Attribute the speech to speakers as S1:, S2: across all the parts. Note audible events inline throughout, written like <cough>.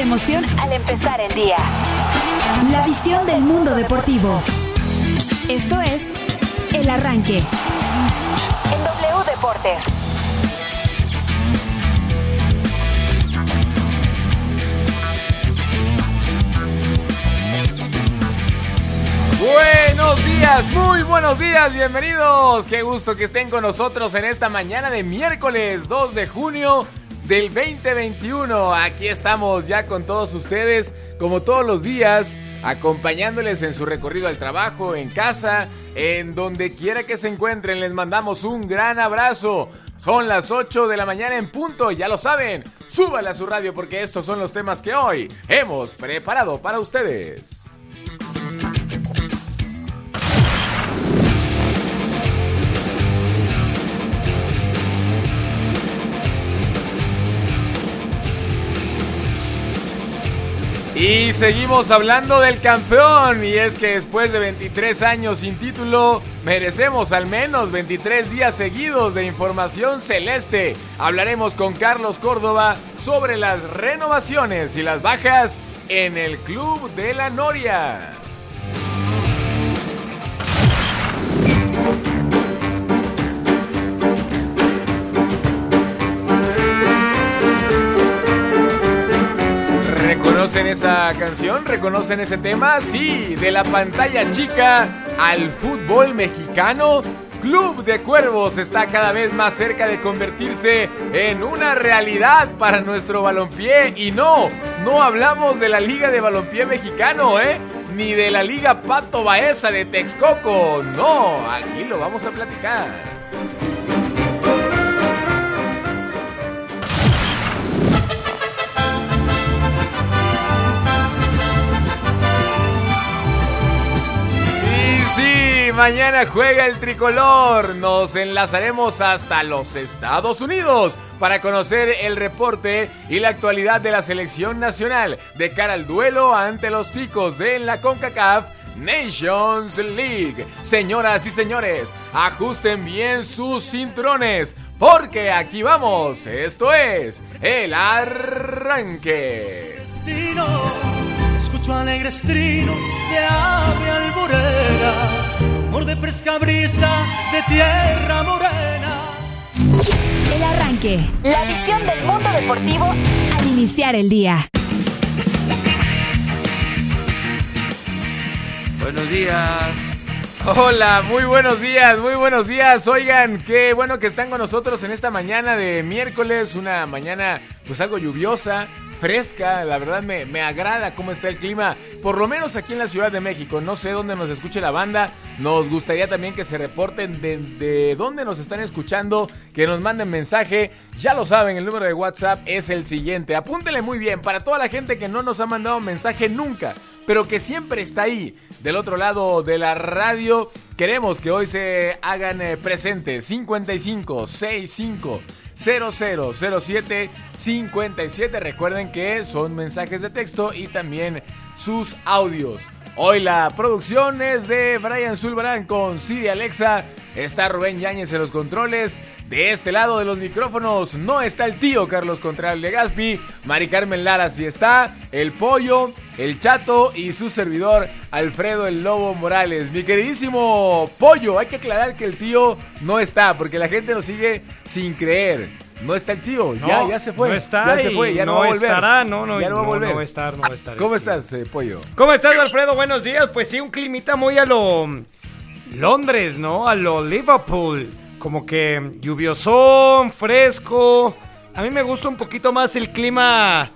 S1: emoción al empezar el día. La visión del mundo deportivo. Esto es El Arranque. En W Deportes.
S2: Buenos días, muy buenos días, bienvenidos. Qué gusto que estén con nosotros en esta mañana de miércoles 2 de junio del 2021. Aquí estamos ya con todos ustedes, como todos los días, acompañándoles en su recorrido al trabajo, en casa, en donde quiera que se encuentren. Les mandamos un gran abrazo. Son las 8 de la mañana en punto, ya lo saben. Súbale a su radio porque estos son los temas que hoy hemos preparado para ustedes. Y seguimos hablando del campeón. Y es que después de 23 años sin título, merecemos al menos 23 días seguidos de información celeste. Hablaremos con Carlos Córdoba sobre las renovaciones y las bajas en el Club de la Noria. ¿Reconocen esa canción? ¿Reconocen ese tema? Sí, de la pantalla chica al fútbol mexicano. Club de Cuervos está cada vez más cerca de convertirse en una realidad para nuestro balompié. Y no, no hablamos de la Liga de Balompié Mexicano, ¿eh? Ni de la Liga Pato Baeza de Texcoco. No, aquí lo vamos a platicar. mañana juega el tricolor. Nos enlazaremos hasta los Estados Unidos para conocer el reporte y la actualidad de la selección nacional de cara al duelo ante los ticos de la CONCACAF Nations League. Señoras y señores, ajusten bien sus cintrones porque aquí vamos. Esto es el arranque.
S3: Destino, escucho alegres trinos de ave alburera de fresca brisa de tierra morena.
S1: El arranque, la visión del mundo deportivo al iniciar el día.
S4: Buenos días.
S2: Hola, muy buenos días, muy buenos días. Oigan, qué bueno que están con nosotros en esta mañana de miércoles, una mañana pues algo lluviosa, fresca, la verdad me, me, agrada cómo está el clima, por lo menos aquí en la Ciudad de México, no sé dónde nos escuche la banda, nos gustaría también que se reporten de, de dónde nos están escuchando, que nos manden mensaje, ya lo saben, el número de WhatsApp es el siguiente, apúntele muy bien, para toda la gente que no nos ha mandado mensaje nunca, pero que siempre está ahí, del otro lado de la radio, queremos que hoy se hagan eh, presentes, 55, 65, 0007 57. Recuerden que son mensajes de texto y también sus audios. Hoy la producción es de Brian Zulbarán con Siri Alexa. Está Rubén Yáñez en los controles. De este lado de los micrófonos no está el tío Carlos Contreras Legaspi. Mari Carmen Lara sí está. El pollo, el chato y su servidor Alfredo el Lobo Morales. Mi queridísimo pollo, hay que aclarar que el tío no está porque la gente nos sigue sin creer. No está el tío, no, ya, ya se fue.
S4: No está,
S2: ya se fue, ya
S4: no, no
S2: va a volver.
S4: estará, no, no,
S2: ya no va a volver.
S4: No, va a estar, no va a estar.
S2: ¿Cómo estás, eh, pollo?
S4: ¿Cómo estás, Alfredo? Buenos días. Pues sí, un climita muy a lo Londres, ¿no? A lo Liverpool. Como que lluviosón, fresco. A mí me gusta un poquito más el clima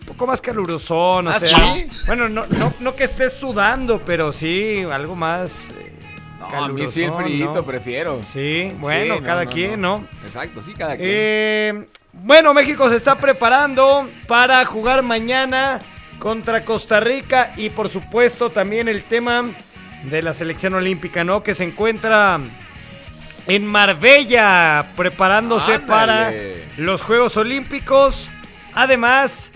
S4: un poco más calurosón, o
S2: ¿Ah,
S4: sea,
S2: sí?
S4: bueno, no, no, no que estés sudando, pero sí algo más eh,
S2: No, a mí sí el
S4: calurosón,
S2: frío
S4: ¿no?
S2: prefiero.
S4: Sí, bueno,
S2: Sí, no,
S4: cada
S2: no,
S4: quien,
S2: no.
S4: ¿no?
S2: Exacto, sí, cada quien.
S4: Eh, bueno, México se está preparando para jugar mañana contra Costa Rica y por supuesto también el tema de la selección olímpica, ¿no? Que se encuentra en Marbella preparándose
S2: Ándale.
S4: para los Juegos Olímpicos. Además,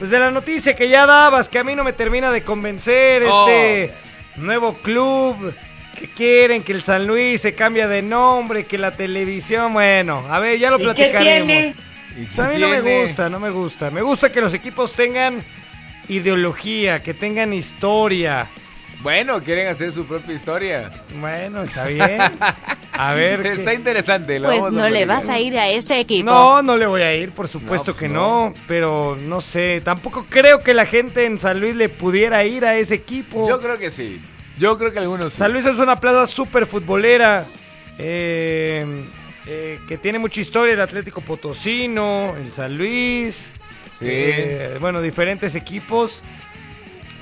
S4: pues de la noticia que ya dabas, que a mí no me termina de convencer
S2: Oh.
S4: este nuevo club que quieren que el San Luis se cambia de nombre, que la televisión, bueno, a ver, ya lo
S5: ¿Y qué
S4: platicaremos.
S5: tiene?
S2: ¿Y
S4: Pues a mí
S2: qué
S4: no me
S2: tiene?
S4: gusta, no me gusta. Me gusta que los equipos tengan ideología, que tengan historia.
S2: Bueno, quieren hacer su propia historia.
S4: Bueno, está bien.
S2: <laughs>
S4: A ver. qué-
S2: Está interesante. lo
S5: Pues
S2: vamos
S5: no le
S2: platicar.
S5: vas a ir a ese equipo.
S4: No, no le voy a ir, por supuesto
S2: No, pues
S4: que
S2: no.
S4: no. pero no sé, tampoco creo que la gente en San Luis le pudiera ir a ese equipo.
S2: Yo creo que sí. Yo creo que algunos sí.
S4: San Luis es una plaza súper futbolera, eh, eh, que tiene mucha historia, el Atlético Potosino, el San Luis,
S2: Sí.
S4: eh, bueno, diferentes equipos.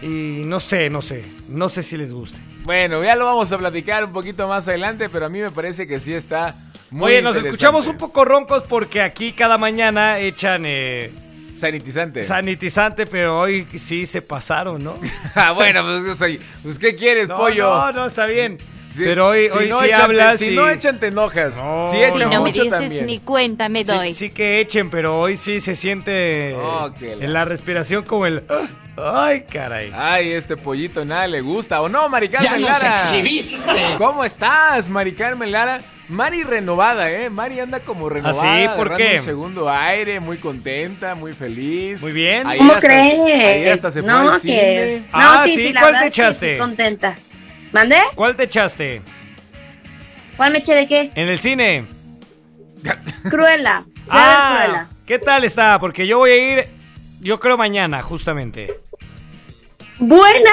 S4: Y no sé, no sé, no sé si les guste.
S2: Bueno, ya lo vamos a platicar un poquito más adelante, pero a mí me parece que sí está muy
S4: Oye, nos
S2: interesante.
S4: escuchamos un poco roncos porque aquí cada mañana echan eh,
S2: Sanitizante.
S4: sanitizante, pero hoy sí se pasaron, ¿no?
S2: <laughs> Ah, bueno, pues, yo soy- pues, <laughs> ¿qué quieres,
S4: No,
S2: pollo?
S4: No, no, está bien.
S2: Sí,
S4: Pero hoy,
S2: si
S4: hoy
S2: no
S4: sí
S2: echan, te-
S4: hablas.
S2: Si
S4: y-
S2: no echan, te enojas.
S4: No,
S2: si echan
S5: si no me
S2: mucho
S5: dices
S2: también.
S5: ni cuenta me
S4: sí,
S5: doy.
S4: sí que echen, pero hoy sí se siente
S2: Oh, qué la- Ah.
S4: en la respiración como el. ¡Ay, caray!
S2: Ay, este pollito nada le gusta. ¿O no, Mari Carmen
S6: Ya nos
S2: Lara?
S6: exhibiste.
S2: ¿Cómo estás, Mari Carmen Lara? Mari renovada, ¿eh? Mari anda como renovada.
S4: ¿Ah, sí? ¿Por
S2: agarrando
S4: qué?
S2: Un segundo aire, muy contenta, muy feliz.
S4: Muy bien.
S2: Ayer
S7: ¿Cómo
S2: hasta- ayer
S7: crees?
S2: hasta se fue
S7: Eh, no, que.
S2: al cine.
S7: No,
S4: Ah,
S7: sí,
S4: sí,
S7: sí, la
S4: ¿cuál
S7: verdad
S4: te
S7: es que
S4: echaste?
S7: estoy contenta. ¿Mandé?
S4: ¿Cuál te echaste?
S7: ¿Cuál me eché de
S4: <laughs>
S7: qué?
S4: En el cine.
S7: Cruela.
S4: Ah,
S7: Cruela.
S4: ¿Qué tal está? Porque yo voy a ir, yo creo mañana, justamente.
S7: Buena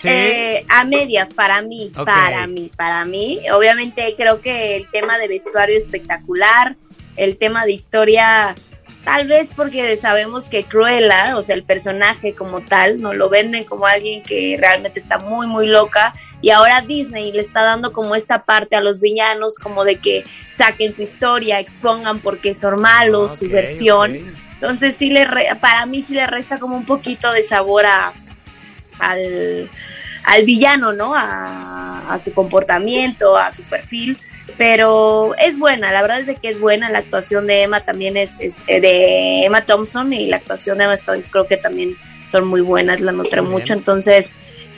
S4: Sí.
S7: eh, a medias para mí,
S4: Ok.
S7: para mí, para mí. Obviamente creo que el tema de vestuario espectacular, el tema de historia, tal vez porque sabemos que Cruella, o sea, el personaje como tal, no lo venden como alguien que realmente está muy, muy loca. Y ahora Disney le está dando como esta parte a los villanos, como de que saquen su historia, expongan porque son malos, su
S4: Ah, Ok,
S7: versión.
S4: ok.
S7: Entonces sí le re- para mí sí le resta como un poquito de sabor a, al, al villano, ¿no? A, a su comportamiento, a su perfil. Pero es buena, la verdad es de que es buena la actuación de Emma también es, es, eh, de Emma Thompson y la actuación de Emma Stone creo que también son muy buenas, la noté
S4: Muy bien.
S7: mucho, entonces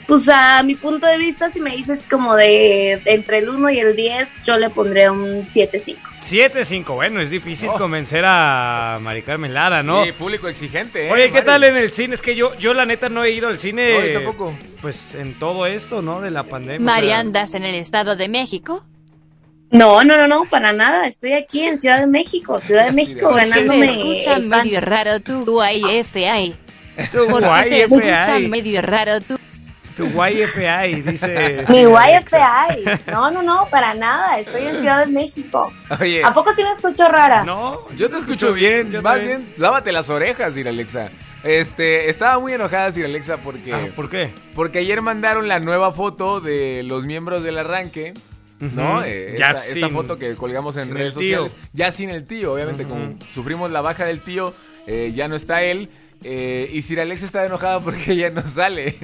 S7: pues a mi punto de vista si me dices como de entre el 1 y el 10 yo le pondré un 7-5.
S4: 7-5, bueno, es difícil
S2: Oh.
S4: convencer a Mari Carmen Lara, ¿no?
S2: Sí, público exigente, ¿eh?
S4: Oye, ¿qué
S2: Mari?
S4: tal en el cine? Es que yo, yo la neta no he ido al cine.
S2: No, yo tampoco.
S4: Pues en todo esto, ¿no? De la pandemia.
S5: Mari,
S4: o sea,
S5: ¿andas en el Estado de México?
S7: No, no, no, no, para nada. Estoy aquí en Ciudad de México, Ciudad de
S2: Así
S7: México,
S2: de-
S5: Se
S7: ganándome.
S5: escucha
S7: el pan.
S5: medio raro tu
S4: Ah. Eh,
S5: YFI.
S4: Tu
S5: Porque se escucha
S4: YFI.
S5: medio raro tu...
S4: Tu YFI, dice.
S7: Mi
S4: señora Alexa.
S7: YFI. No, no, no, para nada. Estoy en Ciudad de México.
S2: Oye,
S7: ¿A poco sí me escucho rara?
S4: No,
S2: yo te escucho bien.
S4: yo
S2: Más
S4: también.
S2: bien, lávate las orejas, Sir Alexa. Este, estaba muy enojada, Sir Alexa, porque...
S4: Ah, ¿Por qué?
S2: Porque ayer mandaron la nueva foto de los miembros del arranque. ¿No?
S4: Ujú.
S2: Eh,
S4: Ya
S2: esta, esta
S4: sin-
S2: foto que colgamos en
S4: sin
S2: redes
S4: el tío.
S2: sociales. Ya sin el tío, obviamente,
S4: Ujú.
S2: como sufrimos la baja del tío, eh, ya no está él. eh, y Sir Alex está enojada porque <laughs> ya no sale.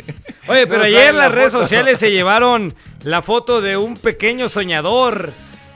S4: Oye,
S2: No
S4: pero
S2: sale
S4: ayer
S2: la
S4: las redes
S2: foto.
S4: sociales se llevaron la foto de un pequeño soñador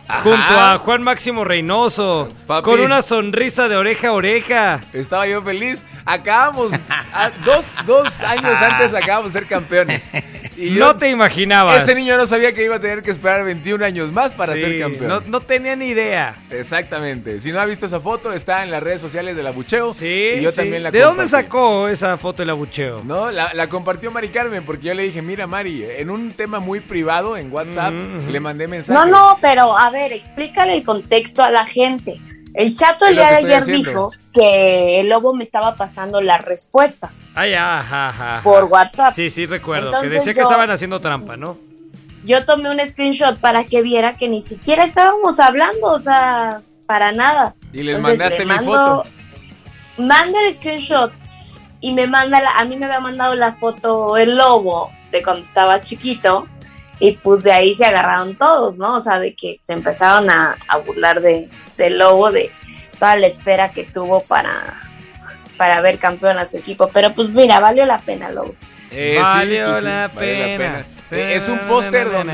S2: Ajá.
S4: junto a Juan Máximo Reynoso
S2: Papi.
S4: con una sonrisa de oreja a oreja.
S2: Estaba yo feliz. Acabamos, a- dos, dos años antes acabamos de ser
S4: <laughs>
S2: campeones. Y yo-
S4: no te imaginabas.
S2: Ese niño no sabía que iba a tener que esperar 21 años más para
S4: Sí,
S2: ser campeón.
S4: No, no tenía ni idea.
S2: Exactamente. Si no ha visto esa foto, está en las redes sociales del abucheo.
S4: Sí,
S2: Y yo
S4: sí.
S2: también la
S4: ¿De dónde
S2: compartí.
S4: sacó esa foto el abucheo?
S2: No, la, la compartió Mari Carmen porque yo le dije, mira Mari, en un tema muy privado en WhatsApp
S4: Mm, Ujú,
S2: le mandé mensaje.
S7: No, no, pero a ver, explícale el contexto a la gente. El chato
S2: Es
S7: el
S2: lo
S7: día
S2: que
S7: de
S2: estoy
S7: ayer
S2: haciendo.
S7: dijo que el lobo me estaba pasando las respuestas
S4: Ay, ajá, ajá.
S7: por
S2: Ah.
S7: WhatsApp.
S4: Sí, sí, recuerdo.
S7: Entonces
S4: que decía que
S7: yo-
S4: estaban haciendo trampa, ¿no?
S7: Yo tomé un screenshot para que viera que ni siquiera estábamos hablando, o sea, para nada.
S2: Y les
S7: Entonces,
S2: mandaste
S7: le
S2: mi
S7: mando-
S2: foto.
S7: Manda el screenshot y me manda, la- a mí me había mandado la foto el lobo de cuando estaba chiquito y pues de ahí se agarraron todos, ¿no? O sea, de que se empezaron a, a burlar de, del lobo, de toda la espera que tuvo para, para ver campeón a su equipo. Pero pues mira, valió la pena, lobo.
S2: Eh, sí,
S4: Valió
S2: sí, sí,
S4: la
S2: valió la
S4: pena.
S2: Eh, Es un póster donde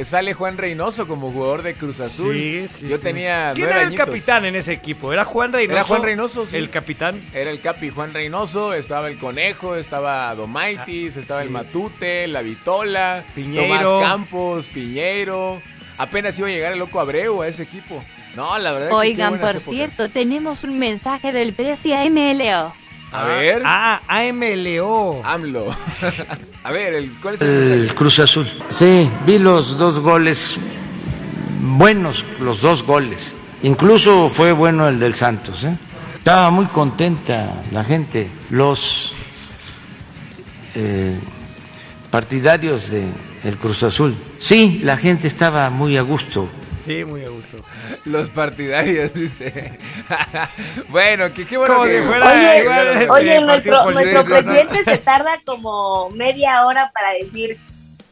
S2: eh, sale Juan Reynoso como jugador de Cruz Azul.
S4: Sí, sí,
S2: Yo
S4: sí.
S2: tenía
S4: ¿Quién
S2: nueve
S4: era el
S2: añitos.
S4: capitán en ese equipo? ¿Era Juan Reynoso?
S2: Era Juan Reynoso, sí.
S4: El capitán.
S2: Era el Capi Juan Reynoso, estaba el Conejo, estaba Domaitis, estaba el
S4: Ah, sí.
S2: Matute, la Vitola,
S4: Piñeiro.
S2: Tomás Campos, Piñeiro. Apenas iba a llegar el Loco Abreu a ese equipo. No, la verdad. es que qué
S5: Oigan,
S2: buenas
S5: por
S2: épocas.
S5: cierto, tenemos un mensaje del Precia MLO.
S2: A ver.
S4: Ah, AMLO.
S2: AMLO. <laughs> a ver, el, ¿cuál es
S4: Eh.
S2: el
S6: el Cruz Azul. Sí, vi los dos goles, buenos los dos goles. Incluso fue bueno el del Santos. ¿eh? Estaba muy contenta la gente, los eh, partidarios de el Cruz Azul. Sí, la gente estaba muy a gusto.
S4: Sí, muy a gusto.
S2: Los partidarios, <laughs> dice. bueno, que qué bueno
S4: Como
S2: que
S4: si fuera-
S7: Oye,
S4: igual,
S2: es-
S7: oye,
S2: el partido
S7: nuestro,
S2: por
S7: nuestro
S2: sí, ¿no?
S7: presidente se tarda como media hora para decir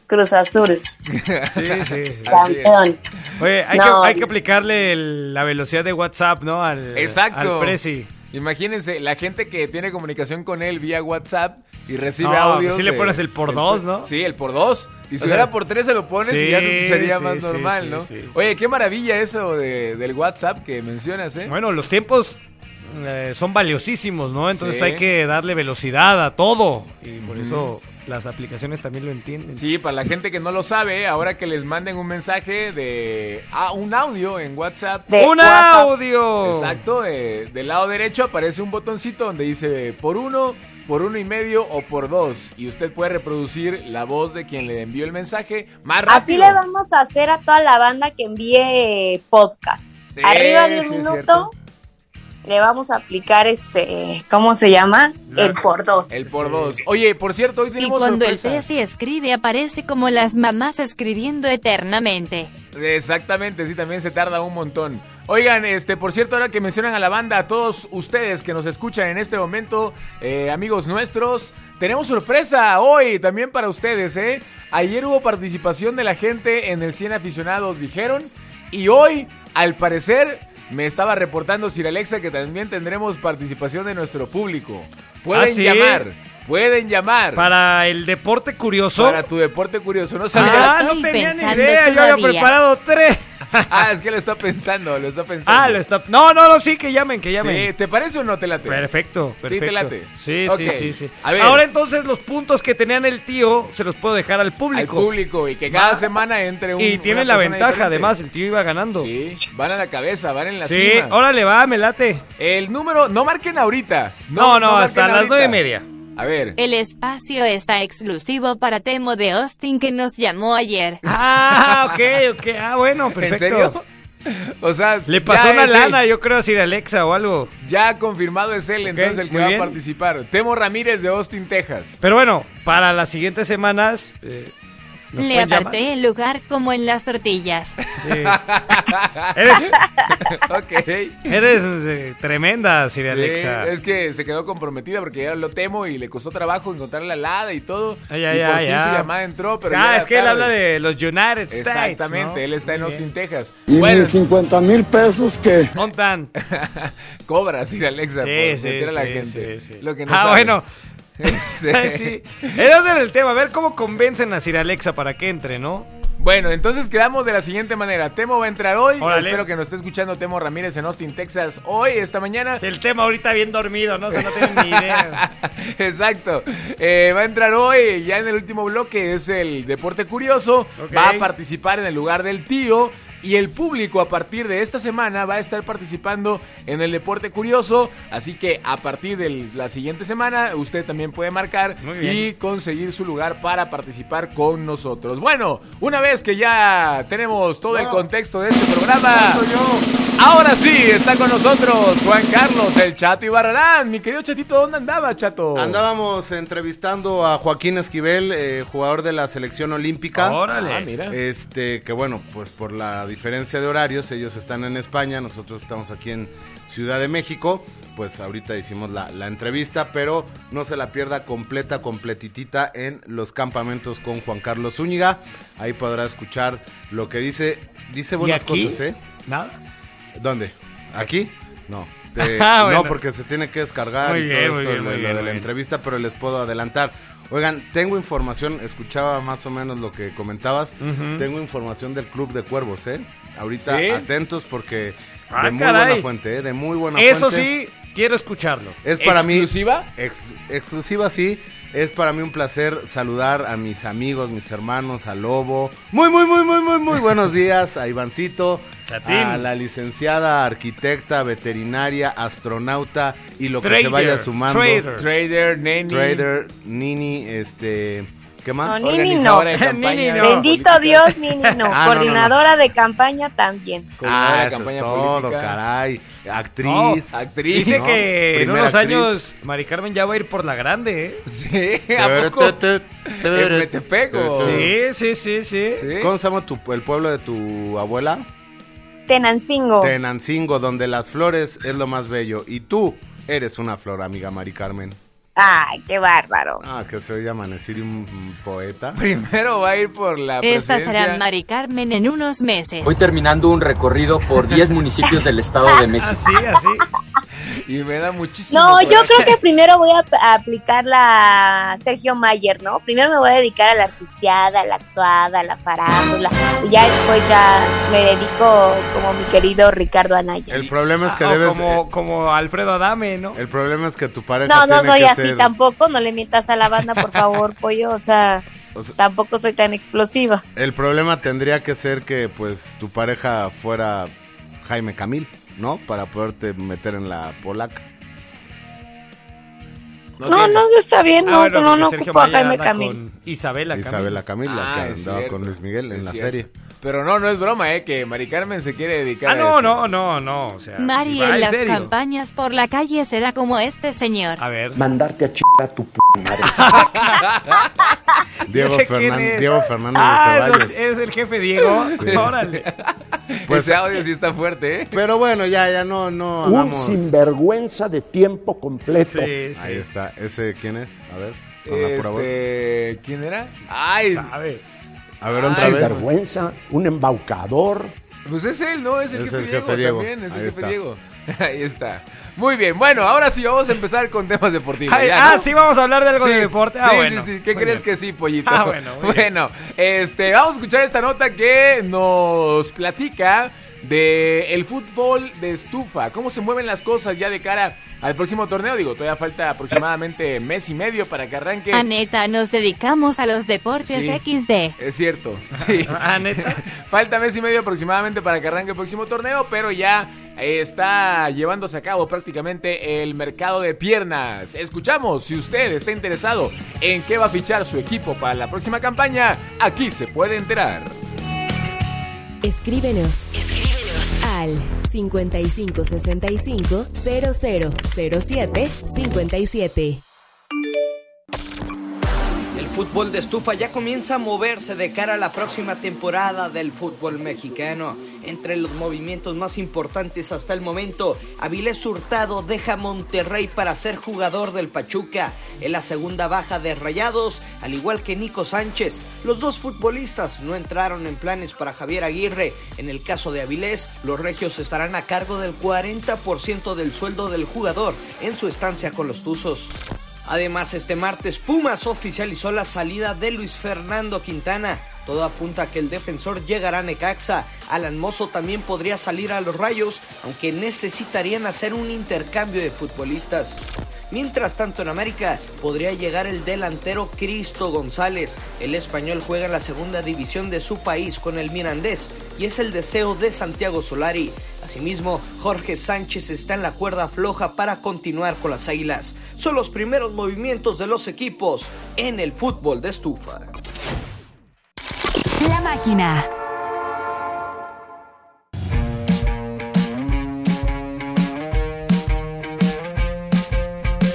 S7: Cruz Azul,
S4: <laughs> Sí, sí, sí.
S2: Así es.
S7: campeón.
S4: Oye, hay,
S7: No,
S4: que, hay que
S7: pues-
S4: aplicarle el- la velocidad de WhatsApp, ¿no? Al,
S2: Exacto.
S4: este, Al Prezi.
S2: Imagínense, la gente que tiene comunicación con él vía WhatsApp y recibe
S4: No,
S2: audio.
S4: sí le pones el por dos, ¿no?
S2: Sí, el por dos. Y si
S4: O sea,
S2: hubiera por tres se lo pones y ya se
S4: sí,
S2: escucharía
S4: sí,
S2: más
S4: sí,
S2: normal,
S4: sí,
S2: ¿no?
S4: sí, sí.
S2: Oye, qué maravilla eso de- del WhatsApp que mencionas, ¿eh?
S4: Bueno, los tiempos eh, son valiosísimos, ¿no? Entonces
S2: Sí.
S4: hay que darle velocidad a todo. Y por eso las aplicaciones también lo entienden.
S2: Sí, para la gente que no lo sabe, ahora que les manden un mensaje de ah, un audio en WhatsApp.
S7: De
S4: ¡Un
S7: WhatsApp.
S4: audio!
S2: Exacto, eh, del lado derecho aparece un botoncito donde dice por uno, por uno y medio o por dos. Y usted puede reproducir la voz de quien le envió el mensaje más rápido.
S7: Así le vamos a hacer a toda la banda que envíe podcast.
S2: Sí,
S7: Arriba de un
S2: sí, es
S7: minuto le vamos a aplicar este, ¿cómo se llama? El por dos.
S2: El por dos. Oye, por cierto, hoy
S5: Y
S2: tenemos
S5: cuando el
S2: sorpresa.
S5: Prezi escribe aparece como las mamás escribiendo eternamente.
S2: Exactamente, sí, también se tarda un montón. Oigan, este, por cierto, ahora que mencionan a la banda, a todos ustedes que nos escuchan en este momento, eh, amigos nuestros, tenemos sorpresa hoy también para ustedes, ¿eh? Ayer hubo participación de la gente en el 100 aficionados, dijeron, y hoy, al parecer, me estaba reportando Sir Alexa que también tendremos participación de nuestro público. Pueden
S4: ¿Ah, sí?
S2: llamar, pueden llamar.
S4: Para el deporte curioso.
S2: Para tu deporte curioso, ¿no sabías?
S4: Ah,
S5: Lo
S4: no
S5: estoy
S4: tenía ni
S5: pensando
S4: idea. Yo había
S5: todavía.
S4: preparado tres.
S2: <laughs> Ah, es que lo está pensando, lo está pensando.
S4: Ah, lo está. No, no, no, sí, que llamen, que llamen.
S2: Sí, ¿te parece o no te late?
S4: Perfecto, perfecto.
S2: Sí, te late.
S4: Sí,
S2: Ok.
S4: sí, sí, sí.
S2: A ver.
S4: Ahora entonces los puntos que tenían el tío se los puedo dejar al público.
S2: Al público y que cada
S4: Va.
S2: semana entre un.
S4: y tienen
S2: tienen
S4: la ventaja, además, el tío iba ganando. Sí,
S2: Sí, van a la cabeza, van en la cima.
S4: órale, va, me late.
S2: El número, no marquen ahorita.
S4: No, no,
S2: marquen
S4: hasta las
S2: ahorita.
S4: nueve y media.
S2: A ver.
S5: El espacio está exclusivo para Temo de Austin que nos llamó ayer.
S4: Ah, ok, ok. Ah, bueno,
S2: ¿En
S4: perfecto.
S2: serio? <laughs> O sea,
S4: Le
S2: ya
S4: pasó una
S2: es él.
S4: lana, yo creo, así de Alexa o algo.
S2: Ya confirmado es él, entonces el que
S4: muy
S2: va
S4: bien.
S2: a participar. Temo Ramírez de Austin, Texas. <laughs>
S4: Pero bueno, para las siguientes semanas. eh, nos
S5: Le
S4: pueden llamar.
S5: aparté el lugar como en las
S2: <laughs>
S5: tortillas.
S4: Sí. eres
S2: ok.
S4: eres eh, tremenda, Siri
S2: Sí,
S4: Alexa.
S2: es que se quedó comprometida porque ya lo temo y le costó trabajo encontrar la alada y todo.
S4: Ay,
S2: y
S4: ay,
S2: por
S4: ay,
S2: fin
S4: ay.
S2: su llamada entró, pero
S4: ah,
S2: ya era
S4: es que él
S2: tarde.
S4: habla de los United States.
S2: Exactamente,
S4: ¿no?
S2: él está en
S4: Muy
S2: Austin,
S4: bien.
S2: Texas.
S8: Y
S2: Bueno,
S8: mis 50 mil pesos que
S4: Montan.
S2: <laughs> cobra, Sir Alexa,
S4: Sí,
S2: por
S4: sí,
S2: meter a la
S4: sí,
S2: gente.
S4: sí, sí.
S2: Lo que no
S4: ah,
S2: sabe.
S4: bueno.
S2: <laughs> Este,
S4: <laughs> sí. Ese era el tema. A ver cómo convencen a Sir Alexa para que entre, ¿no?
S2: Bueno, entonces quedamos de la siguiente manera. Temo va a entrar hoy.
S4: Órale.
S2: Espero que nos esté escuchando Temo Ramírez en Austin, Texas, hoy, esta mañana.
S4: El tema ahorita bien dormido, ¿no? O sea, no tienen ni idea.
S2: <laughs> Exacto. Eh, va a entrar hoy, ya en el último bloque, es el deporte curioso.
S4: Ok.
S2: Va a participar en el lugar del tío. Y el público a partir de esta semana va a estar participando en el deporte curioso. Así que a partir de la siguiente semana usted también puede marcar
S4: Muy bien.
S2: y conseguir su lugar para participar con nosotros. Bueno, una vez que ya tenemos todo el contexto de este programa, ahora sí está con nosotros Juan Carlos, el Chato Ibarrarán. Mi querido Chatito, ¿dónde andaba, Chato?
S9: Andábamos entrevistando a Joaquín Esquivel, eh, jugador de la selección olímpica.
S4: Órale.
S2: Ah, mira.
S9: Este, que bueno, pues por la diferencia de horarios, ellos están en España, nosotros estamos aquí en Ciudad de México. Pues ahorita hicimos la, la entrevista, pero no se la pierda completa, completitita en los campamentos con Juan Carlos Zúñiga. Ahí podrá escuchar lo que dice. Dice buenas
S4: aquí?
S9: cosas, ¿eh?
S4: Nada.
S9: ¿Dónde? ¿Aquí?
S4: <laughs>
S9: No. Te-
S4: Ah, bueno.
S9: No, porque se tiene que descargar
S4: Muy
S9: y
S4: bien,
S9: todo
S4: muy
S9: esto,
S4: bien,
S9: lo,
S4: muy
S9: lo
S4: bien,
S9: de
S4: muy
S9: la
S4: bien.
S9: entrevista, pero les puedo adelantar. Oigan, tengo información, escuchaba más o menos lo que comentabas. Tengo información del Club de Cuervos, ¿eh? Ahorita
S2: ¿Sí?
S9: atentos porque
S4: Ah,
S9: de muy
S4: caray.
S9: buena fuente, ¿eh? De muy buena
S4: Eso
S9: fuente.
S4: sí, Quiero escucharlo.
S9: Es para
S2: ¿Exclusiva?
S9: mí. Ex- exclusiva, sí. Es para mí un placer saludar a mis amigos, mis hermanos, a Lobo. Muy, muy, muy, muy, muy, muy buenos días a Ivancito.
S4: Chatín.
S9: A la licenciada arquitecta, veterinaria, astronauta y lo que
S4: Trader,
S9: se vaya sumando.
S4: trader.
S2: Trader, Neni. <laughs>
S9: Trader, Nini, este. ¿Qué más?
S7: No, <laughs> Nini
S2: Ah, organizadora de
S4: no.
S2: campaña.
S4: <laughs> Nini no.
S7: Bendito
S2: política.
S7: Dios, Nini,
S2: <laughs>
S7: no.
S9: Ah, no,
S7: Coordinadora de campaña también.
S2: Ah,
S9: Ah,
S2: la
S9: eso
S2: campaña
S9: es todo,
S2: política.
S9: caray. Actriz.
S4: No,
S2: actriz.
S4: Dice
S9: ¿no?
S4: que en
S9: Primera
S4: unos
S9: actriz.
S4: años Mari Carmen ya va a ir por la grande, ¿eh?
S2: Sí, ¿a poco? Eh, En Metepec, ¿o?
S4: Sí, sí, sí, sí.
S2: Sí.
S9: ¿Cómo se llama tu- el pueblo de tu abuela?
S7: Tenancingo.
S9: Tenancingo, donde las flores es lo más bello. Y tú eres una flor, amiga Mari Carmen.
S7: Ay, qué bárbaro.
S9: Ah, que se oye amanecer un un poeta.
S2: Primero va a ir por la
S5: Esta será
S2: presidencia.
S5: Mari Carmen en unos meses.
S10: Voy terminando un recorrido por 10 municipios del Estado de México.
S4: Así, así.
S2: Y me da muchísimo.
S7: No, yo
S2: coraje.
S7: creo que primero voy a ap- a aplicar la Sergio Mayer, ¿no? Primero me voy a dedicar a la artisteada, a la actuada, a la farándula. Y ya después ya me dedico como mi querido Ricardo Anaya.
S9: El problema es que
S4: Ah, o
S9: debes.
S4: como, como Alfredo Adame, ¿no?
S9: El problema es que tu pareja.
S7: No, no
S9: tiene
S7: soy
S9: que
S7: así
S9: ser-
S7: tampoco, no le mientas a la banda, por
S2: <laughs>
S7: favor, pollo, o sea,
S9: o sea,
S7: tampoco soy tan explosiva.
S9: El problema tendría que ser que, pues, tu pareja fuera Jaime Camil, ¿no? Para poderte meter en la polaca.
S7: No, no,
S4: tiene.
S7: está bien,
S4: Ah,
S7: no,
S4: bueno,
S7: no,
S4: porque
S7: no
S4: Sergio
S7: ocupo a
S4: Mayer
S7: Jaime
S4: anda
S7: Camil.
S4: con Isabela Camil.
S9: Isabela Camil, la
S2: Ah,
S9: que
S2: es
S9: andaba
S2: cierto,
S9: con Luis Miguel en
S2: es
S9: la
S2: cierto.
S9: serie.
S2: Pero no, no es broma, ¿eh? Que Mari Carmen se quiere dedicar
S4: Ah,
S2: a
S4: no,
S2: eso.
S4: no, no, no. O sea,
S5: Mari
S4: sí va,
S5: en las
S4: serio.
S5: campañas por la calle será como este señor.
S4: A ver.
S10: Mandarte a ch... a tu p...
S11: <laughs>
S10: madre.
S11: Ah,
S9: Diego,
S4: sé quién
S9: Fernández,
S4: es.
S9: Diego Fernández de
S4: Ah,
S9: Ceballos.
S4: es, es el jefe Diego. <laughs>
S9: Sí.
S4: Órale.
S9: Pues-
S2: <laughs> Ese audio sí está fuerte, ¿eh?
S9: Pero bueno, ya, ya no, no
S8: Un
S9: hagamos.
S8: sinvergüenza de tiempo completo.
S4: Sí, sí.
S9: Ahí está. ¿Ese quién es? A ver, con la pura voz.
S2: Este, ¿Quién era? Ay,
S4: Sabe.
S9: A ver,
S2: Ay,
S9: otra
S2: Ay,
S9: vez.
S8: Sinvergüenza, un embaucador.
S2: pues es él, ¿no? Es el,
S9: Es
S2: jefe,
S9: el
S2: Diego,
S9: jefe Diego.
S2: también, es el
S9: Ahí
S2: jefe
S9: está.
S2: Diego. <laughs> Ahí está. Muy bien, bueno, ahora sí vamos a empezar con temas deportivos.
S4: Ay,
S2: ya,
S4: ah,
S2: ¿no?
S4: sí, vamos a hablar de algo
S2: Sí,
S4: de deporte. Ah,
S2: sí,
S4: bueno.
S2: sí, sí. ¿Qué
S4: Muy
S2: crees
S4: bien.
S2: que sí, pollito?
S4: <laughs> Ah, bueno, muy bien.
S2: Bueno, este, vamos a escuchar esta nota que nos platica de el fútbol de estufa, cómo se mueven las cosas ya de cara al próximo torneo. Digo, todavía falta aproximadamente mes y medio para que arranque.
S5: A neta, nos dedicamos a los deportes
S2: Sí.
S5: XD.
S2: Es cierto, <laughs> sí.
S4: Ah, neta.
S2: <laughs> Falta mes y medio aproximadamente para que arranque el próximo torneo, pero ya eh, está llevándose a cabo prácticamente el mercado de piernas. Escuchamos, si usted está interesado en qué va a fichar su equipo para la próxima campaña, aquí se puede enterar.
S1: Escríbenos. Al 5565 0007 57.
S10: El fútbol de estufa ya comienza a moverse de cara a la próxima temporada del fútbol mexicano. Entre los movimientos más importantes hasta el momento, Avilés Hurtado deja Monterrey para ser jugador del Pachuca. En la segunda baja de Rayados, al igual que Nico Sánchez, los dos futbolistas no entraron en planes para Javier Aguirre. En el caso de Avilés, los regios estarán a cargo del 40% del sueldo del jugador en su estancia con los Tuzos. Además, este martes Pumas oficializó la salida de Luis Fernando Quintana. Todo apunta a que el defensor llegará a Necaxa. Alan Mozo también podría salir a los rayos, aunque necesitarían hacer un intercambio de futbolistas. Mientras tanto, en América podría llegar el delantero Cristo González. El español juega en la segunda división de su país con el Mirandés y es el deseo de Santiago Solari. Asimismo, Jorge Sánchez está en la cuerda floja para continuar con las águilas. Son los primeros movimientos de los equipos en el fútbol de estufa.
S1: La máquina.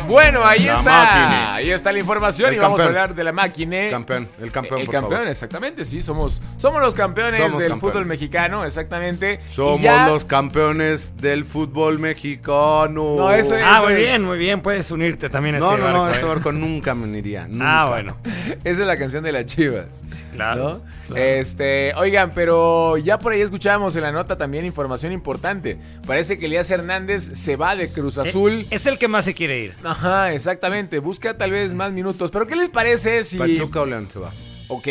S2: Bueno, ahí
S9: La
S2: está.
S9: máquina.
S2: Ahí está la información
S9: El
S2: y vamos a
S9: campeón.
S2: hablar de la máquina.
S9: Campeón, el campeón,
S2: el
S9: por
S2: campeón,
S9: favor.
S2: exactamente, sí, somos, somos los campeones
S9: Somos
S2: del
S9: campeones.
S2: fútbol mexicano, exactamente. Y
S9: Somos
S2: ya-
S9: los campeones del fútbol mexicano.
S2: No, eso es-
S4: Ah, muy
S2: es.
S4: bien, muy bien. Puedes unirte también a
S9: No,
S4: este
S9: no, no,
S4: barco,
S9: ese
S4: ¿eh?
S9: barco nunca me uniría.
S4: Ah,
S9: nunca.
S4: bueno.
S2: <laughs> Esa es la canción de las chivas.
S4: Claro.
S2: ¿no?
S4: claro.
S2: Este, oigan, pero ya por ahí escuchábamos en la nota también información importante. Parece que Elías Hernández se va de Cruz Azul.
S4: Eh, Es el que más se quiere ir.
S2: Ajá, exactamente. Busca tal vez más minutos. Pero ¿qué les parece si.
S9: Pachuca o León se va.
S2: Ok.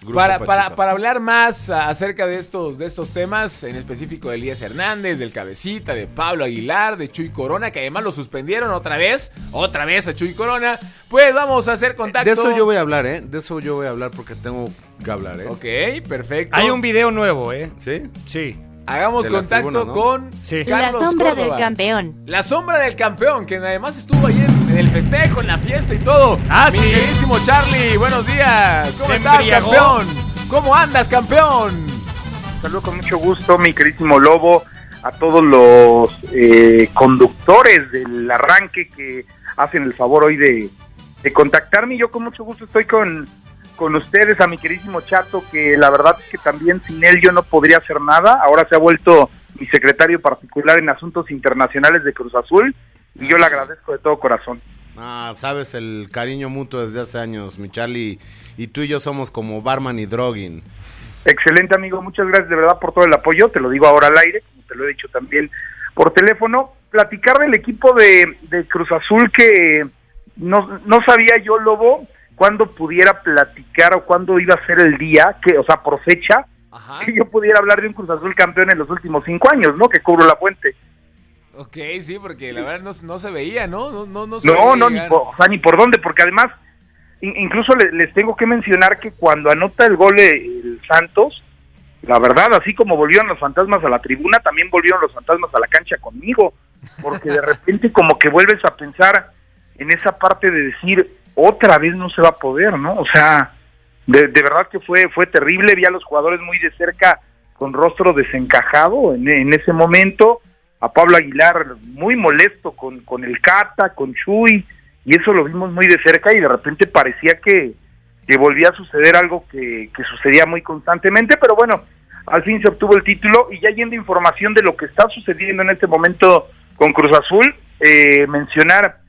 S9: Grupo
S2: Para, para,
S9: Pachuca.
S2: para hablar más a- acerca de estos, de estos temas, en específico de Elías Hernández, del Cabecita, de Pablo Aguilar, de Chuy Corona, que además lo suspendieron otra vez, otra vez a Chuy Corona, pues vamos a hacer contacto.
S9: De eso yo voy a hablar, ¿eh? De eso yo voy a hablar porque tengo que hablar, ¿eh?
S2: Ok, perfecto.
S4: Hay un video nuevo, ¿eh?
S9: ¿Sí?
S4: Sí.
S2: Hagamos
S9: de las
S2: contacto
S9: tribunas, ¿no?
S2: con
S4: Sí.
S5: La
S2: Carlos
S5: sombra
S2: Córdoba.
S5: del campeón.
S2: La sombra del campeón, que además estuvo ahí en, en el festejo, en la fiesta y todo.
S4: Ah,
S2: Mi
S4: sí.
S2: queridísimo Charlie, buenos días. ¿Cómo
S4: Se
S2: estás,
S4: embriagó.
S2: campeón? ¿Cómo andas, campeón?
S12: Saludo con mucho gusto, mi queridísimo Lobo, a todos los eh, conductores del arranque que hacen el favor hoy de, de contactarme. Yo con mucho gusto estoy con, con ustedes, a mi queridísimo Chato, que la verdad es que también sin él yo no podría hacer nada. Ahora se ha vuelto mi secretario particular en asuntos internacionales de Cruz Azul y yo le agradezco de todo corazón.
S9: Ah, sabes el cariño mutuo desde hace años, mi Charlie. Y tú y yo somos como barman y droguin.
S12: Excelente, amigo. Muchas gracias de verdad por todo el apoyo. Te lo digo ahora al aire, como te lo he dicho también por teléfono. Platicar del equipo de, de Cruz Azul que no, no sabía yo, Lobo, cuándo pudiera platicar o cuándo iba a ser el día, que, o sea, por fecha,
S3: Ah.
S2: Ajá.
S12: que yo pudiera hablar de un Cruz Azul campeón en los últimos cinco años, ¿no? Que cubro la fuente.
S2: Ok, sí, porque la verdad no, no se veía, ¿no? No, no, no se
S12: No,
S2: veía
S12: no, ni
S2: llegar.
S12: por, o sea, ni por dónde, porque además, in- incluso le- les tengo que mencionar que cuando anota el gol e- el Santos, la verdad, así como volvieron los fantasmas a la tribuna, también volvieron los fantasmas a la cancha conmigo,
S2: <laughs>
S12: porque de repente como que vuelves a pensar en esa parte de decir, otra vez no se va a poder, ¿no? O sea, de, de verdad que fue, fue terrible, vi a los jugadores muy de cerca con rostro desencajado en, en ese momento, a Pablo Aguilar muy molesto con, con el Cata, con Chuy, y eso lo vimos muy de cerca y de repente parecía que, que volvía a suceder algo que, que sucedía muy constantemente, pero bueno, al fin se obtuvo el título y ya yendo a información de lo que está sucediendo en este momento con Cruz Azul, eh, mencionar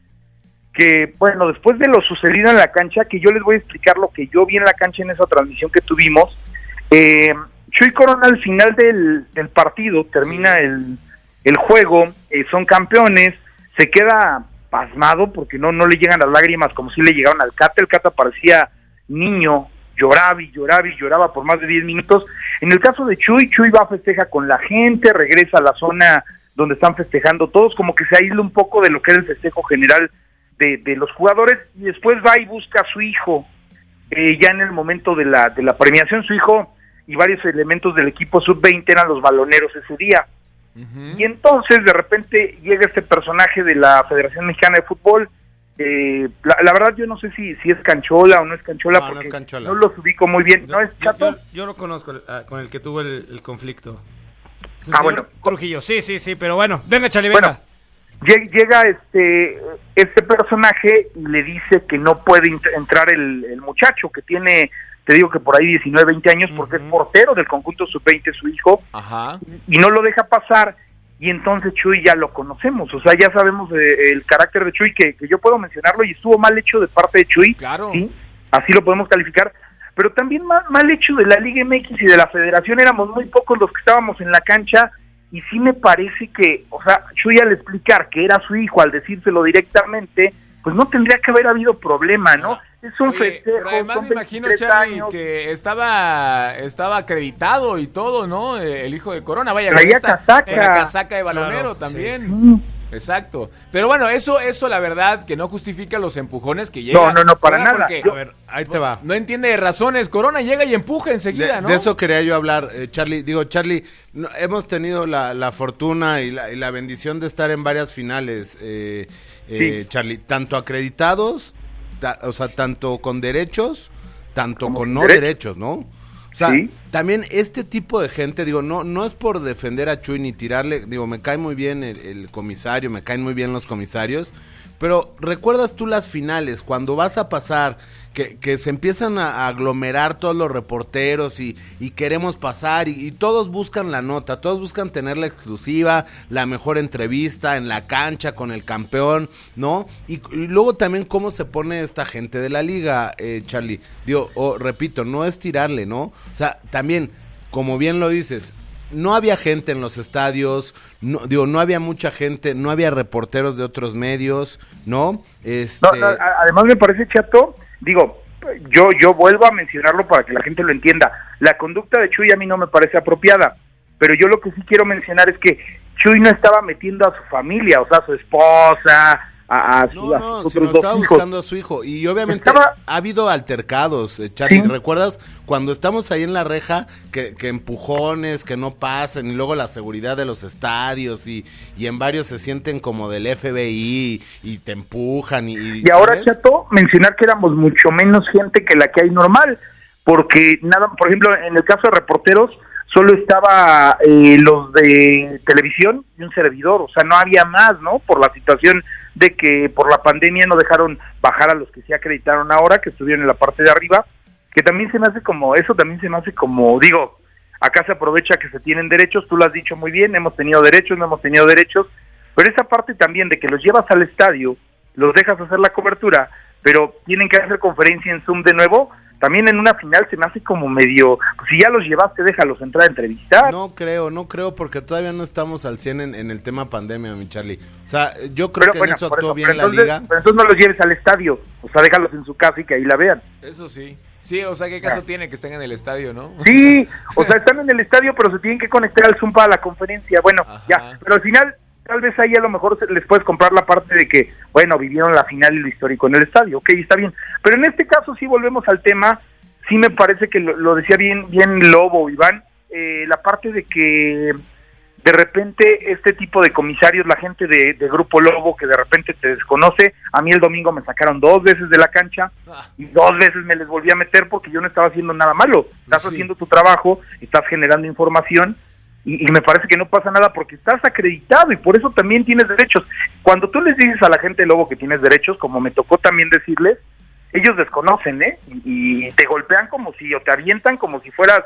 S12: que, bueno, después de lo sucedido en la cancha, que yo les voy a explicar lo que yo vi en la cancha en esa transmisión que tuvimos, eh, Chuy Corona al final del, del partido termina el, el juego, eh, son campeones, se queda pasmado porque no, no le llegan las lágrimas como si le llegaron al Cata, el Cata parecía niño, lloraba y lloraba y lloraba por más de 10 minutos. En el caso de Chuy, Chuy va a festeja con la gente, regresa a la zona donde están festejando todos, como que se aísla un poco de lo que era el festejo general de, de los jugadores y después va y busca a su hijo, eh, ya en el momento de la, de la premiación, su hijo y varios elementos del equipo sub-20 eran los baloneros ese día. Y entonces de repente llega este personaje de la Federación Mexicana de Fútbol. eh, la, la verdad yo no sé si, si es canchola o no es canchola
S9: No, no
S12: porque
S9: es Canchola.
S12: no los ubico muy bien. ¿No es
S4: Yo,
S12: chato?
S4: yo- yo lo conozco, el- ah, con el que tuvo el, el conflicto.
S12: Ah,
S4: Señor
S12: bueno.
S4: Trujillo, sí, sí, sí, pero bueno. Venga, Charlie, venga.
S12: Bueno, lle- llega este este personaje y le dice que no puede int- entrar el, el muchacho que tiene, te digo que por ahí 19, 20 años porque es portero del conjunto sub-20 su hijo.
S2: Ajá.
S12: y no lo deja pasar y entonces Chuy ya lo conocemos, o sea, ya sabemos eh, el carácter de Chuy, que, que yo puedo mencionarlo y estuvo mal hecho de parte de Chuy,
S2: Claro.
S12: sí, así lo podemos calificar, pero también ma- mal, hecho de la Liga MX y de la Federación, éramos muy pocos los que estábamos en la cancha y sí me parece que, o sea, Chuy al explicar que era su hijo, al decírselo directamente, pues no tendría que haber habido problema, ¿no? Es un
S2: Oye,
S12: festejo,
S2: pero además
S12: son
S2: me imagino,
S12: 23
S2: Charlie,
S12: años.
S2: que estaba, estaba acreditado y todo, ¿no? Eh, El hijo de Corona, vaya.
S12: Traía
S2: con esta-
S12: casaca.
S2: Era casaca de balonero
S4: Claro,
S2: también.
S12: Mm.
S2: Exacto. Pero bueno, eso, eso la verdad que no justifica los empujones que llega.
S12: No, no, no, para
S2: Corona,
S12: nada.
S2: porque
S9: A ver, ahí te va.
S2: No entiende de razones. Corona llega y empuja
S9: De,
S2: enseguida, ¿no?
S9: de eso quería yo hablar, eh, Charlie. Digo, Charlie, no- hemos tenido la, la fortuna y la, y la bendición de estar en varias finales, eh, eh, Charlie, tanto acreditados, ta- o sea, tanto con derechos, tanto
S12: Como
S9: con
S12: sin
S9: no
S12: derechos.
S9: derechos, ¿no? O sea,
S12: Sí.
S9: también este tipo de gente, digo, no, no es por defender a Chuy ni tirarle, digo, me cae muy bien el, el comisario, me caen muy bien los comisarios, pero ¿recuerdas tú las finales cuando vas a pasar? Que, que se empiezan a aglomerar todos los reporteros y, y queremos pasar y, y todos buscan la nota, todos buscan tener la exclusiva, la mejor entrevista en la cancha con el campeón, ¿no? Y, y luego también cómo se pone esta gente de la liga, eh, Charlie. Digo, o repito, no es tirarle, ¿no? O sea, también, como bien lo dices, no había gente en los estadios, no, digo, no había mucha gente, no había reporteros de otros medios, ¿no? Este,
S12: No, no, a- además me parece chato, digo, yo, yo vuelvo a mencionarlo para que la gente lo entienda. La conducta de Chuy a mí no me parece apropiada, pero yo lo que sí quiero mencionar es que Chuy no estaba metiendo a su familia, o sea, a su esposa, a, a su,
S9: No,
S12: a
S9: no,
S12: sus otros
S9: si no
S12: dos
S9: estaba
S12: hijos.
S9: buscando a su hijo. Y obviamente ha habido altercados, eh, Charlie. ¿Recuerdas cuando estamos ahí en la reja que, que empujones, que no pasen, y luego la seguridad de los estadios y, y en varios se sienten como del FBI y te empujan? Y,
S12: Y ahora,
S9: ¿sabes?
S12: Chato, mencionar que éramos mucho menos gente que la que hay normal, porque nada, por ejemplo, en el caso de reporteros, solo estaba eh, los de televisión y un servidor, o sea, no había más, ¿no? Por la situación de que por la pandemia no dejaron bajar a los que se acreditaron ahora, que estuvieron en la parte de arriba, que también se me hace como, eso también se me hace como, digo, acá se aprovecha que se tienen derechos, tú lo has dicho muy bien, hemos tenido derechos, no hemos tenido derechos, pero esa parte también de que los llevas al estadio, los dejas hacer la cobertura, pero tienen que hacer conferencia en Zoom de nuevo, también en una final se me hace como medio, pues, si ya los llevaste, déjalos entrar a entrevistar.
S9: No creo, no creo, porque todavía no estamos al 100 en, en el tema pandemia, mi Charlie. O sea, yo creo
S12: Pero
S9: que
S12: bueno,
S9: en eso
S12: por
S9: actuó
S12: eso,
S9: bien
S12: pero
S9: la
S12: entonces-
S9: liga.
S12: pero entonces no los lleves al estadio, o sea, déjalos en su casa y que ahí la vean.
S2: Eso sí. Sí, o sea, ¿qué caso tiene que estén en el estadio, no?
S12: Sí, o sea, están en el estadio, pero se tienen que conectar al Zoom para la conferencia. Bueno, ya, pero al final, tal vez ahí a lo mejor se- les puedes comprar la parte de que, bueno, vivieron la final y lo histórico en el estadio, ok, está bien. Pero en este caso, sí volvemos al tema, sí me parece que lo, lo decía bien, bien Lobo, Iván, eh, la parte de que de repente este tipo de comisarios, la gente de, de Grupo Lobo que de repente te desconoce, a mí el domingo me sacaron dos veces de la cancha
S9: Ah,
S12: y dos veces me les volví a meter porque yo no estaba haciendo nada malo, estás haciendo tu trabajo, estás generando información y, y me parece que no pasa nada porque estás acreditado y por eso también tienes derechos. Cuando tú les dices a la gente Lobo que tienes derechos, como me tocó también decirles, ellos desconocen, ¿eh? Y, y te golpean como si, o te avientan como si fueras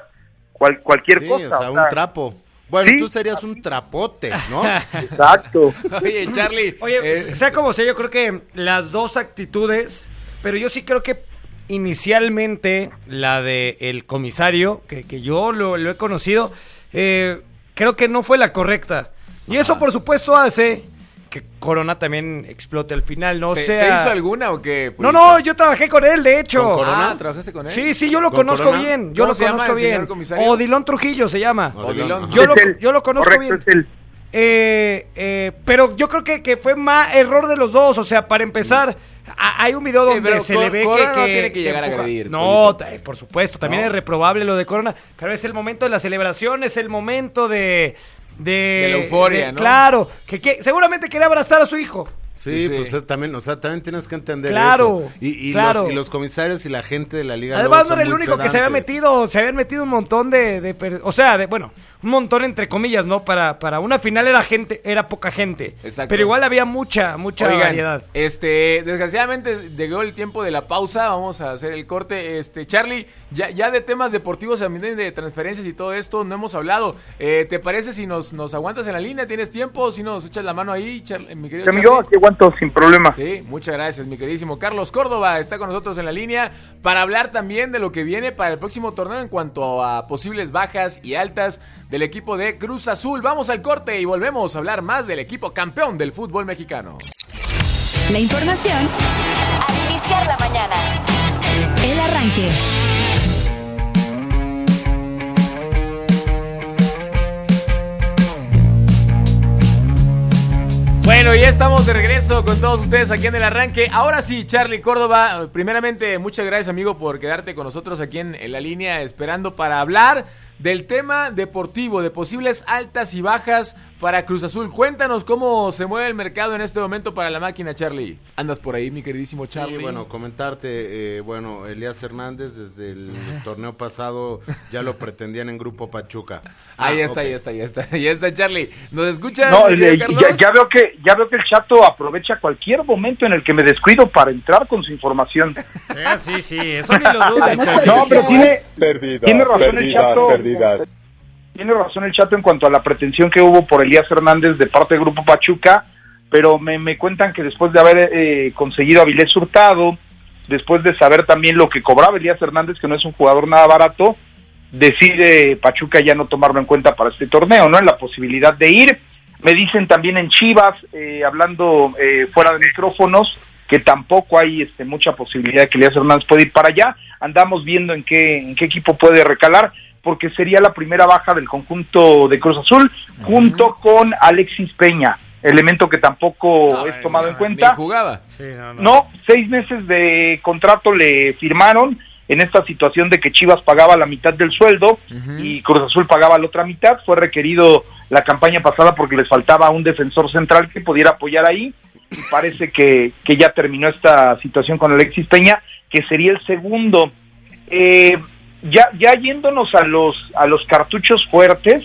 S12: cual- cualquier
S9: Sí,
S12: cosa.
S9: o sea, un trapo. Bueno, tú serías un trapote, ¿no?
S12: Exacto.
S2: <laughs> Oye, Charlie. eh,
S4: Oye, sea como sea, yo creo que las dos actitudes, pero yo sí creo que inicialmente la de el comisario, que, que yo lo, lo he conocido, eh, creo que no fue la correcta. Y eso, por supuesto, hace que Corona también explote al final, no
S2: ¿Te,
S4: sea...
S2: te hizo alguna o qué?
S4: No, no, yo trabajé con él, de hecho.
S2: pues, ¿Con Corona? Ah, ¿trabajaste con él?
S4: Sí, sí, yo lo
S2: ¿Con
S4: conozco
S2: Corona?
S4: bien. Yo
S2: ¿Cómo
S4: lo
S2: se llama
S4: conozco
S2: el señor
S4: bien.
S2: comisario?
S4: Odilon Trujillo se llama.
S2: Odilon,
S4: Yo,
S2: ajá.
S4: lo,
S2: Es él.
S4: yo lo conozco
S2: Correcto,
S4: bien. Eh, eh, pero yo creo que, que fue más error de los dos. O sea, para empezar, a- hay un video
S2: Sí,
S4: donde
S2: pero
S4: se
S2: Cor-
S4: le ve
S2: Corona
S4: que,
S2: no tiene que llegar a
S4: empuja.
S2: agredir,
S4: No,
S2: Polito.
S4: ta- eh, por supuesto. También
S2: No.
S4: es reprobable lo de Corona. Pero es el momento de la celebración, es el momento de. De,
S2: De la euforia, ¿no?
S4: Claro, que, que seguramente quería abrazar a su hijo.
S9: Sí,
S2: Sí.
S9: pues eh, también, o sea, también tienes que entender
S4: Claro,
S9: eso. Y, y
S4: claro.
S9: Los, y los comisarios y la gente de la liga.
S4: Además,
S9: luego
S4: no
S9: son
S4: era el
S9: muy
S4: único que se había
S9: pedantes.
S4: metido, se habían metido un montón de, de per- o sea, de, bueno, un montón entre comillas, ¿no? Para, para una final era gente, era poca gente.
S2: Exacto.
S4: Pero igual había mucha, mucha
S2: Oigan,
S4: variedad.
S2: Este, desgraciadamente llegó el tiempo de la pausa, vamos a hacer el corte. Este, Charlie, ya, ya de temas deportivos, también de transferencias y todo esto, no hemos hablado. Eh, ¿Te parece si nos, nos aguantas en la línea? ¿Tienes tiempo? Si nos echas la mano ahí, Char- eh, mi querido
S12: Amigo,
S2: Charlie?
S12: aquí aguanto sin problema.
S2: Sí, muchas gracias, mi queridísimo Carlos Córdoba está con nosotros en la línea para hablar también de lo que viene para el próximo torneo en cuanto a posibles bajas y altas del equipo de Cruz Azul. Vamos al corte y volvemos a hablar más del equipo campeón del fútbol mexicano.
S1: La información al iniciar la mañana. El arranque.
S2: Bueno, ya estamos de regreso con todos ustedes aquí en el arranque. Ahora sí, Charlie Córdoba, primeramente muchas gracias amigo por quedarte con nosotros aquí en, en la línea esperando para hablar del tema deportivo, de posibles altas y bajas para Cruz Azul. Cuéntanos cómo se mueve el mercado en este momento para la máquina, Charlie. Andas por ahí, mi queridísimo Charlie.
S9: Sí, bueno, comentarte, eh, bueno, Elías Hernández desde el
S2: <laughs>
S9: torneo pasado ya lo pretendían en Grupo Pachuca.
S2: ahí
S9: Ah,
S2: está,
S9: ok.
S2: ahí está, ahí está, ahí está Charlie. ¿Nos escuchas?
S12: No,
S2: mi querido
S12: le-
S2: Carlos?
S12: ya, ya veo que ya veo que el chato aprovecha cualquier momento en el que me descuido para entrar con su información.
S4: Eh, sí, sí, eso ni
S2: <laughs>
S4: lo dudes.
S12: <laughs> No, pero tiene,
S13: Perdidas,
S12: tiene razón el
S13: perdidas,
S12: chato.
S13: perdidas.
S12: Tiene razón el chato en cuanto a la pretensión que hubo por Elías Hernández de parte del grupo Pachuca, pero me, me cuentan que después de haber eh, conseguido a Vilés Hurtado, después de saber también lo que cobraba Elías Hernández, que no es un jugador nada barato, decide Pachuca ya no tomarlo en cuenta para este torneo, ¿no? En la posibilidad de ir. Me dicen también en Chivas, eh, hablando eh, fuera de micrófonos, que tampoco hay este, mucha posibilidad de que Elías Hernández pueda ir para allá. Andamos viendo en qué, en qué equipo puede recalar, porque sería la primera baja del conjunto de Cruz Azul, junto con Alexis Peña, elemento que tampoco es tomado en cuenta.
S4: no,
S12: no. seis meses de contrato le firmaron en esta situación de que Chivas pagaba la mitad del sueldo y Cruz Azul pagaba la otra mitad. Fue requerido la campaña pasada porque les faltaba un defensor central que pudiera apoyar ahí. Y parece que, que ya terminó esta situación con Alexis Peña, que sería el segundo. Eh, ya, ya yéndonos a los, a los cartuchos fuertes,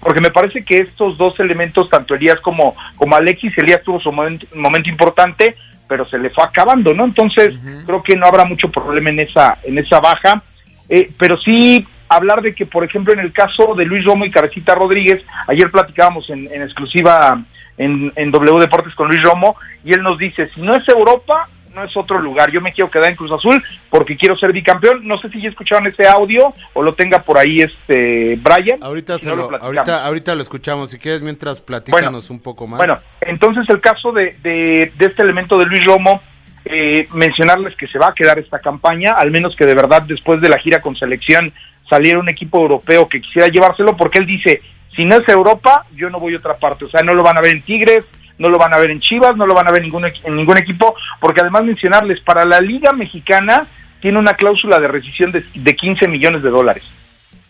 S12: porque me parece que estos dos elementos, tanto Elías como, como Alexis, Elías tuvo su momento, momento importante, pero se le fue acabando, ¿no? Entonces, creo que no habrá mucho problema en esa, en esa baja. Eh, pero sí hablar de que, por ejemplo, en el caso de Luis Romo y Carecita Rodríguez, ayer platicábamos en, en exclusiva en, en W Deportes con Luis Romo, y él nos dice, si no es Europa, no es otro lugar, yo me quiero quedar en Cruz Azul porque quiero ser bicampeón. No sé si ya escucharon ese audio o lo tenga por ahí este Brian.
S9: Ahorita,
S12: Si
S9: se
S12: no
S9: lo-
S12: lo platicamos.
S9: ahorita, ahorita lo escuchamos. Si quieres, mientras platícanos un poco más.
S12: Bueno, entonces el caso de, de- de este elemento de Luis Romo, eh, mencionarles que se va a quedar esta campaña, al menos que de verdad después de la gira con selección saliera un equipo europeo que quisiera llevárselo, porque él dice, si no es Europa, yo no voy a otra parte, o sea, no lo van a ver en Tigres, no lo van a ver en Chivas, no lo van a ver en ningún, equi- en ningún equipo, porque además mencionarles, para la Liga Mexicana tiene una cláusula de rescisión de, de 15 millones de dólares.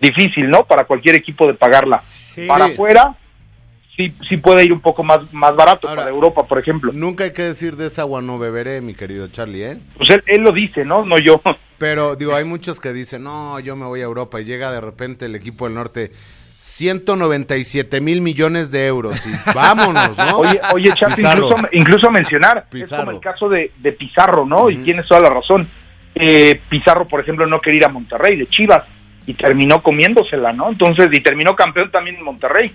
S12: Difícil, ¿no? Para cualquier equipo de pagarla. Para afuera, sí, sí puede ir un poco más, más barato para Europa, por ejemplo.
S9: Nunca hay que decir de esa agua no beberé, mi querido Charlie, ¿eh?
S12: Pues él, él lo dice, ¿no? No yo. <laughs>
S9: Pero digo, hay muchos que dicen, no, yo me voy a Europa y llega de repente el equipo del norte. 197 mil millones de euros.
S12: <laughs>
S9: Y <laughs> vámonos, ¿no?
S12: Oye, oye Chato,
S9: Pizarro.
S12: incluso, incluso mencionar, es
S9: Pizarro.
S12: como el caso de, de Pizarro, ¿no? Y tienes toda la razón. Eh, Pizarro, por ejemplo, no quería ir a Monterrey de Chivas y terminó comiéndosela, ¿no? Entonces, y terminó campeón también en Monterrey.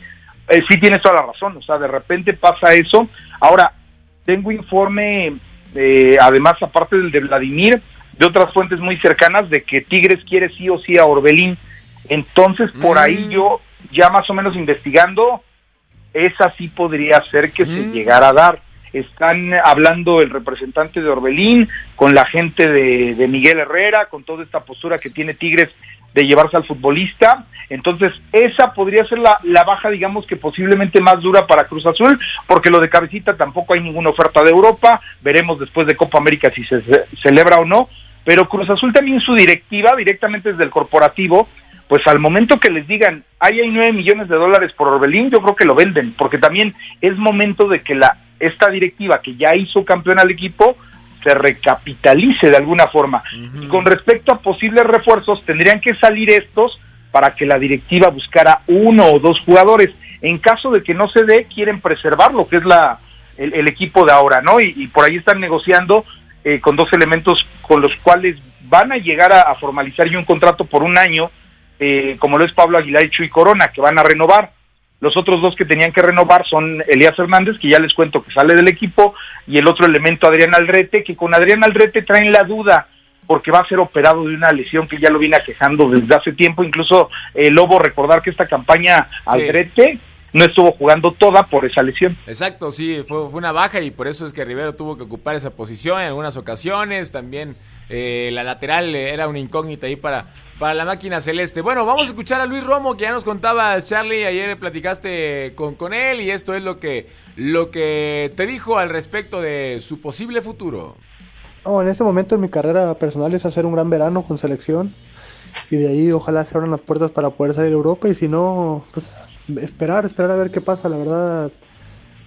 S12: Eh, sí tienes toda la razón, o sea, de repente pasa eso. Ahora, tengo informe, eh, además, aparte del de Vladimir, de otras fuentes muy cercanas, de que Tigres quiere sí o sí a Orbelín. Entonces, por ahí yo, ya más o menos investigando, esa sí podría ser que se llegara a dar. Están hablando el representante de Orbelín con la gente de, de Miguel Herrera, con toda esta postura que tiene Tigres de llevarse al futbolista. Entonces, esa podría ser la, la baja, digamos que posiblemente más dura para Cruz Azul, porque lo de cabecita tampoco hay ninguna oferta de Europa. Veremos después de Copa América si se ce- celebra o no. Pero Cruz Azul también su directiva, directamente desde el corporativo, pues al momento que les digan, ahí hay 9 millones de dólares por Orbelín, yo creo que lo venden, porque también es momento de que la esta directiva que ya hizo campeón al equipo se recapitalice de alguna forma. Y con respecto a posibles refuerzos, tendrían que salir estos para que la directiva buscara uno o dos jugadores. En caso de que no se dé, quieren preservar lo que es la, el, el equipo de ahora, ¿no? Y, y por ahí están negociando eh, con dos elementos con los cuales van a llegar a, a formalizar ya un contrato por un año, eh, como lo es Pablo Aguilar y Chuy Corona, que van a renovar. Los otros dos que tenían que renovar son Elías Hernández, que ya les cuento que sale del equipo, y el otro elemento Adrián Aldrete, que con Adrián Aldrete traen la duda porque va a ser operado de una lesión que ya lo viene aquejando desde hace tiempo, incluso eh, Lobo recordar que esta campaña Aldrete no estuvo jugando toda por esa lesión.
S2: Exacto, sí, fue, fue una baja y por eso es que Rivero tuvo que ocupar esa posición en algunas ocasiones. También eh, la lateral eh, era una incógnita ahí para, para la máquina celeste. Bueno, vamos a escuchar a Luis Romo que ya nos contaba Charlie, ayer platicaste con, con él y esto es lo que, lo que te dijo al respecto de su posible futuro.
S13: No, en ese momento en mi carrera personal es hacer un gran verano con selección y de ahí ojalá se abran las puertas para poder salir a Europa y si no, pues esperar, esperar a ver qué pasa. La verdad,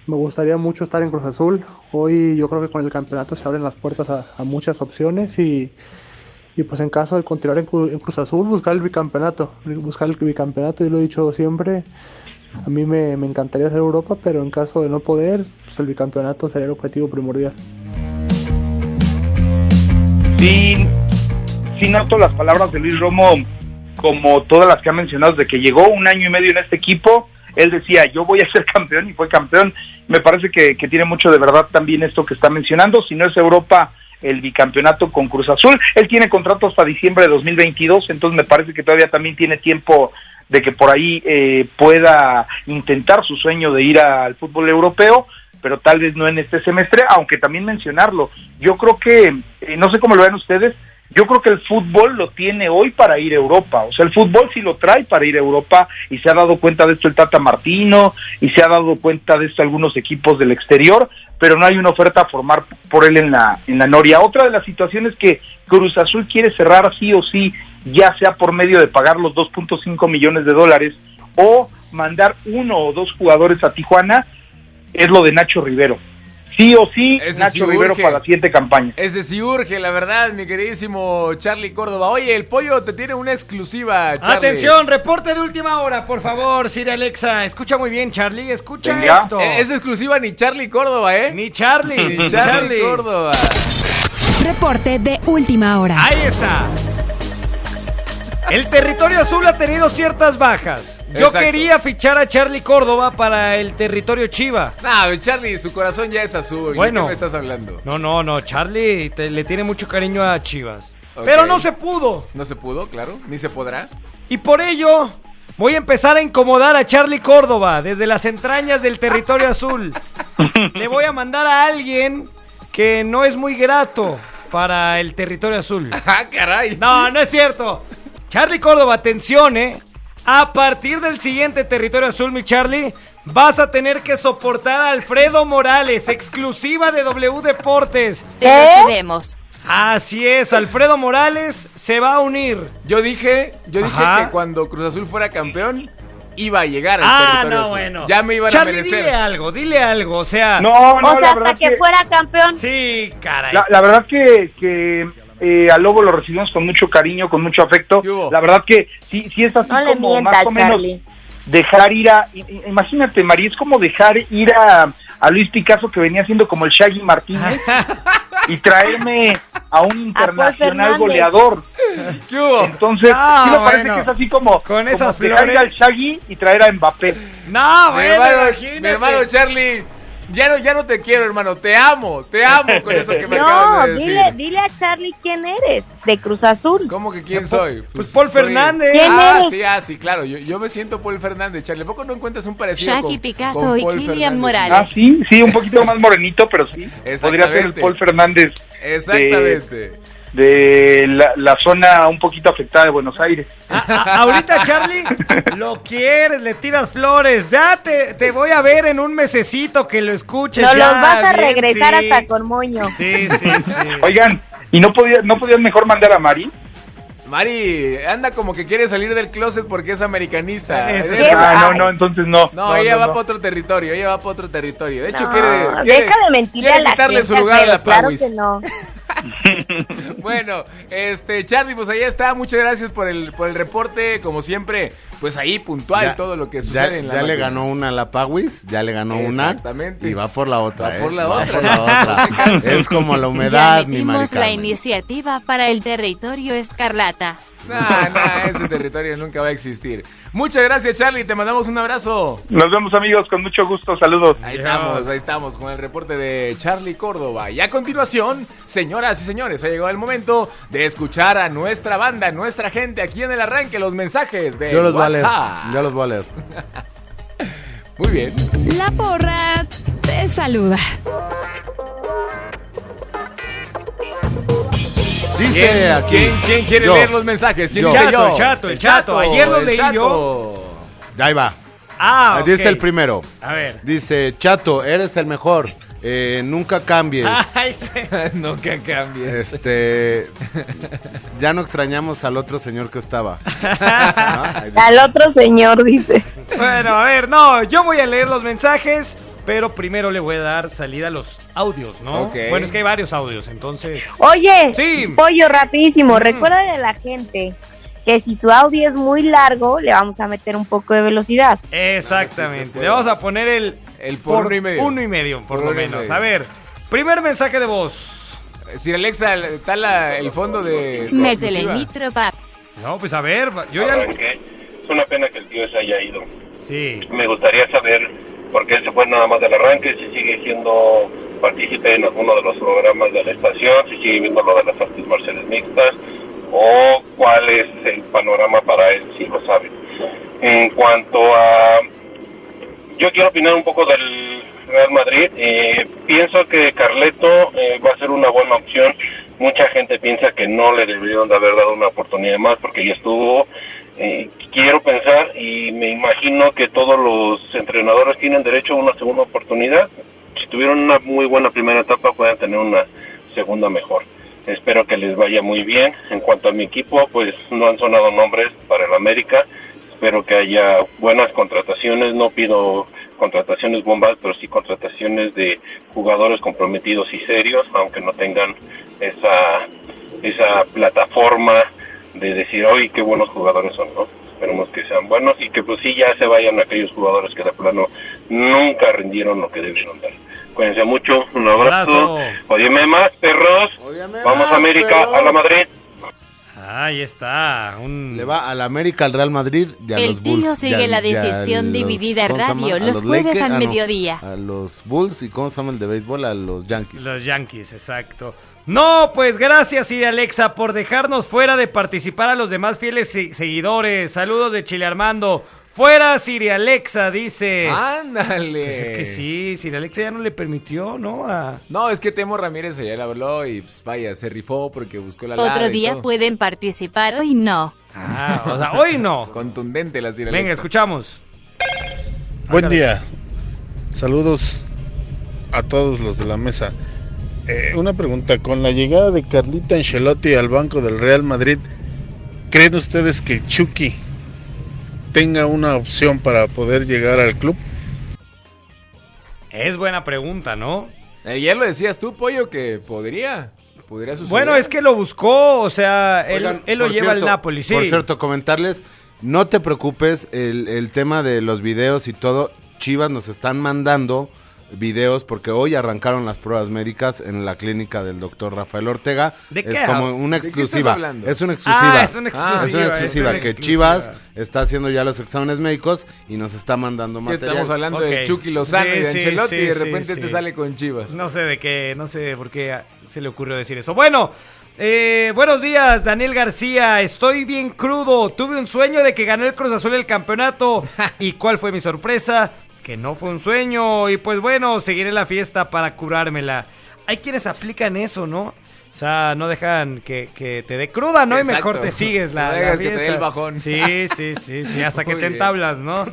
S13: me gustaría mucho estar en Cruz Azul. Hoy yo creo que con el campeonato se abren las puertas a, a muchas opciones y, y, pues en caso de continuar en, Cru- en Cruz Azul, buscar el bicampeonato. Buscar el bicampeonato, yo lo he dicho siempre, a mí me, me encantaría hacer Europa, pero en caso de no poder, pues el bicampeonato sería el objetivo primordial.
S12: Sí, sí noto las palabras de Luis Romo como todas las que ha mencionado de que llegó un año y medio en este equipo. Él decía, yo voy a ser campeón y fue campeón. Me parece que, que tiene mucho de verdad también esto que está mencionando. Si no es Europa, el bicampeonato con Cruz Azul. Él tiene contrato hasta diciembre de 2022, entonces me parece que todavía también tiene tiempo de que por ahí eh, pueda intentar su sueño de ir al fútbol europeo. pero tal vez no en este semestre, aunque también mencionarlo, yo creo que, eh, no sé cómo lo vean ustedes, yo creo que el fútbol lo tiene hoy para ir a Europa, o sea, el fútbol sí lo trae para ir a Europa y se ha dado cuenta de esto el Tata Martino y se ha dado cuenta de esto algunos equipos del exterior, pero no hay una oferta a formar por él en la, en la Noria. Otra de las situaciones que Cruz Azul quiere cerrar sí o sí, ya sea por medio de pagar los 2.5 millones de dólares o mandar uno o dos jugadores a Tijuana, es lo de Nacho Rivero. Sí o sí,
S2: Ese
S12: Nacho
S2: sí
S12: Rivero
S2: urge.
S12: para la siguiente campaña.
S2: Ese sí urge, la verdad, mi queridísimo Charlie Córdoba. Oye, el pollo te tiene una exclusiva, Charlie.
S4: Atención, reporte de última hora, por favor, Siri Alexa. Escucha muy bien, Charlie, escucha
S2: Venga.
S4: esto.
S2: Eh, Es exclusiva ni Charlie Córdoba, ¿eh?
S4: Ni Charlie,
S2: ni Charlie,
S4: Charlie.
S2: Córdoba.
S1: Reporte de última hora.
S4: Ahí está. El territorio azul ha tenido ciertas bajas. Yo
S2: Exacto.
S4: quería fichar a Charlie Córdoba para el territorio Chiva.
S2: No, Charlie, su corazón ya es azul.
S4: Bueno.
S2: ¿De qué me estás hablando?
S4: No, no, no, Charlie te- le tiene mucho cariño a Chivas.
S2: Ok.
S4: Pero no se pudo.
S2: No se pudo, claro. Ni se podrá.
S4: Y por ello voy a empezar a incomodar a Charlie Córdoba desde las entrañas del territorio azul. Le voy a mandar a alguien que no es muy grato para el territorio azul.
S2: <laughs> ¡Ah, caray!
S4: No, no es cierto. Charlie Córdoba, atención, ¿eh? A partir del siguiente territorio azul, mi Charlie, vas a tener que soportar a Alfredo Morales, exclusiva de W Deportes.
S5: Te decidimos.
S4: Así es, Alfredo Morales se va a unir.
S2: Yo dije, yo dije
S4: Ajá.
S2: que cuando Cruz Azul fuera campeón, iba a llegar al
S4: Ah,
S2: territorio
S4: no,
S2: azul.
S4: bueno.
S2: Ya me iban
S4: Charlie,
S2: a merecer.
S4: dile algo, dile algo, o sea...
S12: No, no,
S7: o sea,
S12: la
S7: hasta
S12: verdad
S7: que,
S12: que-
S7: fuera campeón.
S4: Sí, caray.
S12: La, la verdad que, que eh, a Lobo lo recibimos con mucho cariño, con mucho afecto.
S2: ¿Qué hubo?
S12: La verdad que sí, sí es así
S7: No le
S12: como
S7: mienta,
S12: más o menos
S7: Charlie.
S12: dejar ir a... i- i- Imagínate, María, es como dejar ir a, a Luis Picasso que venía siendo como el Shaggy
S4: <laughs>
S12: Martínez y traerme a un internacional
S7: Fernández.
S12: goleador.
S2: ¿Qué hubo?
S12: Entonces,
S4: Ah,
S12: sí me parece
S4: bueno.
S12: que es así como,
S4: Con
S12: como
S4: esas
S12: dejar ir al
S4: flores.
S12: Shaggy y traer a Mbappé.
S4: No,
S2: mi,
S4: bueno,
S2: hermano,
S4: imagínate.
S2: mi hermano Charlie, ya no, ya no te quiero, hermano. Te amo, te amo con eso que
S7: <laughs>
S2: me
S7: No,
S2: acabas de decir.
S7: dile, dile a Charlie quién eres de Cruz Azul.
S2: ¿Cómo que quién soy?
S4: pues Paul
S2: soy-
S4: Fernández.
S7: ¿Quién
S2: Ah,
S7: eres?
S2: sí, ah, sí, claro. Yo, yo me siento Paul Fernández, Charlie. ¿A poco no encuentras un parecido
S5: Shaggy
S2: con-
S5: Picasso
S2: con
S5: y
S2: Paul
S5: Kylian
S2: Fernández?
S5: Morales.
S12: Ah, sí, sí, un poquito más morenito, pero sí. Podría ser el
S2: Exactamente.
S12: Paul Fernández. de-
S2: Exactamente.
S12: de la, la zona un poquito afectada de Buenos Aires.
S4: A- a- ahorita, Charlie, lo quieres, le tiras flores. Ya te, te voy a ver en un mesecito que lo escuches.
S7: Nos
S4: ya,
S7: los vas a
S4: bien,
S7: regresar
S4: sí.
S7: hasta con moño.
S4: Sí, sí, sí.
S12: <laughs> Oigan, ¿y no podía, no podían mejor mandar a Mari?
S2: Mari, anda como que quiere salir del closet porque es americanista.
S4: Es-
S2: Es-
S7: ¿Qué
S12: Ah,
S7: va?
S12: no, no, entonces no.
S2: No, ella
S12: no,
S2: va
S12: no.
S2: para otro territorio, ella va para otro territorio. De hecho,
S7: No,
S2: quiere, quiere-
S7: deja de mentirle
S2: quiere
S7: a la
S2: quitarle
S7: gente,
S2: su lugar a
S7: Alfredo,
S2: la
S7: claro
S2: Pawis.
S7: que
S2: <laughs>
S7: no.
S2: Bueno, este, Charlie, pues ahí está. Muchas gracias por el, por el reporte. Como siempre, pues ahí puntual
S9: Ya-
S2: todo lo que
S9: ya-
S2: sucede en
S9: ya
S2: la
S9: le
S2: máquina.
S9: ganó una a la Pawis, ya le ganó una.
S2: Exactamente.
S9: Y va por la otra.
S2: Va
S9: ¿eh?
S2: por la otra.
S9: por la otra.
S2: <laughs> No se cansa.
S9: es como la
S5: Ya
S9: humedad, mi
S5: metimos la
S9: maricarmen.
S5: iniciativa para el territorio escarlata.
S2: Nah, nah, ese territorio nunca va a existir. Muchas gracias, Charlie. Te mandamos un abrazo.
S12: Nos vemos amigos, con mucho gusto, saludos.
S2: Ahí estamos, ahí estamos con el reporte de Charlie Córdoba. Y a continuación, señoras y señores, ha llegado el momento de escuchar a nuestra banda, nuestra gente aquí en el arranque, los mensajes de
S9: Yo los voy a leer.
S2: WhatsApp.
S9: Yo los voy a leer.
S2: Muy bien.
S1: La porra te saluda.
S9: Dice
S2: ¿Quién,
S9: aquí.
S2: quién- quién quiere
S9: yo.
S2: leer los mensajes? ¿Quién
S9: Yo.
S2: dice
S4: El chato,
S2: yo?
S4: el chato, el chato. Ayer lo
S2: el
S4: leí
S2: chato.
S9: Ahí va.
S4: <laughs> Ah, ok.
S9: Dice el primero.
S4: A ver.
S9: Dice, Chato, eres el mejor. Eh, nunca cambies.
S2: <laughs>
S4: Ay, sí. Eh,
S2: Nunca cambies.
S9: Este. Ya no extrañamos al otro señor que
S4: <laughs>
S9: estaba. Ah, ahí dice.
S7: Al otro señor dice.
S4: Bueno, a ver, no, yo voy a leer los mensajes, pero primero le voy a dar salida a los audios, ¿no?
S2: Ok.
S4: Bueno, es que hay varios audios, entonces.
S7: Ah, Oye,
S4: Sí.
S7: pollo rapidísimo,
S9: Mm.
S7: recuérdale a la gente que si su audio es muy largo, le vamos a meter un poco de velocidad.
S4: Exactamente. le vamos a poner el,
S2: El por uno y medio.
S4: uno y medio, por,
S2: Por uno
S4: lo
S2: y
S4: menos.
S2: medio.
S4: A ver, primer mensaje de voz.
S2: Si Alexa, está la- el fondo de.
S5: Métele
S2: exclusiva.
S5: nitro, pap.
S4: No, pues a ver, yo ya.
S14: Es una pena que el tío se haya ido.
S4: Sí.
S14: Me gustaría saber por qué se fue nada más del arranque, si sigue siendo partícipe en alguno de los programas de la estación, si sigue viendo lo de las artes marciales mixtas, o cuál es el panorama para él, si lo sabe. En cuanto a... Yo quiero opinar un poco del Real Madrid. Eh, pienso que Carleto eh, va a ser una buena opción. Mucha gente piensa que no le debieron de haber dado una oportunidad más porque ya estuvo. Eh, quiero pensar y me imagino que todos los entrenadores tienen derecho a una segunda oportunidad. Si tuvieron una muy buena primera etapa, pueden tener una segunda mejor. Espero que les vaya muy bien. En cuanto a mi equipo, pues no han sonado nombres para el América espero que haya buenas contrataciones, no pido contrataciones bombas, pero sí contrataciones de jugadores comprometidos y serios, aunque no tengan esa, esa plataforma de decir, hoy qué buenos jugadores son, ¿no? Esperemos que sean buenos y que pues sí ya se vayan aquellos jugadores que de plano nunca rindieron lo que debieron dar. Cuídense mucho, un abrazo. Óyeme más, perros. Vamos a América, a la Madrid.
S4: Ahí está. Un...
S9: Le va al América, al Real Madrid y a
S5: El
S9: los Bulls.
S5: tío
S9: y
S5: sigue
S9: al-
S5: la
S9: y a
S5: decisión
S9: los-
S5: dividida
S9: ¿cómo se llama?
S5: radio
S9: A
S5: los
S9: los
S5: jueves
S9: Lakers-
S5: al
S9: ah, no,
S5: mediodía.
S9: A los Bulls y ¿cómo se llama el de béisbol? A los Yankees.
S4: Los Yankees, exacto. No, pues gracias, Iri Alexa, por dejarnos fuera de participar a los demás fieles se- seguidores. Saludos de Chile Armando. Fuera, Siri Alexa, dice.
S2: Ándale.
S4: Pues es que sí, Siri Alexa ya no le permitió, ¿no? A-
S2: No, es que Temo Ramírez ayer habló y pues, vaya, se rifó porque buscó la lana
S5: Otro
S2: y
S5: día pues.
S2: todo.
S5: pueden participar, hoy no.
S4: Ah, o sea, hoy no.
S2: <laughs> Contundente la Siri
S4: Venga,
S2: Alexa.
S4: escuchamos.
S15: Buen día. Saludos a todos los de la mesa. Eh, una pregunta, con la llegada de Carlita Ancelotti al banco del Real Madrid, ¿creen ustedes que Chucky tenga una opción para poder llegar al club?
S4: Es buena pregunta, ¿no?
S2: Ayer lo decías tú, Pollo, que podría. Podría suceder.
S4: Bueno, es que lo buscó, o sea, él,
S9: Oigan,
S4: él lo
S9: por
S4: lleva al
S9: cierto,
S4: Napoli, sí.
S9: Por cierto, comentarles, no te preocupes, el, el tema de los videos y todo, Chivas nos están mandando videos porque hoy arrancaron las pruebas médicas en la clínica del doctor Rafael Ortega.
S4: ¿De
S9: es
S4: qué
S9: como
S4: hab-
S9: una
S4: de qué
S9: exclusiva.
S4: estás hablando?
S9: es una exclusiva.
S4: Ah, es una exclusiva,
S9: Es una
S4: es una
S9: exclusiva, que
S4: exclusiva.
S9: Chivas está haciendo ya los exámenes médicos y nos está mandando
S2: Que
S9: material.
S2: Estamos hablando de
S4: Ok.
S2: Chucky Lozano
S4: Sí,
S2: y de
S4: sí,
S2: Ancelotti
S4: sí,
S2: y de
S4: sí,
S2: repente
S4: sí.
S2: te sale con Chivas.
S4: No sé de qué, no sé por qué ah, se le ocurrió decir eso. Bueno, eh, buenos días, Daniel García. Estoy bien crudo. Tuve un sueño de que gané el Cruz Azul
S2: <laughs>
S4: el campeonato. ¿Y cuál fue mi sorpresa? Que no fue un sueño. Y pues bueno, seguiré la fiesta para curármela. Hay quienes aplican eso, ¿no? O sea, no dejan que, que te dé cruda, ¿no? Y
S2: Exacto.
S4: mejor te sigues la,
S2: No
S4: la
S2: dejas <laughs> que te
S4: fiesta.
S2: dé el bajón.
S4: Sí, sí, sí, sí. Hasta que
S2: <laughs> Muy
S4: te
S2: bien.
S4: entablas, ¿no?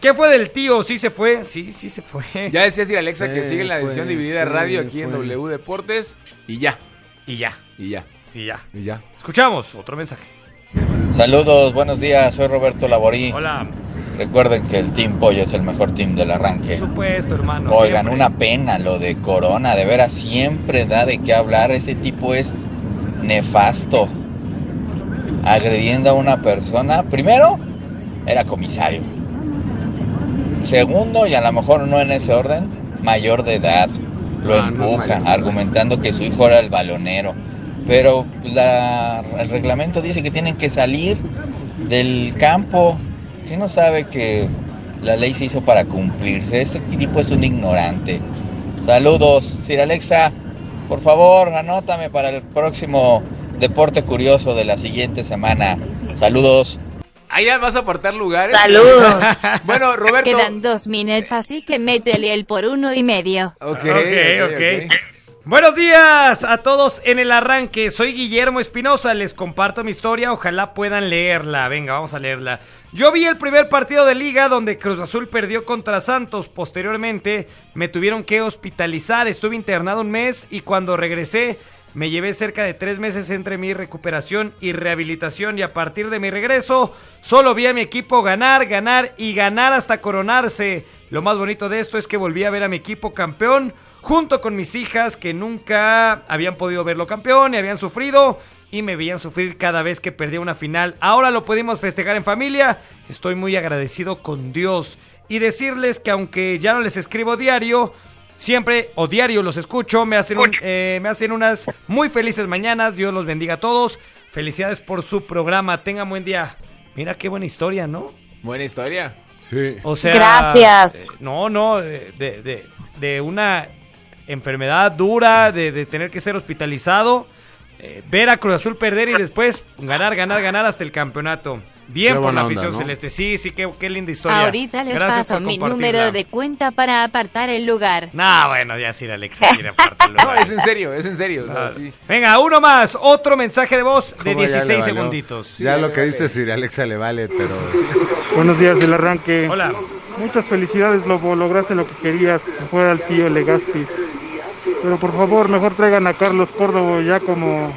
S4: ¿Qué fue del tío? ¿Sí se fue? Sí, sí se fue.
S2: <laughs> Ya decía Sir Alexa que
S4: Sí,
S2: sigue la
S4: fue,
S2: edición dividida de
S4: sí,
S2: radio aquí en
S4: fue.
S2: W Deportes y ya.
S4: Y ya.
S2: Y ya.
S4: Y ya.
S9: Y ya.
S4: Escuchamos otro mensaje.
S16: Saludos, buenos días, soy Roberto Laborí.
S4: Hola.
S16: Recuerden que el Team Pollo es el mejor team del arranque.
S4: Supuesto, hermano.
S16: Oigan,
S4: siempre.
S16: una pena lo de Corona, de veras siempre da de qué hablar, ese tipo es nefasto. Agrediendo a una persona, primero era comisario. Segundo, y a lo mejor no en ese orden, mayor de edad.
S17: Ah,
S16: Lo
S17: no es mayor de
S16: empuja,
S17: edad.
S16: argumentando que su hijo era el balonero. Pero la- el reglamento dice que tienen que salir del campo. Si no sabe que la ley se hizo para cumplirse, ese tipo es un ignorante. Saludos, Sir Alexa. Por favor, anótame para el próximo deporte curioso de la siguiente semana. Saludos.
S2: Ahí Ah, ya vas a apartar lugares.
S16: Saludos.
S4: <laughs>
S2: bueno, Roberto.
S5: Quedan dos minutes, así que métele el por uno y medio.
S4: ok, ok. Buenos días a todos en el arranque. Soy Guillermo Espinosa. Les comparto mi historia. Ojalá puedan leerla. Venga, vamos a leerla. Yo vi el primer partido de liga donde Cruz Azul perdió contra Santos. Posteriormente me tuvieron que hospitalizar. Estuve internado un mes y cuando regresé me llevé cerca de tres meses entre mi recuperación y rehabilitación y a partir de mi regreso solo vi a mi equipo ganar, ganar y ganar hasta coronarse. Lo más bonito de esto es que volví a ver a mi equipo campeón junto con mis hijas que nunca habían podido verlo campeón y habían sufrido y me veían sufrir cada vez que perdía una final. Ahora lo pudimos festejar en familia. Estoy muy agradecido con Dios y decirles que aunque ya no les escribo diario, Siempre o diario los escucho, me hacen, un- eh, me hacen unas muy felices mañanas, Dios los bendiga a todos. Felicidades por su programa, tengan buen día. Mira qué buena historia, ¿no?
S2: Buena historia.
S9: Sí.
S4: O sea,
S7: Gracias.
S4: eh, no, no, eh, de, de- de una enfermedad dura, de, de tener que ser hospitalizado, eh, ver a Cruz Azul perder y después ganar, ganar, ganar hasta el campeonato. Bien
S9: Qué
S4: por la
S9: buena onda,
S4: afición
S9: ¿no?
S4: celeste. Sí, sí, qué, qué linda historia.
S5: Ahorita les
S4: Gracias
S5: paso
S4: por
S5: mi
S4: compartirla.
S5: número de cuenta para apartar el lugar.
S4: Nah, bueno, ya sí, la Alexa quiere apartarlo.
S2: <laughs> No, es en serio, es en serio. o sea,
S4: Nada.
S2: sí.
S4: Venga, uno más. Otro mensaje de voz de
S9: ¿Cómo ya le
S4: 16
S9: valió?
S4: segunditos.
S9: Ya lo que dice Siri Alexa le vale, pero. <laughs>
S17: Buenos días del arranque.
S4: Hola.
S17: Muchas felicidades, Lobo. Lograste lo que querías, que se fuera el tío Legaspi. Pero por favor, mejor traigan a Carlos Córdoba ya como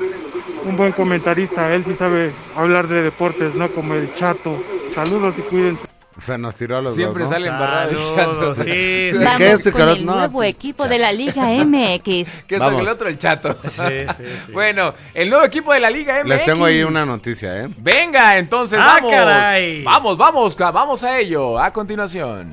S17: un buen comentarista. Él sí sabe hablar de deportes, no como el chato. Saludos y cuídense.
S9: O sea, nos tiró a los
S2: Siempre
S9: dos, ¿no?
S2: sale embarrado el
S4: Saludos,
S2: chato.
S4: sí,
S2: ¿Qué
S4: sí.
S5: Vamos
S9: es,
S5: con
S9: Carlos?
S5: el
S9: No,
S5: nuevo equipo de la
S2: <laughs>
S5: Liga MX.
S2: Que es
S9: Vamos.
S2: el otro, el
S9: <laughs>
S2: chato.
S4: Sí, sí, sí.
S2: Bueno, el nuevo equipo de la Liga MX.
S9: Les tengo ahí una noticia, ¿eh?
S2: Venga, entonces
S4: Ah,
S2: vamos.
S4: caray.
S2: Vamos, vamos, ca- vamos a ello. A continuación.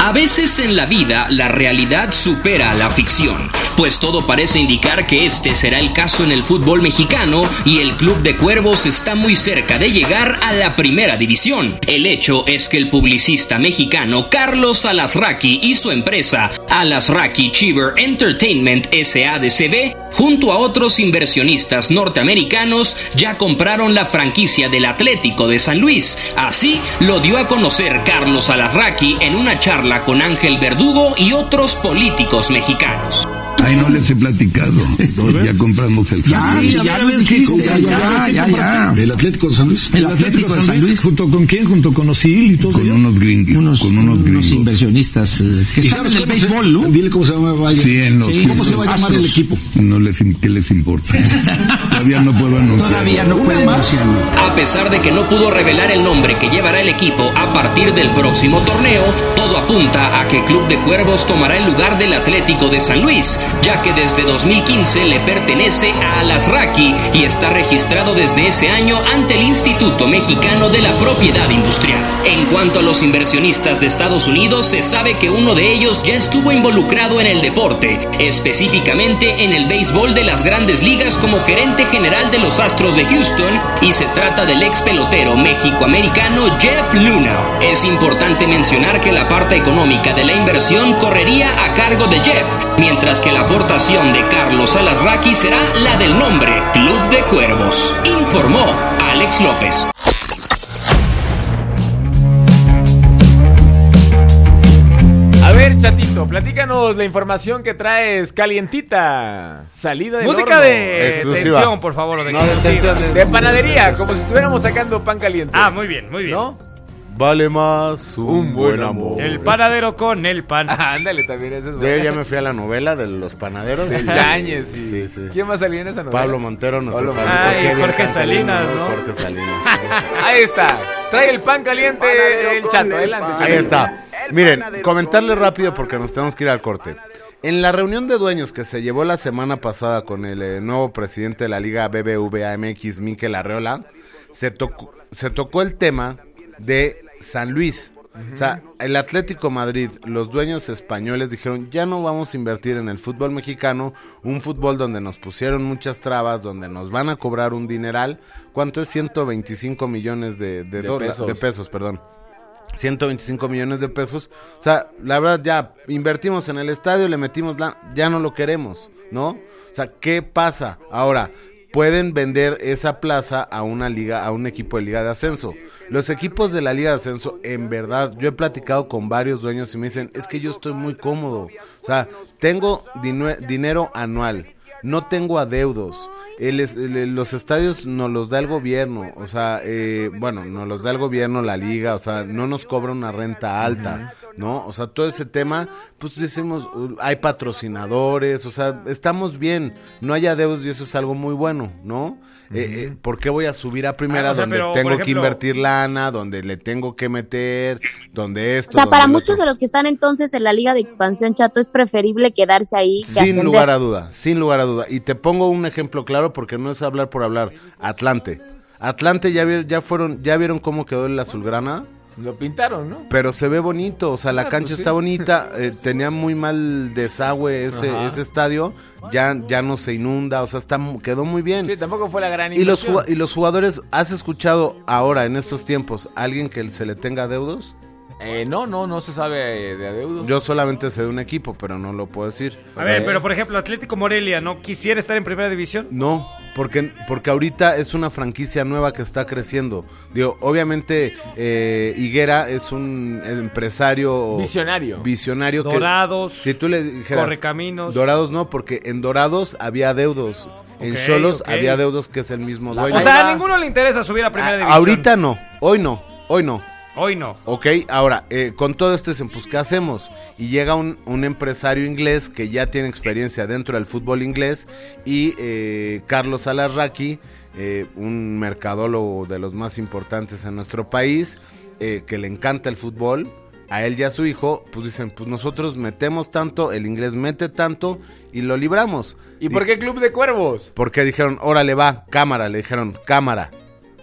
S18: A veces en la vida la realidad supera a la ficción, pues todo parece indicar que este será el caso en el fútbol mexicano y el club de cuervos está muy cerca de llegar a la primera división. El hecho es que el publicista mexicano Carlos Alasraqui y su empresa Alasraqui Cheever Entertainment SADCB junto a otros inversionistas norteamericanos ya compraron la franquicia del Atlético de San Luis. Así lo dio a conocer Carlos Alarraqui en una charla con Ángel Verdugo y otros políticos mexicanos.
S19: Ay, no les he platicado. ya compramos el
S20: Ya, sí, ya lo dijiste, ya, ya, ya, ya.
S19: El Atlético de San Luis.
S20: El Atlético de San Luis, junto con quién, junto con Osil y todo
S19: Con unos gringos. con unos gringos.
S20: inversionistas eh, que
S19: ¿Y
S20: están
S19: sabes
S20: en el
S19: cómo se-
S20: béisbol, ¿no? Dile cómo se llama
S19: Sí, en los
S20: ¿Cómo se va a llamar el
S19: Astros.
S20: equipo?
S19: No les, im- ¿Qué les
S9: <laughs>
S19: importa? Todavía no puedo anunciar.
S20: Todavía no puede anunciarlo.
S18: A pesar de que no pudo revelar el nombre que llevará el equipo a partir del próximo torneo, todo apunta a que Club de Cuervos tomará el lugar del Atlético de San Luis, ya que desde 2015 le pertenece a Alasraqui y está registrado desde ese año ante el Instituto Mexicano de la Propiedad Industrial. En cuanto a los inversionistas de Estados Unidos, se sabe que uno de ellos ya estuvo involucrado en el deporte, específicamente en el béisbol de las grandes ligas como gerente general de los Astros de Houston, y se trata del ex pelotero mexicoamericano Jeff Luna. Es importante mencionar que la parte económica de la inversión correría a cargo de Jeff, mientras que la aportación de Carlos Alasraqui será la del nombre Club de Cuervos, informó Alex López.
S2: A ver, chatito, platícanos la información que traes calientita. Salida de
S4: Música de
S2: tensión,
S4: tensión, por favor. o De, exclusiva.
S2: de panadería, como si estuviéramos sacando pan caliente.
S4: Ah, muy bien, muy bien.
S9: Vale más un, buen amor.
S4: El panadero con el pan.
S2: <laughs> Ándale, también ese es
S9: Yo
S2: bueno.
S9: ya me fui a la novela de los panaderos.
S2: De Yáñez y-
S9: Sí, sí.
S2: ¿Quién más salió en esa novela?
S9: Pablo Montero, nuestro
S2: Pablo
S9: pan-
S2: Montero.
S9: qué bien
S2: Jorge
S9: canta el
S2: Salinas,
S9: niño,
S2: ¿no?
S9: Jorge Salinas.
S2: <laughs> Ahí está. Trae el pan caliente el, chato. Adelante, chato.
S9: Ahí está. Miren, comentarles rápido porque nos tenemos que ir al corte. En la reunión de dueños que se llevó la semana pasada con el eh, nuevo presidente de la Liga BBVA MX, Miquel Arreola, se tocó, se tocó el tema de San Luis. O sea, el Atlético Madrid, los dueños españoles dijeron, ya no vamos a invertir en el fútbol mexicano, un fútbol donde nos pusieron muchas trabas, donde nos van a cobrar un dineral. ¿Cuánto es 125 millones de, de
S2: De
S9: dola-
S2: pesos.
S9: de pesos, perdón. 125 millones de pesos. O sea, la verdad ya invertimos en el estadio, le metimos la, ya no lo queremos, ¿no? O sea, ¿qué pasa? Ahora, pueden vender esa plaza a una liga, a un equipo de liga de ascenso. Los equipos de la liga de ascenso, en verdad, yo he platicado con varios dueños y me dicen, es que yo estoy muy cómodo. O sea, tengo dinue- dinero anual. No tengo adeudos. El es- el- los estadios nos los da el gobierno. O sea, eh, bueno, nos los da el gobierno, la liga. O sea, no nos cobra una renta alta, ¿no? O sea, todo ese tema, pues decimos, uh, hay patrocinadores. O sea, estamos bien. No hay adeudos y eso es algo muy bueno, ¿no? Eh, eh, ¿Por qué voy a subir a primera
S4: Ah, o sea,
S9: donde
S4: pero, por
S9: tengo que
S4: ejemplo-
S9: invertir lana, donde le tengo que meter, donde esto?
S7: O sea,
S9: donde
S7: para
S9: lo
S7: muchos
S9: otro?
S7: de los que están entonces en la liga de expansión, Chato, es preferible quedarse ahí que
S9: Sin
S7: ascender.
S9: lugar a duda, sin lugar a duda. Y te pongo un ejemplo claro porque no es hablar por hablar. Atlante. Atlante ya vi- ya fueron, ya vieron cómo quedó el azulgrana,
S2: Lo pintaron, ¿no?
S9: pero se ve bonito, o sea, la
S2: Ah,
S9: cancha
S2: pues sí.
S9: está bonita, eh, tenía muy mal desagüe ese,
S2: Ajá.
S9: ese estadio, ya, ya no se inunda, o sea, está, mu- quedó muy bien.
S2: Sí, tampoco fue la gran
S9: Y los,
S2: inversión.
S9: ju- y los jugadores, ¿has escuchado ahora, en estos tiempos, alguien que se le tenga deudos?
S2: Eh, no, no, no se sabe eh, de adeudos.
S9: Yo solamente sé de un equipo, pero no lo puedo decir.
S4: A ver, pero por ejemplo, Atlético Morelia, ¿no quisiera estar en primera división?
S9: No, Porque, porque ahorita es una franquicia nueva que está creciendo. Digo, obviamente eh, Higuera es un empresario...
S2: Visionario.
S9: Visionario. que-
S4: Dorados,
S9: si tú le dijeras...
S4: Correcaminos.
S9: Dorados no, porque en Dorados había deudos. En
S4: Ok,
S9: Cholos
S4: ok.
S9: había deudos que es el mismo dueño.
S4: O sea, a ninguno le interesa subir a primera división.
S9: Ahorita no, hoy no, hoy no.
S4: Hoy no.
S9: Ok, ahora, eh, con todo esto dicen, pues, ¿qué hacemos? Y llega un, un empresario inglés que ya tiene experiencia dentro del fútbol inglés y eh, Carlos Alarraqui, eh, un mercadólogo de los más importantes en nuestro país, eh, que le encanta el fútbol, a él y a su hijo, pues dicen, pues nosotros metemos tanto, el inglés mete tanto y lo libramos.
S2: ¿Y por qué Club de Cuervos?
S9: Porque dijeron, órale va, cámara, le dijeron, cámara,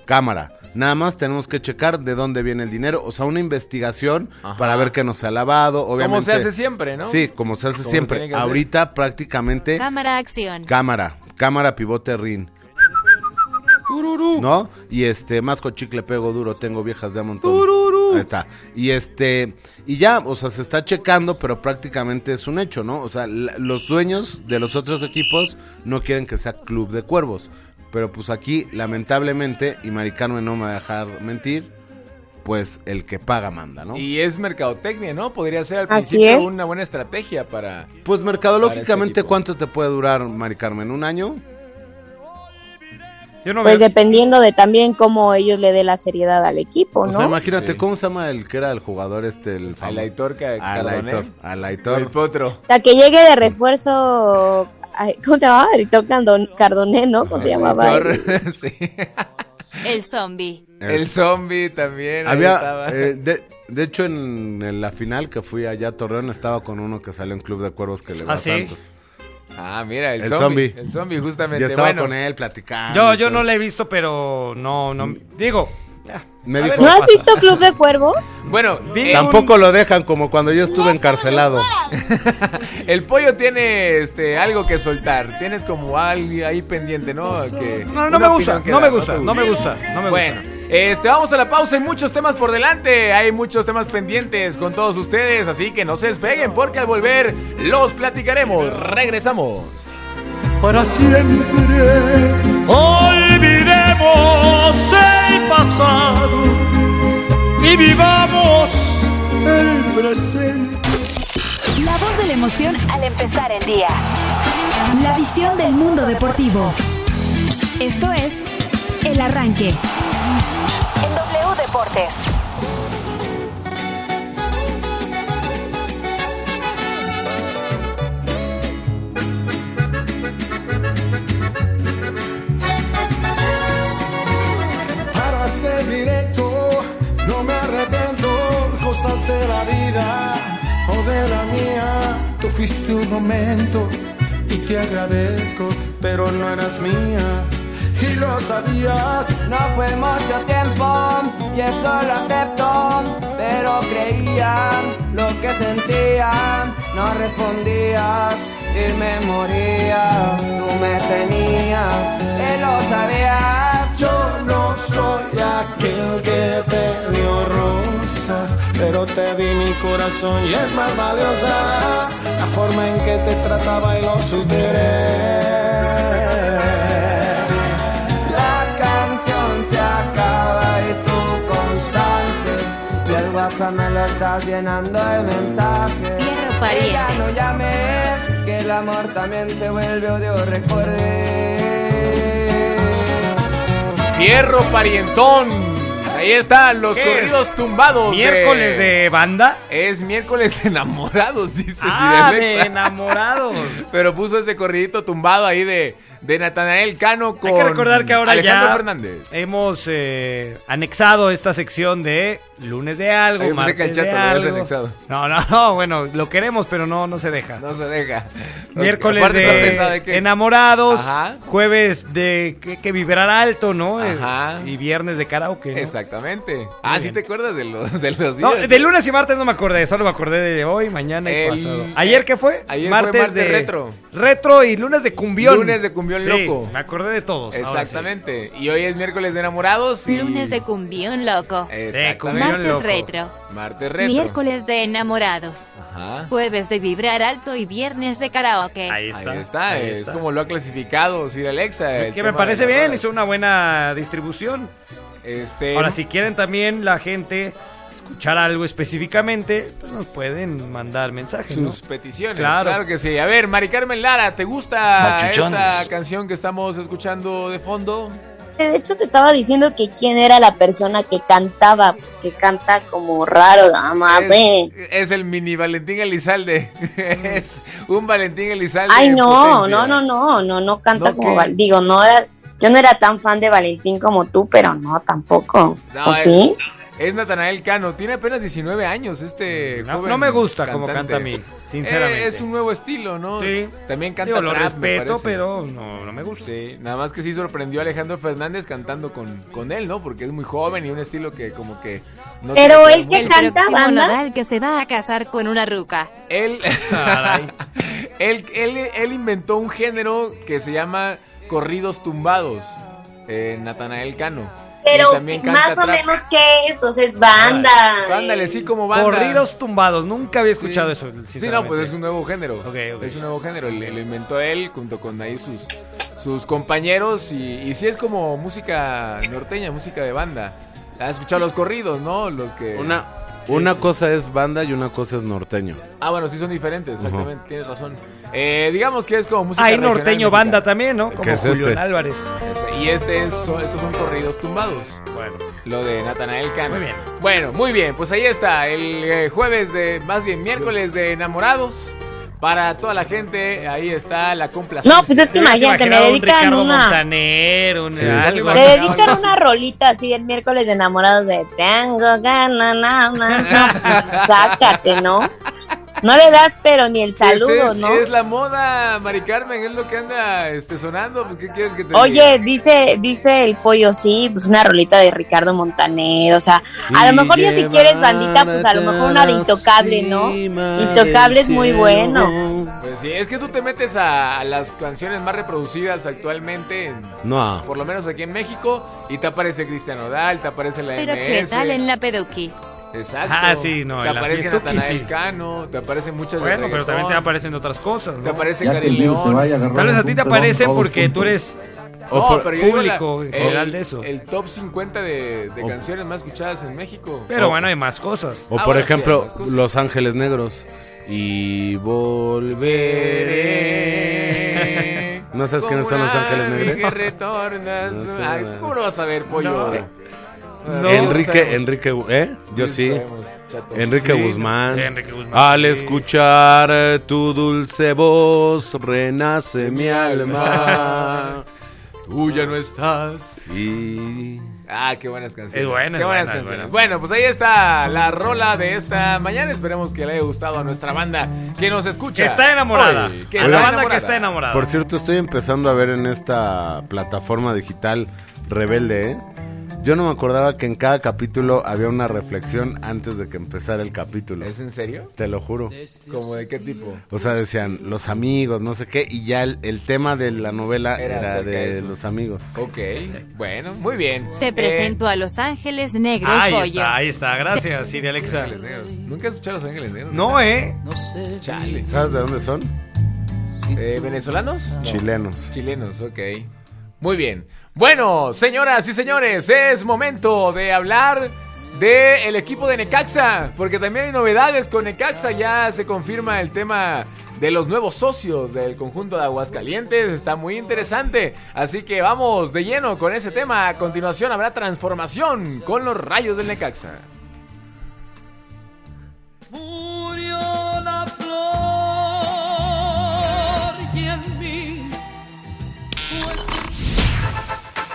S9: cámara. Nada más tenemos que checar de dónde viene el dinero, o sea, una investigación para ver que no se ha lavado, obviamente.
S2: se hace siempre, ¿no?
S9: Sí, como se hace
S2: Como
S9: siempre.
S2: tiene que hacer.
S9: Ahorita prácticamente
S5: Cámara acción.
S9: cámara, cámara, pivote, rin, ¿no? Y este, más con chicle pego duro, tengo viejas de a montón. Ahí está. Y este, y ya, o sea, se está checando, pero prácticamente es un hecho, ¿no? O sea, la- los dueños de los otros equipos no quieren que sea club de cuervos. Pero pues aquí, lamentablemente, y Maricarmen no me va a dejar mentir, pues el que paga manda, ¿no?
S2: Y es mercadotecnia, ¿no? Podría ser al
S9: Así
S2: principio
S9: es.
S2: una buena estrategia para...
S9: Pues
S2: Para este
S9: mercadológicamente,
S2: equipo.
S9: ¿cuánto te puede durar, Mari Carmen? ¿Un año?
S4: Yo no
S7: Pues dependiendo de también cómo ellos le dé la seriedad al equipo,
S9: O sea,
S7: ¿no?
S9: imagínate, ¿cómo se llama el que era el jugador este? El
S2: Alaitor Ca-
S9: Alaitor.
S2: Cardonel.
S9: Alaitor.
S2: El potro.
S7: Hasta que llegue de refuerzo, ay, ¿cómo se llamaba? El Tom Cardon- Cardoné, ¿no? ¿Cómo se llamaba?
S2: Alaitor, <laughs> sí.
S5: El zombie.
S2: El zombie también. ahí
S9: Había,
S2: estaba.
S9: eh, de, de hecho, en, en la final que fui allá a Torreón, estaba con uno que salió en Club de Cuervos que le va
S2: ¿Ah,
S9: a
S2: sí?
S9: Santos.
S2: Ah, mira, el,
S9: El
S2: zombie,
S9: zombie.
S2: El zombie, justamente.
S9: Yo estaba
S2: bueno.
S9: con él platicando.
S4: Yo,
S9: y
S4: yo
S9: todo.
S4: no la he visto, pero no, no. Digo. ya.
S9: Mm. Me
S4: A ver,
S9: dijo,
S7: ¿No has visto Club de Cuervos?
S2: Bueno, di-
S9: Tampoco lo dejan como cuando yo estuve encarcelado.
S2: el pollo tiene este algo que soltar. Tienes como algo ahí pendiente, ¿no? Que-
S4: No, no
S2: una
S4: me gusta,
S2: opinión que
S4: no
S2: dar,
S4: me gusta,
S2: te
S4: no me gusta, no me
S2: bueno, este, vamos a la pausa. Hay muchos temas por delante. Hay muchos temas pendientes con todos ustedes. Así que no se despeguen porque al volver los platicaremos. Regresamos.
S3: Para siempre olvidemos el pasado y vivamos el presente.
S1: La voz de la emoción al empezar el día. La visión del mundo deportivo. Esto es El Arranque. En W Deportes.
S3: Para ser directo, no me arrepiento. Cosas de la vida o de la mía. Tú fuiste un momento y te agradezco, pero no eras mía. Y lo sabías, no fue mucho tiempo y eso lo acepto. Pero creían lo que sentían, no respondías y me moría. Tú me tenías y lo sabías. Yo no soy aquel que te dio rosas, pero te di mi corazón y es más valiosa la forma en que te trataba y lo superé. La canción se acaba y tú constante Y el WhatsApp me lo estás llenando de mensajes
S5: pariente.
S3: Y ya no llames Que el amor también se vuelve odio Recordé
S2: Fierro Parientón. Ahí están los
S4: ¿Qué
S2: corridos
S4: es?
S2: tumbados.
S4: ¿Miércoles de banda?
S2: Es miércoles de enamorados, dice
S4: Ah,
S2: Cidemex.
S4: de enamorados.
S2: Pero puso ese corridito tumbado ahí de, de Natanael Cano con
S4: Hay que recordar que ahora
S2: Alejandro
S4: ya
S2: Fernández.
S4: hemos eh, anexado esta sección de lunes de algo,
S2: Ay, yo pensé
S4: martes
S2: que al Chato
S4: de
S2: lo habías
S4: algo.
S2: anexado.
S4: No, no, no, bueno, lo queremos, pero no, no se deja.
S2: No se deja.
S4: Miércoles
S2: Aparte,
S4: de
S2: no se sabe qué.
S4: enamorados,
S2: Ajá.
S4: jueves de que, que vibrar alto, ¿no? Eh,
S2: Ajá.
S4: Y viernes de karaoke. ¿no?
S2: Exactamente. Ah,
S4: Muy
S2: sí
S4: bien.
S2: te acuerdas de los, de los
S4: No,
S2: días.
S4: de lunes y martes no me acordé, solo me acordé de hoy, mañana y
S2: El-
S4: pasado. ¿Ayer qué fue?
S2: Ayer fue martes retro.
S4: Retro y lunes de cumbión.
S2: Lunes de cumbión
S4: Sí,
S2: loco.
S4: Me acordé de todos. ahora sí.
S2: Exactamente. Y hoy es miércoles de enamorados. Y...
S5: Lunes de cumbión loco.
S2: Exactamente.
S5: Martes retro.
S2: Martes retro.
S5: Miércoles de enamorados.
S4: Ah.
S2: Ajá.
S5: Jueves de vibrar alto y viernes de karaoke.
S2: Ahí está.
S4: ahí
S2: es
S4: está.
S2: como lo ha clasificado Sir Alexa. el
S4: Que me
S2: tema
S4: parece
S2: de
S4: bien,
S2: enamorados.
S4: hizo una buena distribución.
S2: Este,
S4: Ahora, si quieren también la gente escuchar algo específicamente, pues nos pueden mandar mensajes. ¿no?
S2: Sus peticiones.
S4: Claro.
S2: Claro. que sí. A ver, Mari Carmen Lara, ¿te gusta
S4: Machuchones.
S2: esta canción que estamos escuchando de fondo?
S7: De hecho, te estaba diciendo que quién era la persona que cantaba, que canta como raro, nada más, ¿eh?
S2: Es, es el mini Valentín Elizalde. <laughs> es un Valentín Elizalde.
S7: Ay,
S2: en
S7: no,
S2: potencia.
S7: no, no, no, no, no canta
S2: ¿No
S7: como
S2: qué?
S7: Val- Digo, no era- yo no era tan fan de Valentín como tú, pero no, tampoco.
S2: No,
S7: ¿O
S2: es-
S7: sí?
S2: Es Natanael Cano, tiene apenas 19 años este
S4: No,
S2: joven
S4: no me gusta cómo
S2: cantante.
S4: canta a mí, sinceramente.
S2: Eh, es un nuevo estilo, ¿no?
S4: Sí.
S2: También canta
S4: Digo, lo
S2: trap, me
S4: respeto,
S2: parece.
S4: pero no, no me gusta.
S2: Sí, nada más que sí sorprendió a Alejandro Fernández cantando con, con él, ¿no? Porque es muy joven y un estilo que como que... no tiene mucho-
S5: el próximo nodal que se va a casar con una ruca.
S2: Él, él, él, él inventó un género que se llama corridos tumbados, eh, Natanael Cano.
S7: Pero
S2: Y también canta
S7: más o
S2: trap.
S7: menos que eso, o sea, es banda.
S2: Ándale, sí, como banda.
S4: Corridos tumbados, nunca había escuchado eso.
S2: Sí, no, pues es un nuevo género.
S4: ok.
S2: Es un nuevo género. le- Lo inventó él junto con ahí sus, sus compañeros. Y, y sí es como música norteña, música de banda. ¿Has escuchado los corridos, no? Los que.
S9: Una,
S2: Sí,
S9: una
S2: sí.
S9: cosa es banda y una cosa es norteño.
S2: Ah, bueno, sí son diferentes,
S9: Ujú.
S2: exactamente. Tienes razón. Eh, digamos que es como música.
S4: Hay
S2: regional
S4: Ah, norteño
S2: mexicana.
S4: banda también, ¿no? Como
S9: es
S4: Julián
S9: este?
S4: Álvarez.
S2: Ese- Y este es, son- estos son corridos tumbados.
S4: Bueno.
S2: Lo de Natanael Cano.
S4: Muy bien.
S2: Bueno, muy bien. Pues ahí está. El eh, jueves de, más bien miércoles de enamorados. Para toda la gente, ahí está la complacencia.
S7: No, pues es que imagínate, me dedican una.
S2: Sí.
S4: algo.
S7: Me dedican una rolita así el miércoles de enamorados de Tengo ganas, na, na, na".
S2: <laughs>
S7: Pues sácate, ¿no? No le das pero ni el
S2: Pues
S7: saludo,
S2: es,
S7: ¿no?
S2: Es la moda, Mari Carmen, es lo que anda este, sonando. Pues, ¿Qué quieres que te diga?
S7: Oye, dice, dice el pollo, sí, pues una rolita de Ricardo Montaner, o sea, a lo mejor ya si quieres bandita, pues a lo mejor una de Intocable, ¿no? Intocable es muy bueno.
S2: Pues sí, es que tú te metes a, a las canciones más reproducidas actualmente, en-
S9: No.
S2: por lo menos aquí en México, y te aparece Cristian Odal, te aparece la
S4: <laughs>
S5: Pero qué
S2: MS.
S5: tal en la peduqui.
S2: Exacto.
S4: Ah, sí, no,
S2: Te
S4: en la
S2: aparece
S4: fiesta,
S2: Natanael
S4: sí.
S2: Cano, te aparecen muchas de
S4: Bueno, pero
S2: reggaetón,
S4: también te aparecen otras cosas, ¿no?
S2: Te aparece Ya que Karim el virus León. se vaya, agarramos
S4: Tal vez a ti
S2: un
S4: te
S2: pelón
S4: aparecen
S2: todos
S4: porque tú
S2: juntos.
S4: eres
S2: No,
S4: por-
S2: pero yo digo la-
S4: público en general de eso.
S2: El top 50 de, de canciones más escuchadas en México.
S4: Pero bueno, hay más cosas.
S9: O
S2: Ah,
S9: por
S2: bueno, sí, hay
S9: ejemplo,
S2: más cosas.
S9: Los Ángeles Negros. Y volveré. ¿No sabes quiénes son Los Ángeles Negros? No sé
S2: Ay,
S9: nada.
S2: ¿Cómo lo vas a ver, pollo?
S4: Eh,
S9: No.
S2: No,
S9: Enrique,
S2: sabemos.
S9: Enrique, ¿eh? Yo
S2: Sí,
S9: sí.
S2: sabemos, chato.
S9: Enrique,
S2: Sí,
S9: Guzmán.
S2: sí, Enrique Guzmán,
S9: Al
S2: sí.
S9: escuchar eh, tu dulce voz, renace mi alma.
S2: Tú ya no estás.
S9: Sí.
S2: Ah, qué buenas canciones.
S4: Es buena,
S2: qué
S4: es
S2: buenas
S4: buena, es
S2: canciones.
S4: buena.
S2: Bueno, pues ahí está la rola de esta mañana. Esperemos que le haya gustado a nuestra banda que nos escucha.
S4: Que está enamorada.
S2: hoy, que
S4: A
S2: está
S4: la banda que está enamorada.
S9: Por cierto, estoy empezando a ver en esta plataforma digital Rebelde, ¿eh? Yo no me acordaba que en cada capítulo había una reflexión antes de que empezara el capítulo.
S2: ¿Es en serio?
S9: Te lo juro.
S2: ¿Como de qué tipo?
S9: O sea, decían los amigos, no sé qué, y ya el, el tema de la novela
S2: Era
S9: era,
S2: acerca de
S9: de,
S2: eso.
S9: los amigos.
S2: Ok, bueno, muy bien.
S5: Te
S2: Eh,
S5: presento a Los Ángeles Negros,
S4: Ahí
S5: pollo.
S4: está, ahí está. Gracias, Siri Alexa.
S2: Ángeles Negros. Nunca he escuchado a Los Ángeles Negros.
S4: No, ¿eh?
S2: Chale.
S9: ¿Sabes de dónde son?
S2: Eh, ¿Venezolanos? No.
S9: Chilenos.
S2: Chilenos, ok. Muy bien. Bueno, señoras y señores, es momento de hablar del equipo de Necaxa, porque también hay novedades con Necaxa. Ya se confirma el tema de los nuevos socios del conjunto de Aguascalientes. Está muy interesante. Así que vamos de lleno con ese tema. A continuación habrá transformación con los rayos del Necaxa.
S21: Murió la flor y en mí.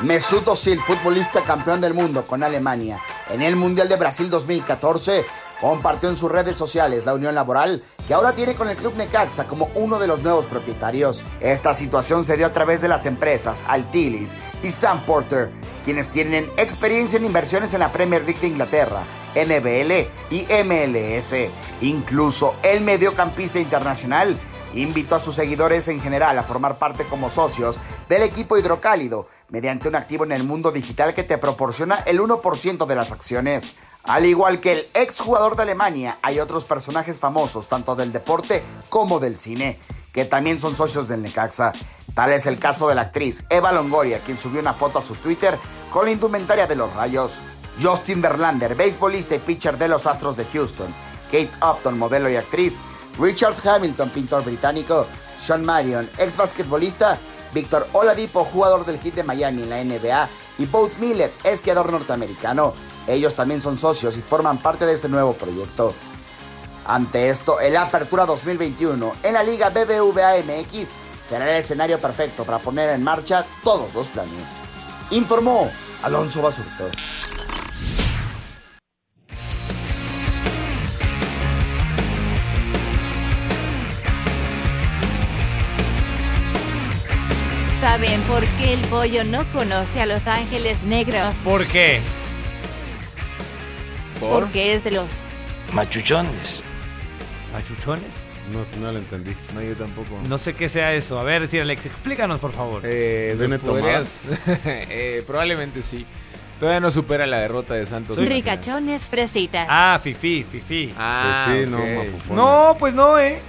S22: Mesut Özil, futbolista campeón del mundo con Alemania en el Mundial de Brasil 2014, compartió en sus redes sociales la unión laboral que ahora tiene con el club Necaxa como uno de los nuevos propietarios. Esta situación se dio a través de las empresas Altilis y Sam Porter, quienes tienen experiencia en inversiones en la Premier League de Inglaterra, NBL y MLS. Incluso el mediocampista internacional invitó a sus seguidores en general a formar parte como socios del equipo hidrocálido mediante un activo en el mundo digital que te proporciona el 1% de las acciones. Al igual que el exjugador de Alemania, hay otros personajes famosos tanto del deporte como del cine que también son socios del Necaxa. Tal es el caso de la actriz Eva Longoria, quien subió una foto a su Twitter con la indumentaria de los rayos. Justin Verlander, beisbolista y pitcher de los Astros de Houston. Kate Upton, modelo y actriz. Richard Hamilton, pintor británico. Sean Marion, ex basquetbolista. Víctor Oladipo, jugador del Heat de Miami en la NBA. Y Boat Miller, esquiador norteamericano. Ellos también son socios y forman parte de este nuevo proyecto. Ante esto, el Apertura 2021 en la Liga BBVA MX será el escenario perfecto para poner en marcha todos los planes. Informó Alonso Basurto.
S5: ¿Saben por qué el pollo no conoce a los ángeles negros?
S4: ¿Por qué?
S5: Porque es de los
S16: Machuchones.
S4: ¿Machuchones?
S9: No, no lo entendí. No, yo tampoco.
S4: No sé qué sea eso. A ver, si Alex, explícanos, por favor.
S2: Eh,
S9: ¿Viene
S2: ¿nos podrías- <laughs> Eh, probablemente sí. Todavía no supera la derrota de Santos.
S5: ricachones fresitas.
S4: Ah, Fifi, Fifi.
S2: Ah,
S9: Sí, sí, no,
S2: ok.
S9: mafufones.
S4: No, pues no, ¿eh?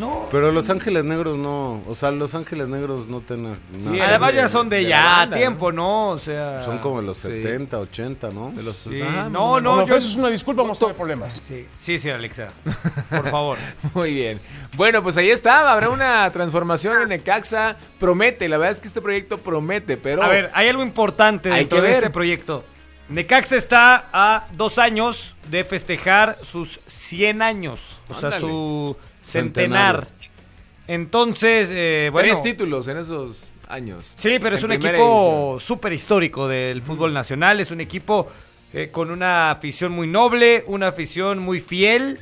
S4: No.
S9: Pero Los Ángeles Negros no, o sea, Los Ángeles Negros no tienen nada.
S4: Además ya son de, ya
S9: la banda,
S4: tiempo, ¿no? O sea...
S9: ¿no? Son como de los 70, 80, ¿no? De los
S4: Sí,
S2: Ah,
S4: no, no, yo...
S2: Ofensas
S4: pues es una disculpa, vamos de problemas. Sí, sí, sí, Alexa.
S2: <laughs>
S4: Por favor.
S2: Ah, Muy bien. Bueno, pues ahí está. Habrá una transformación en Necaxa. Promete. La verdad es que este proyecto promete, pero.
S4: A ver, hay algo importante
S2: Hay
S4: dentro
S2: que
S4: de
S2: ver.
S4: este proyecto. Necaxa está a dos años de festejar sus 100 años, o sea,
S2: Ándale.
S4: su centenar. Entonces, eh, bueno...
S2: Tres títulos en esos años.
S4: Sí, pero es
S2: En
S4: un
S2: primera Mm.
S4: equipo súper histórico del fútbol nacional. Es un equipo eh, con una afición muy noble, una afición muy fiel.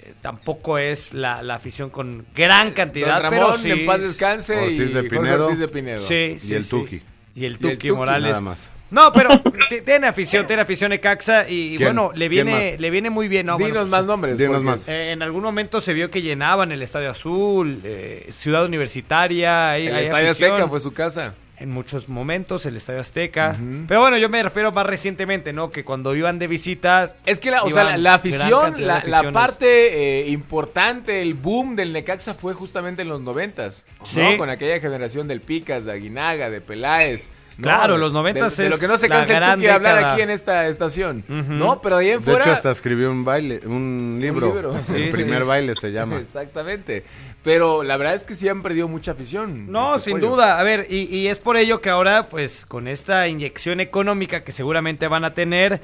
S4: Eh, tampoco es la, la afición con gran cantidad,
S2: Don Ramón,
S4: pero sí.
S2: en paz descanse,
S9: Ortiz
S2: y
S9: de
S2: Jorge
S9: Pinedo.
S2: Ortiz de Pinedo.
S4: Sí, sí,
S9: y el
S4: sí.
S9: Tuki.
S4: Y el
S9: Y el
S4: Tuki
S9: Tuki,
S4: Morales.
S9: nada más.
S4: No, pero
S9: <laughs>
S4: t- tiene afición, tiene afición Ecaxa y
S9: ¿Quién?
S4: bueno, le
S9: ¿Quién
S4: viene,
S9: más?
S4: le viene muy bien. ¿no? Bueno,
S2: Dinos
S4: pues,
S2: más nombres.
S9: Dinos
S2: porque-
S9: más.
S4: eh, en algún momento se vio que llenaban el Estadio Azul, eh, Ciudad Universitaria. ahí
S2: El
S4: hay
S2: Estadio
S4: afición.
S2: Azteca fue su casa.
S4: En muchos momentos el Estadio Azteca. Pero bueno, yo me refiero más recientemente, ¿no? Que cuando iban de visitas.
S2: Es que la, o sea,
S4: iban
S2: la, la
S4: gran
S2: afición,
S4: cantidad
S2: la,
S4: de
S2: la
S4: aficiones.
S2: parte eh, importante, el boom del Necaxa fue justamente en los noventas,
S4: Sí.
S2: ¿no? Con aquella generación del Picas, de Aguinaga, de Peláez. ¿no?
S4: Claro,
S2: De-
S4: los noventas
S2: de, de lo
S4: es
S2: que no se
S4: la
S2: cansa el
S4: gran
S2: Tuki de hablar
S4: década.
S2: aquí en esta estación,
S4: Ujú.
S2: ¿no? Pero de ahí en
S9: De
S2: fuera...
S9: hecho, hasta escribió un baile, un libro.
S2: libro.
S9: El
S2: Sí, sí,
S9: primer
S2: sí.
S9: baile se llama.
S2: <laughs> Exactamente. Pero la verdad es que sí han perdido mucha afición.
S4: No,
S2: este
S4: sin
S2: pollo.
S4: duda. A ver, y, y es por ello que ahora, pues, con esta inyección económica que seguramente van a tener,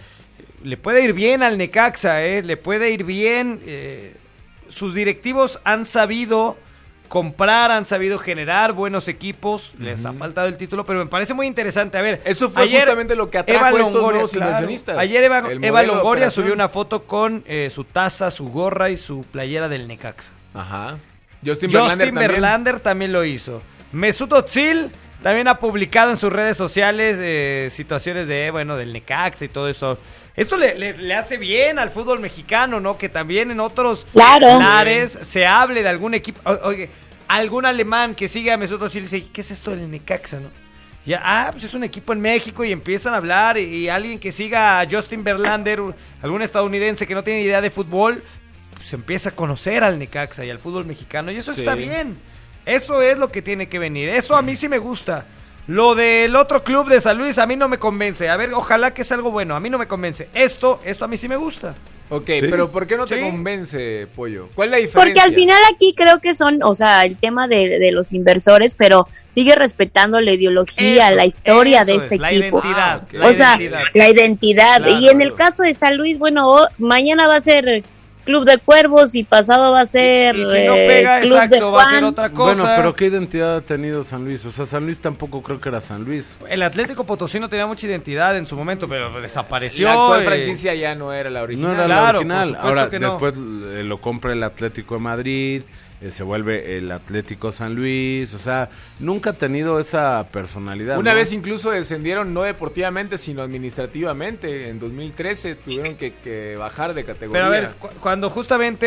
S4: le puede ir bien al Necaxa, ¿eh? Le puede ir bien. eh, sus directivos han sabido comprar, han sabido generar buenos equipos. Les ha faltado el título, pero me parece muy interesante. A ver,
S2: Eso fue justamente lo que atrajo a estos nuevos inversionistas.
S4: Ayer Eva,
S2: El modelo
S4: Eva
S2: de
S4: Longoria
S2: operación.
S4: subió una foto con eh, su taza, su gorra y su playera del Necaxa.
S2: Ajá. Justin,
S4: Justin
S2: Verlander
S4: Verlander,
S2: también.
S4: también lo hizo. Mesut Özil también ha publicado en sus redes sociales eh, situaciones de, bueno, del Necaxa y todo eso. Esto le, le- le hace bien al fútbol mexicano, ¿no? Que también en otros
S7: Claro.
S4: lares se hable de algún equipo. O- oye, algún alemán que sigue a Mesut Özil dice, ¿qué es esto del Necaxa, no? Ya, ah, pues es un equipo en México y empiezan a hablar y, y alguien que siga a Justin Verlander, un- algún estadounidense que no tiene idea de fútbol, pues empieza a conocer al Necaxa y al fútbol mexicano y eso
S2: Sí.
S4: está bien. Eso es lo que tiene que venir. Eso a mí sí me gusta. Lo del otro club de San Luis a mí no me convence. A ver, ojalá que es algo bueno. A mí no me convence. Esto, esto a mí sí me gusta.
S2: Ok,
S9: Sí.
S2: pero ¿por qué no te
S4: Sí.
S2: convence, Pollo? ¿Cuál es la diferencia?
S7: Porque al final aquí creo que son, o sea, el tema de, de los inversores, pero sigue respetando la ideología,
S4: Eso,
S7: la historia
S4: eso
S7: de
S4: es,
S7: este
S4: la
S7: equipo.
S4: identidad,
S7: Ah,
S4: la
S7: o sea,
S4: identidad.
S7: la identidad.
S4: Claro,
S7: y en el
S4: claro.
S7: caso de San Luis, bueno, o- mañana va a ser Club de Cuervos y pasado va a ser
S4: Y si no
S7: eh,
S4: pega,
S7: Club de
S4: exacto, va a ser
S7: Juan.
S4: otra cosa.
S9: Bueno, pero ¿qué identidad ha tenido San Luis? O sea, San Luis tampoco creo que era San Luis.
S4: El Atlético Potosí no tenía mucha identidad en su momento, pero desapareció.
S2: La actual
S4: eh.
S2: franquicia ya no era la original.
S9: No era
S4: Claro,
S9: la original.
S4: por supuesto
S9: Ahora,
S4: que no.
S9: después eh, lo compra el Atlético de Madrid, eh, se vuelve el Atlético San Luis. O sea, nunca ha tenido esa personalidad.
S2: Una
S9: ¿no?
S2: vez incluso descendieron no deportivamente, sino administrativamente. En 2013 tuvieron que, que bajar de categoría.
S4: Pero a ver, cu- cuando justamente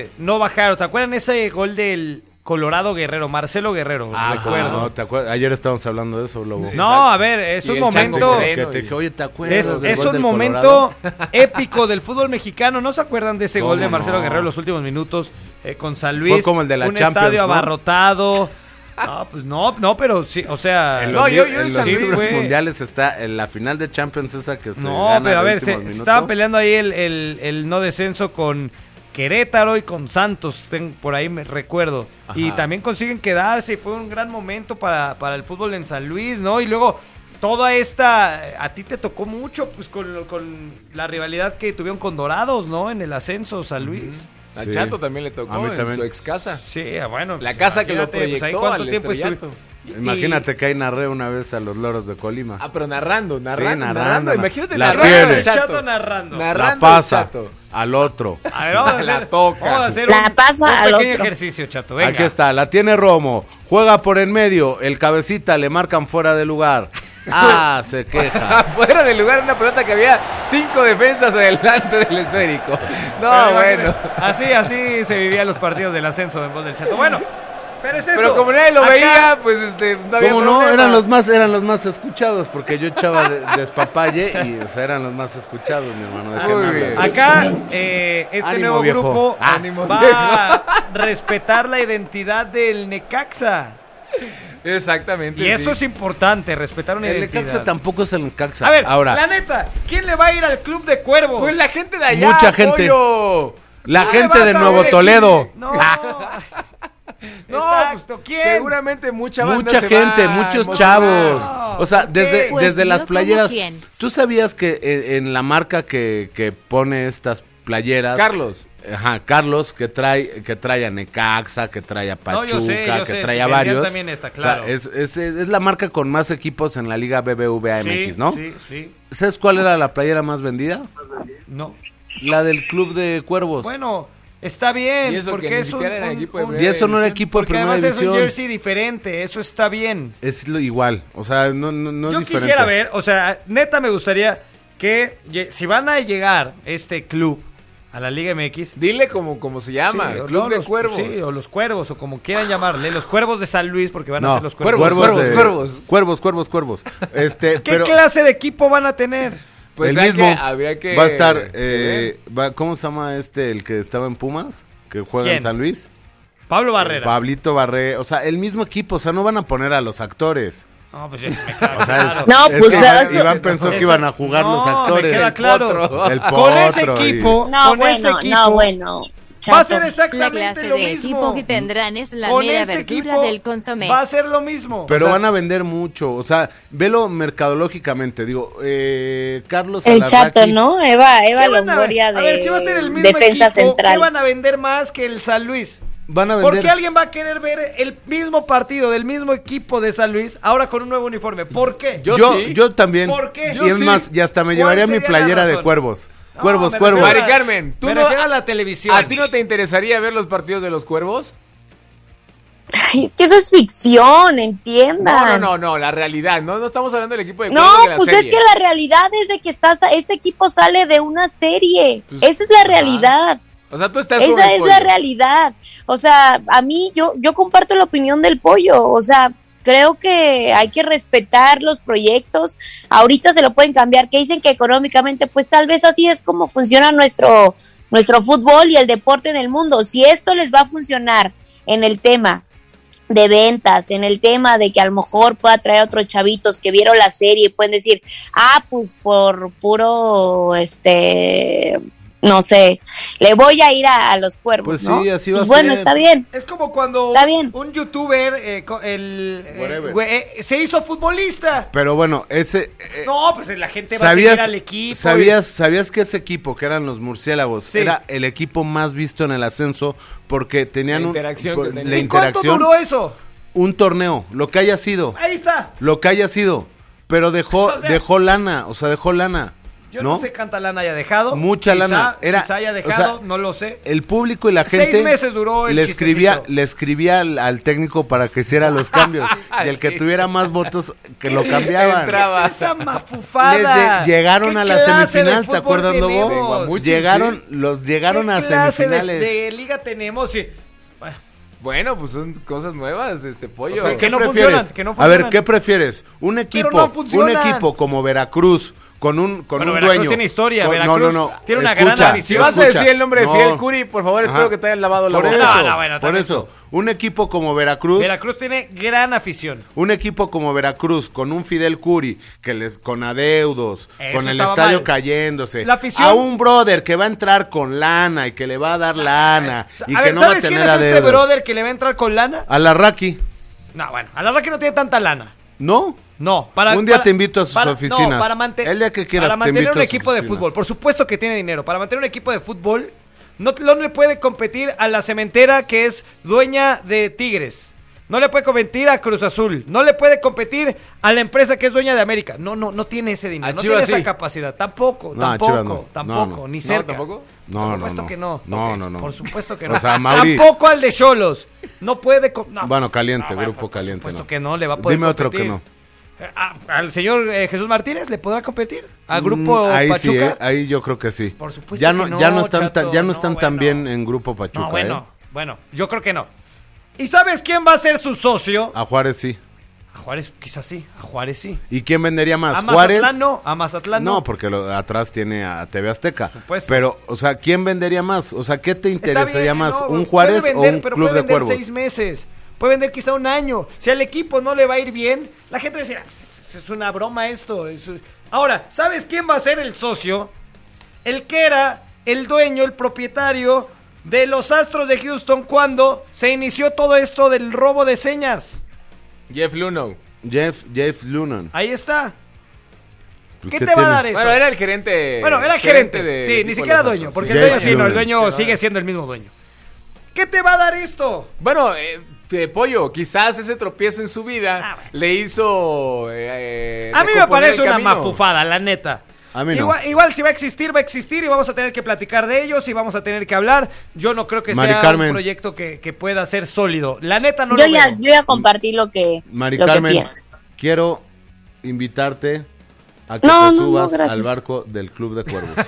S4: eh, no bajaron, ¿te acuerdan ese gol del Colorado Guerrero, Marcelo Guerrero,
S2: Ah,
S4: recuerdo.
S9: Ah, No, ¿te acuerdas? Ayer estábamos hablando de eso, Lobo.
S4: No, a ver, es
S9: Y
S4: un
S9: el Chango
S4: momento.
S9: Moreno, que te dije, "Oye, ¿te acuerdas
S4: Es,
S9: del
S4: es
S9: gol
S4: un
S9: del
S4: momento
S9: Colorado?" <laughs>
S4: épico del fútbol mexicano. ¿No se acuerdan de ese gol de
S9: ¿Cómo
S4: Marcelo
S9: no?
S4: Guerrero en los últimos minutos eh, con San Luis?
S9: como el de la
S4: un
S9: Champions,
S4: estadio
S9: ¿no?
S4: abarrotado. No, pues no, no, pero sí, o sea,
S9: En los,
S4: no,
S9: li- en los
S4: sí,
S9: libros
S4: güey.
S9: mundiales está en la final de Champions esa que se
S4: No,
S9: gana
S4: pero a
S9: de
S4: ver, se,
S9: último
S4: estaban
S9: minuto.
S4: peleando ahí el, el- el no descenso con Querétaro y con Santos, ten- por ahí me recuerdo. Y
S9: Ajá.
S4: también consiguen quedarse y fue un gran momento para, para el fútbol en San Luis, ¿no? Y luego toda esta, a ti te tocó mucho pues con, lo- con la rivalidad que tuvieron con Dorados, ¿no? En el ascenso San Luis.
S2: Al Sí. Chato también le tocó A mí en también. su ex casa.
S4: Sí, bueno.
S2: La
S4: pues,
S2: casa que lo
S4: imagínate, pues,
S2: proyectó
S4: ahí cuánto
S2: al
S4: tiempo estuvi-
S2: estrellato.
S4: Y-
S9: <laughs> Imagínate que ahí narré una vez a los loros de Colima.
S2: Ah, pero narrando, narrando, narrando.
S9: narrando,
S2: Imagínate
S9: la
S2: narrando
S9: tiene.
S2: al Chato.
S4: Chato narrando.
S2: Narrando
S9: la
S2: al
S9: pasa
S2: Chato.
S9: al otro.
S4: A ver, vamos
S2: <laughs>
S4: a
S2: La
S4: hacer,
S2: toca.
S4: vamos a hacer
S7: La
S4: un,
S7: pasa
S4: un
S7: al
S4: pequeño
S7: otro.
S4: ejercicio, Chato, ¿eh? venga.
S9: Aquí está, la tiene Romo. Juega por en medio, el cabecita le marcan fuera de
S2: <laughs>
S9: lugar. Ah, se queja.
S2: Afuera del lugar una pelota que había cinco defensas adelante
S9: <laughs>
S2: del esférico. No,
S4: Pero
S2: bueno.
S4: imagínate, Así,
S2: <laughs>
S4: así se vivían los partidos del ascenso en voz del Chato. Bueno, pero es eso.
S2: Pero como nadie lo
S4: Acá-
S2: veía, pues este, no había
S9: ¿Cómo no?
S2: problema.
S9: Eran los más, eran los más escuchados, porque yo echaba de- despapalle y o sea, eran los más escuchados, mi hermano. ¿De qué me hablas?
S4: Acá, eh, este
S9: Ánimo,
S4: nuevo
S9: viejo.
S4: grupo
S9: Ah.
S4: va a respetar la identidad del Necaxa.
S2: Exactamente.
S4: Y eso es importante, respetar una
S9: El
S4: identidad.
S9: Necaxa tampoco es el Necaxa.
S4: A ver,
S9: Ahora,
S4: la neta, ¿quién le va a ir al Club de Cuervos?
S2: Pues la gente de allá.
S9: mucha gente.
S2: pollo.
S9: La
S2: ¿Qué
S9: gente
S2: le
S9: de
S2: vas a
S9: Nuevo
S2: ver aquí?
S9: Toledo. <laughs>
S4: No.
S2: No,
S4: Exacto,
S2: pues,
S4: ¿quién?
S2: Seguramente mucha banda
S9: Mucha
S2: se
S9: gente,
S2: va a
S9: muchos
S2: emocionar.
S9: chavos. O sea,
S2: ¿Por
S9: desde,
S2: qué?
S9: desde las
S2: yo Pues, como
S9: playeras.
S2: quién.
S9: ¿Tú sabías que en, en la marca que, que pone estas playeras.
S2: Carlos.
S9: Ajá, Carlos, que trae, que trae a Necaxa, que trae a
S4: No,
S9: Pachuca,
S4: yo sé, yo
S9: que
S4: sé,
S9: trae
S4: sí,
S9: a
S4: vendían
S9: varios.
S4: también esta,
S9: O sea,
S4: claro.
S9: es, es- es la marca con más equipos en la Liga BBVA
S4: Sí,
S9: MX, ¿no?
S4: Sí, sí.
S9: ¿Sabes cuál era la playera más vendida?
S4: No.
S9: La del Club de Cuervos.
S4: Bueno, está bien,
S2: Y eso
S4: porque
S2: que ni
S4: es un,
S2: siquiera era
S4: un-
S2: equipo de
S4: un-
S9: y eso no era equipo de
S4: pues, porque
S9: primera
S4: además es
S9: división.
S4: un jersey diferente, eso está bien.
S9: Es lo igual. O sea, no, no, no es
S4: Yo
S9: diferente.
S4: quisiera ver, o sea, neta me gustaría que lle- si van a llegar este club a la Liga MX,
S2: Dile como, como se llama,
S4: sí, o
S2: Club
S4: no,
S2: de
S4: los-
S2: Cuervos.
S4: sí, o los cuervos, o como quieran llamarle, los cuervos de San Luis, porque van a ser los cuervos.
S9: cuervos, cuervos,
S2: de-
S9: cuervos, cuervos, cuervos,
S4: <laughs>
S9: cuervos. Este,
S4: ¿Qué
S9: pero
S4: clase de equipo van a tener?
S2: Pues
S9: el
S2: hay
S9: mismo
S2: que- habría que-
S9: va a estar,
S2: que
S9: eh, va- ¿cómo se llama este el que estaba en Pumas, que juega
S4: ¿Quién?
S9: en San Luis?
S4: Pablo Barrera.
S9: Pablito Barré, o sea, el mismo equipo, o sea, no van a poner a los actores.
S4: No, pues ya se me queda
S9: O sea,
S4: claro.
S9: es- es
S7: pues,
S9: que Iván, Iván pensó que iban a jugar
S4: No,
S9: los
S4: me
S9: actores.
S4: queda
S9: El
S4: claro.
S9: potro. El
S4: Con ese
S9: potro y-
S4: equipo,
S7: No,
S4: con este
S7: bueno,
S4: equipo,
S7: no, bueno.
S4: va a
S7: Chato.
S4: ser exactamente
S5: la clase
S4: lo
S5: de
S4: mismo.
S5: equipo que tendrán es la
S4: Con
S5: mera
S4: este
S5: verdura
S4: equipo
S5: del consomé.
S4: Va a ser lo mismo.
S9: Pero
S4: O sea,
S9: van a vender mucho, o sea, velo mercadológicamente, digo, eh, Carlos
S7: El
S9: Alarraqui-
S7: chato, ¿no? Eva, Eva
S4: ¿qué van a-
S7: Longoria de
S4: a ver, si va a ser el mismo
S7: defensa
S4: equipo, ¿Qué
S7: central.
S4: van a vender más que el San Luis?
S9: Van a vender.
S4: ¿Por qué alguien va a querer ver el mismo partido del mismo equipo de San Luis ahora con un nuevo uniforme? ¿Por qué?
S9: Yo, yo también.
S4: ¿Por qué?
S9: Y es más, y hasta me llevaría mi playera de cuervos. Cuervos, cuervos.
S2: Mari Carmen, tú
S4: me
S2: no-
S4: refiero a la televisión.
S2: ¿A ti no te interesaría ver los partidos de los cuervos?
S7: Ay, es que eso es ficción, entiendan.
S2: No, no, no, no, la realidad. No, no estamos hablando del equipo de
S7: No,
S2: cuervos de la
S7: pues es
S2: serie.
S7: que la realidad es de que estás, este equipo sale de una serie.
S2: Pues,
S7: Esa es la
S2: ajá.
S7: realidad.
S2: O sea, tú estás con
S7: Esa
S2: el
S7: es
S2: pollo.
S7: la realidad. O sea, a mí yo, yo comparto la opinión del pollo. O sea, creo que hay que respetar los proyectos. Ahorita se lo pueden cambiar. Que dicen que económicamente, pues tal vez así es como funciona nuestro, nuestro fútbol y el deporte en el mundo. Si esto les va a funcionar en el tema de ventas, en el tema de que a lo mejor pueda traer a otros chavitos que vieron la serie y pueden decir, ah, pues por puro, este, no sé, le voy a ir a, a los cuervos.
S9: Pues sí,
S7: ¿no?
S9: así va
S7: Pues
S9: a
S7: bueno,
S9: ser.
S7: está bien.
S4: Es como cuando
S7: Está bien.
S4: un youtuber eh, co- el, eh,
S9: Whatever.
S4: güey, eh, se hizo futbolista.
S9: Pero bueno, ese.
S4: no, pues la gente va a seguir
S9: ¿Sabías,
S4: al equipo.
S9: ¿sabías, ¿Sabías que ese equipo, que eran los murciélagos,
S4: Sí.
S9: era el equipo más visto en el ascenso porque tenían
S2: La
S9: un-
S2: interacción
S9: por-
S2: que tenían.
S9: la
S4: ¿Y cuánto
S9: interacción,
S4: duró eso?
S9: un torneo, lo que haya sido,
S4: Ahí está.
S9: lo que haya sido, pero dejó,
S4: <laughs> O sea-
S9: dejó lana, o sea, dejó lana,
S4: Yo no,
S9: ¿no?
S4: sé cuánta lana haya dejado.
S9: Mucha
S4: Quizá-
S9: lana. Era-
S4: quizá
S9: o
S4: haya
S9: sea,
S4: dejado, no lo sé.
S9: el público y la
S4: Seis
S9: gente
S4: meses duró el
S9: le escribía
S4: chistecito.
S9: le escribía al, al técnico para que hiciera
S4: <laughs>
S9: los cambios y el que
S2: Sí.
S9: tuviera más votos que lo
S4: Sí,
S9: cambiaban
S2: entraba.
S4: ¿Qué es esa
S9: Les
S4: mafufada?
S9: lle- llegaron
S4: ¿Qué
S9: a la
S4: clase de
S9: semifinal te
S4: fútbol
S9: acuerdas
S4: tenemos?
S9: Lobo llegaron los
S4: ¿Qué
S9: llegaron a
S4: clase de-
S9: semifinales
S4: De, liga tenemos? Sí. Bueno,
S2: Bueno, pues son cosas nuevas, este pollo.
S9: O sea, ¿qué prefieres? A ver, ¿qué prefieres? Un equipo,
S2: no
S9: un
S2: funcionan.
S9: equipo como Veracruz con un con
S2: Bueno,
S9: un
S2: Veracruz
S9: dueño.
S2: tiene historia,
S9: con-
S2: Veracruz
S9: no, no, no.
S2: tiene una
S9: escucha,
S2: gran afición. Si vas a
S9: escucha.
S2: decir el nombre de Fidel Curi, por favor, espero
S9: Ajá.
S2: que te hayan lavado la
S9: por
S2: boca.
S9: Eso,
S2: No, no, bueno,
S9: por
S2: también
S9: eso, un equipo como Veracruz,
S4: Veracruz tiene gran afición.
S9: un equipo como Veracruz con un Fidel Curi que les con adeudos,
S4: Eso
S9: con el
S4: estaba
S9: estadio
S4: mal.
S9: cayéndose,
S4: La afición-
S9: a un brother que va a entrar con lana y que le va a dar lana y
S4: Ah, a
S9: que
S4: ver,
S9: no va a
S4: ¿sabes quién
S9: tener
S4: es este
S9: adeudos.
S4: brother que le va a entrar con lana?
S9: A la Raki,
S4: No, bueno, a la verdad que no tiene tanta lana.
S9: ¿no?
S4: No, para-
S9: un día
S4: para-
S9: te invito a sus
S4: para- no,
S9: oficinas.
S4: para mante-
S9: el día que quieras
S4: Para
S9: te
S4: mantener
S9: invito
S4: un
S9: a sus
S4: equipo de
S9: oficinas.
S4: fútbol, por supuesto que tiene dinero. Para mantener un equipo de fútbol, no, no le puede competir a la cementera que es dueña de Tigres. No le puede competir a Cruz Azul. No le puede competir a la empresa que es dueña de América. No, no, no tiene ese dinero.
S2: A
S4: no
S2: Chivas
S4: tiene
S2: sí.
S4: esa capacidad. Tampoco,
S9: No, a
S4: tampoco,
S9: Chivas no.
S4: tampoco,
S9: No, no.
S4: ni
S9: No,
S4: cerca.
S2: tampoco.
S9: No,
S4: por
S9: no,
S4: supuesto
S9: no.
S4: que no.
S9: No,
S4: Ok,
S9: no, no.
S4: Por supuesto que
S9: O
S4: no.
S9: sea, Mauri-
S4: Tampoco al de Cholos. No puede. co- no.
S9: Bueno, caliente,
S4: No, bueno,
S9: grupo caliente.
S4: supuesto
S9: no.
S4: que no, le va a poder
S9: Dime otro que
S4: competir.
S9: no.
S4: ¿A- ¿Al señor eh, Jesús Martínez le podrá competir? ¿Al grupo
S9: Mm, ahí sí,
S4: Pachuca?
S9: ¿eh? ahí yo creo que sí.
S4: Por supuesto
S9: ya no,
S4: que no,
S9: ya no están,
S4: chato,
S9: tan, ya no
S4: no,
S9: están tan bien en grupo Pachuca.
S4: no, bueno,
S9: ¿eh?
S4: bueno, yo creo que no. ¿Y sabes quién va a ser su socio?
S9: A Juárez sí.
S4: A Juárez, quizás sí, a Juárez sí.
S9: ¿Y quién vendería más?
S4: A
S9: Juárez.
S4: Mazatlán no, a Mazatlán no.
S9: No, porque lo- atrás tiene a TV Azteca.
S4: supuesto.
S9: Pero, o sea, ¿quién vendería más? O sea, ¿qué te
S4: Está
S9: interesaría
S4: bien,
S9: más?
S4: no,
S9: ¿Un
S4: puede
S9: Juárez
S4: vender,
S9: o un
S4: pero
S9: club
S4: puede
S9: de
S4: vender
S9: cuervos?
S4: seis meses, puede vender quizá un año. Si al equipo no le va a ir bien, la gente va a decir, "Ah, pues, es- es una broma esto. es- Ahora, ¿sabes quién va a ser el socio? El que era el dueño, el propietario de los Astros de Houston cuando se inició todo esto del robo de señas.
S2: Jeff Luno.
S9: Jeff, Jeff Lunan.
S4: Ahí está.
S9: Pues,
S4: ¿Qué te va a
S9: tiene?
S4: dar eso?
S2: Bueno, era el gerente.
S4: Bueno, era gerente.
S2: de-
S4: sí,
S2: equipo
S4: ni
S2: de
S4: siquiera
S2: los
S4: dueño,
S2: Astros,
S4: porque
S2: sí.
S4: el
S9: Jake
S4: dueño sí, no, el
S9: Lurie.
S4: dueño sigue siendo el mismo dueño. ¿Qué te va a dar esto?
S2: Bueno, eh, eh, Pollo, quizás ese tropiezo en su vida le hizo. eh, eh,
S4: Ah, A mí me
S2: recomponer
S4: parece
S2: el
S4: una
S2: camino.
S4: mafufada, la neta.
S9: A mí no.
S4: Igual, igual si va a existir, va a existir y vamos a tener que platicar de ellos y vamos a tener que hablar. Yo no creo que
S9: Mari
S4: sea
S9: Carmen.
S4: un proyecto que, que pueda ser sólido. La neta no
S7: yo,
S4: lo
S7: ya,
S4: veo.
S7: yo ya compartí lo que,
S9: Mari
S7: lo que
S9: Carmen,
S7: pienso.
S9: quiero invitarte a que
S7: No,
S9: te
S7: no, no,
S9: subas al
S7: gracias.
S9: barco del club de cuervos.
S4: <laughs>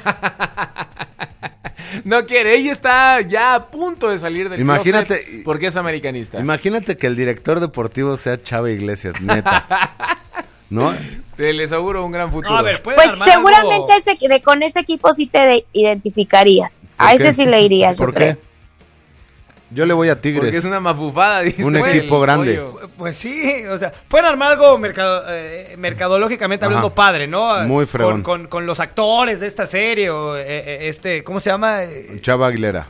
S2: No quiere, ella está ya a punto de salir del
S9: Imagínate-
S2: closet porque es americanista.
S9: Imagínate que el director deportivo sea Chava Iglesias,
S7: <laughs>
S4: Ah,
S9: neta. ¿No?
S2: Te les auguro un gran futuro.
S4: a ver, pueden
S7: Pues
S4: armar
S7: seguramente
S4: algo.
S7: ese, de, con ese equipo sí te de- identificarías. A
S9: ¿Por qué?
S7: ese sí le irías, yo
S9: ¿Por
S7: creo.
S9: qué? Yo le voy a
S2: porque
S9: Tigres.
S2: es una mafufada, dice
S9: Un
S2: el
S9: equipo grande.
S2: Pollo.
S4: Pues sí, o sea, pueden armar algo mercado- eh, mercadológicamente
S9: Ajá.
S4: hablando padre, ¿no?
S9: Muy fregón.
S4: con, con, con los actores de esta serie o eh, eh, este, ¿cómo se llama? Eh,
S9: Chava Aguilera.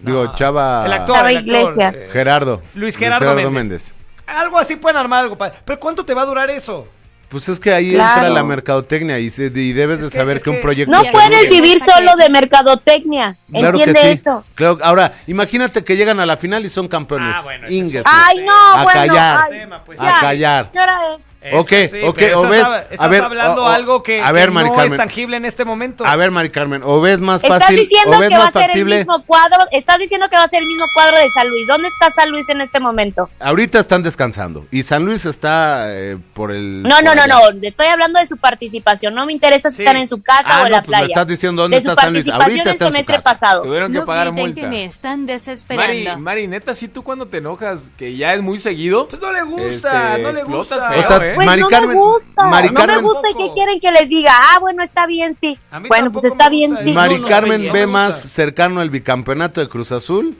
S9: Digo, Chava.
S4: El actor.
S7: Chava
S4: el actor,
S7: Iglesias.
S4: eh,
S9: Gerardo.
S4: Luis Gerardo Méndez. algo así pueden armar algo padre. Pero ¿cuánto te va a durar eso?
S9: Pues es que ahí
S7: Claro.
S9: entra la mercadotecnia y, se- y debes de saber que, un proyecto.
S7: No
S9: te
S7: puedes
S9: dure.
S7: vivir solo de mercadotecnia.
S9: Claro que
S7: Entiende
S9: sí.
S7: eso.
S9: Claro, ahora, imagínate que llegan a la final y son campeones.
S4: Ah, bueno, ese es
S9: Ingues.
S7: Ay, no,
S9: A
S7: bueno.
S9: callar.
S7: ay,
S4: Tema, pues.
S9: a callar.
S7: ¿Qué hora es?
S4: Eso
S9: ok,
S4: sí,
S9: Eh, ok,
S4: pero
S9: o
S4: estás
S9: ves.
S4: hab-
S9: a
S4: estás
S9: ver,
S4: hablando
S9: o- o-
S4: algo que,
S9: a ver,
S4: que
S9: Mari
S4: no es
S9: Carmen,
S4: tangible en este momento.
S9: A ver, Mari Carmen, o ves más fácil.
S7: Estás diciendo
S9: o ves
S7: que va a
S9: más
S7: ser el
S9: factible.
S7: mismo cuadro. Estás diciendo que va a ser el mismo cuadro de San Luis. ¿Dónde está San Luis en este momento?
S9: Ahorita están descansando y San Luis está eh, por el.
S7: No, no,
S9: por
S7: no,
S9: allá.
S7: no. Estoy hablando de su participación. No me interesa si
S4: Sí.
S7: están en su casa
S9: Ah,
S7: o en
S9: no,
S7: la
S9: pues me
S7: playa.
S9: estás diciendo dónde
S7: de su
S9: está San Luis.
S7: participación
S9: Ahorita
S7: el
S9: está en su
S7: semestre
S9: casa.
S7: pasado.
S2: Tuvieron que
S5: No
S2: pagar
S5: griten que
S2: multa.
S5: me están desesperando.
S2: Mari, Mari, neta, si tú cuando te enojas, que ya es muy seguido.
S4: Pues no le gusta,
S2: este,
S4: no le
S2: explotas
S4: gusta.
S2: feo,
S9: O sea,
S2: ¿eh?
S7: Pues
S9: Mari
S7: no
S9: Carmen-
S7: me gusta.
S9: Mari
S7: no me
S9: Carmen-
S7: gusta. ¿Y qué
S4: Tampoco.
S7: quieren que les diga? Ah, bueno, está bien, sí.
S4: A mí
S7: Bueno, pues
S4: tampoco
S7: está
S4: me
S7: bien,
S4: gusta.
S7: sí.
S9: Mari
S4: No, no,
S9: Carmen
S4: no me
S9: ve
S4: gusta.
S9: más cercano el bicampeonato de Cruz Azul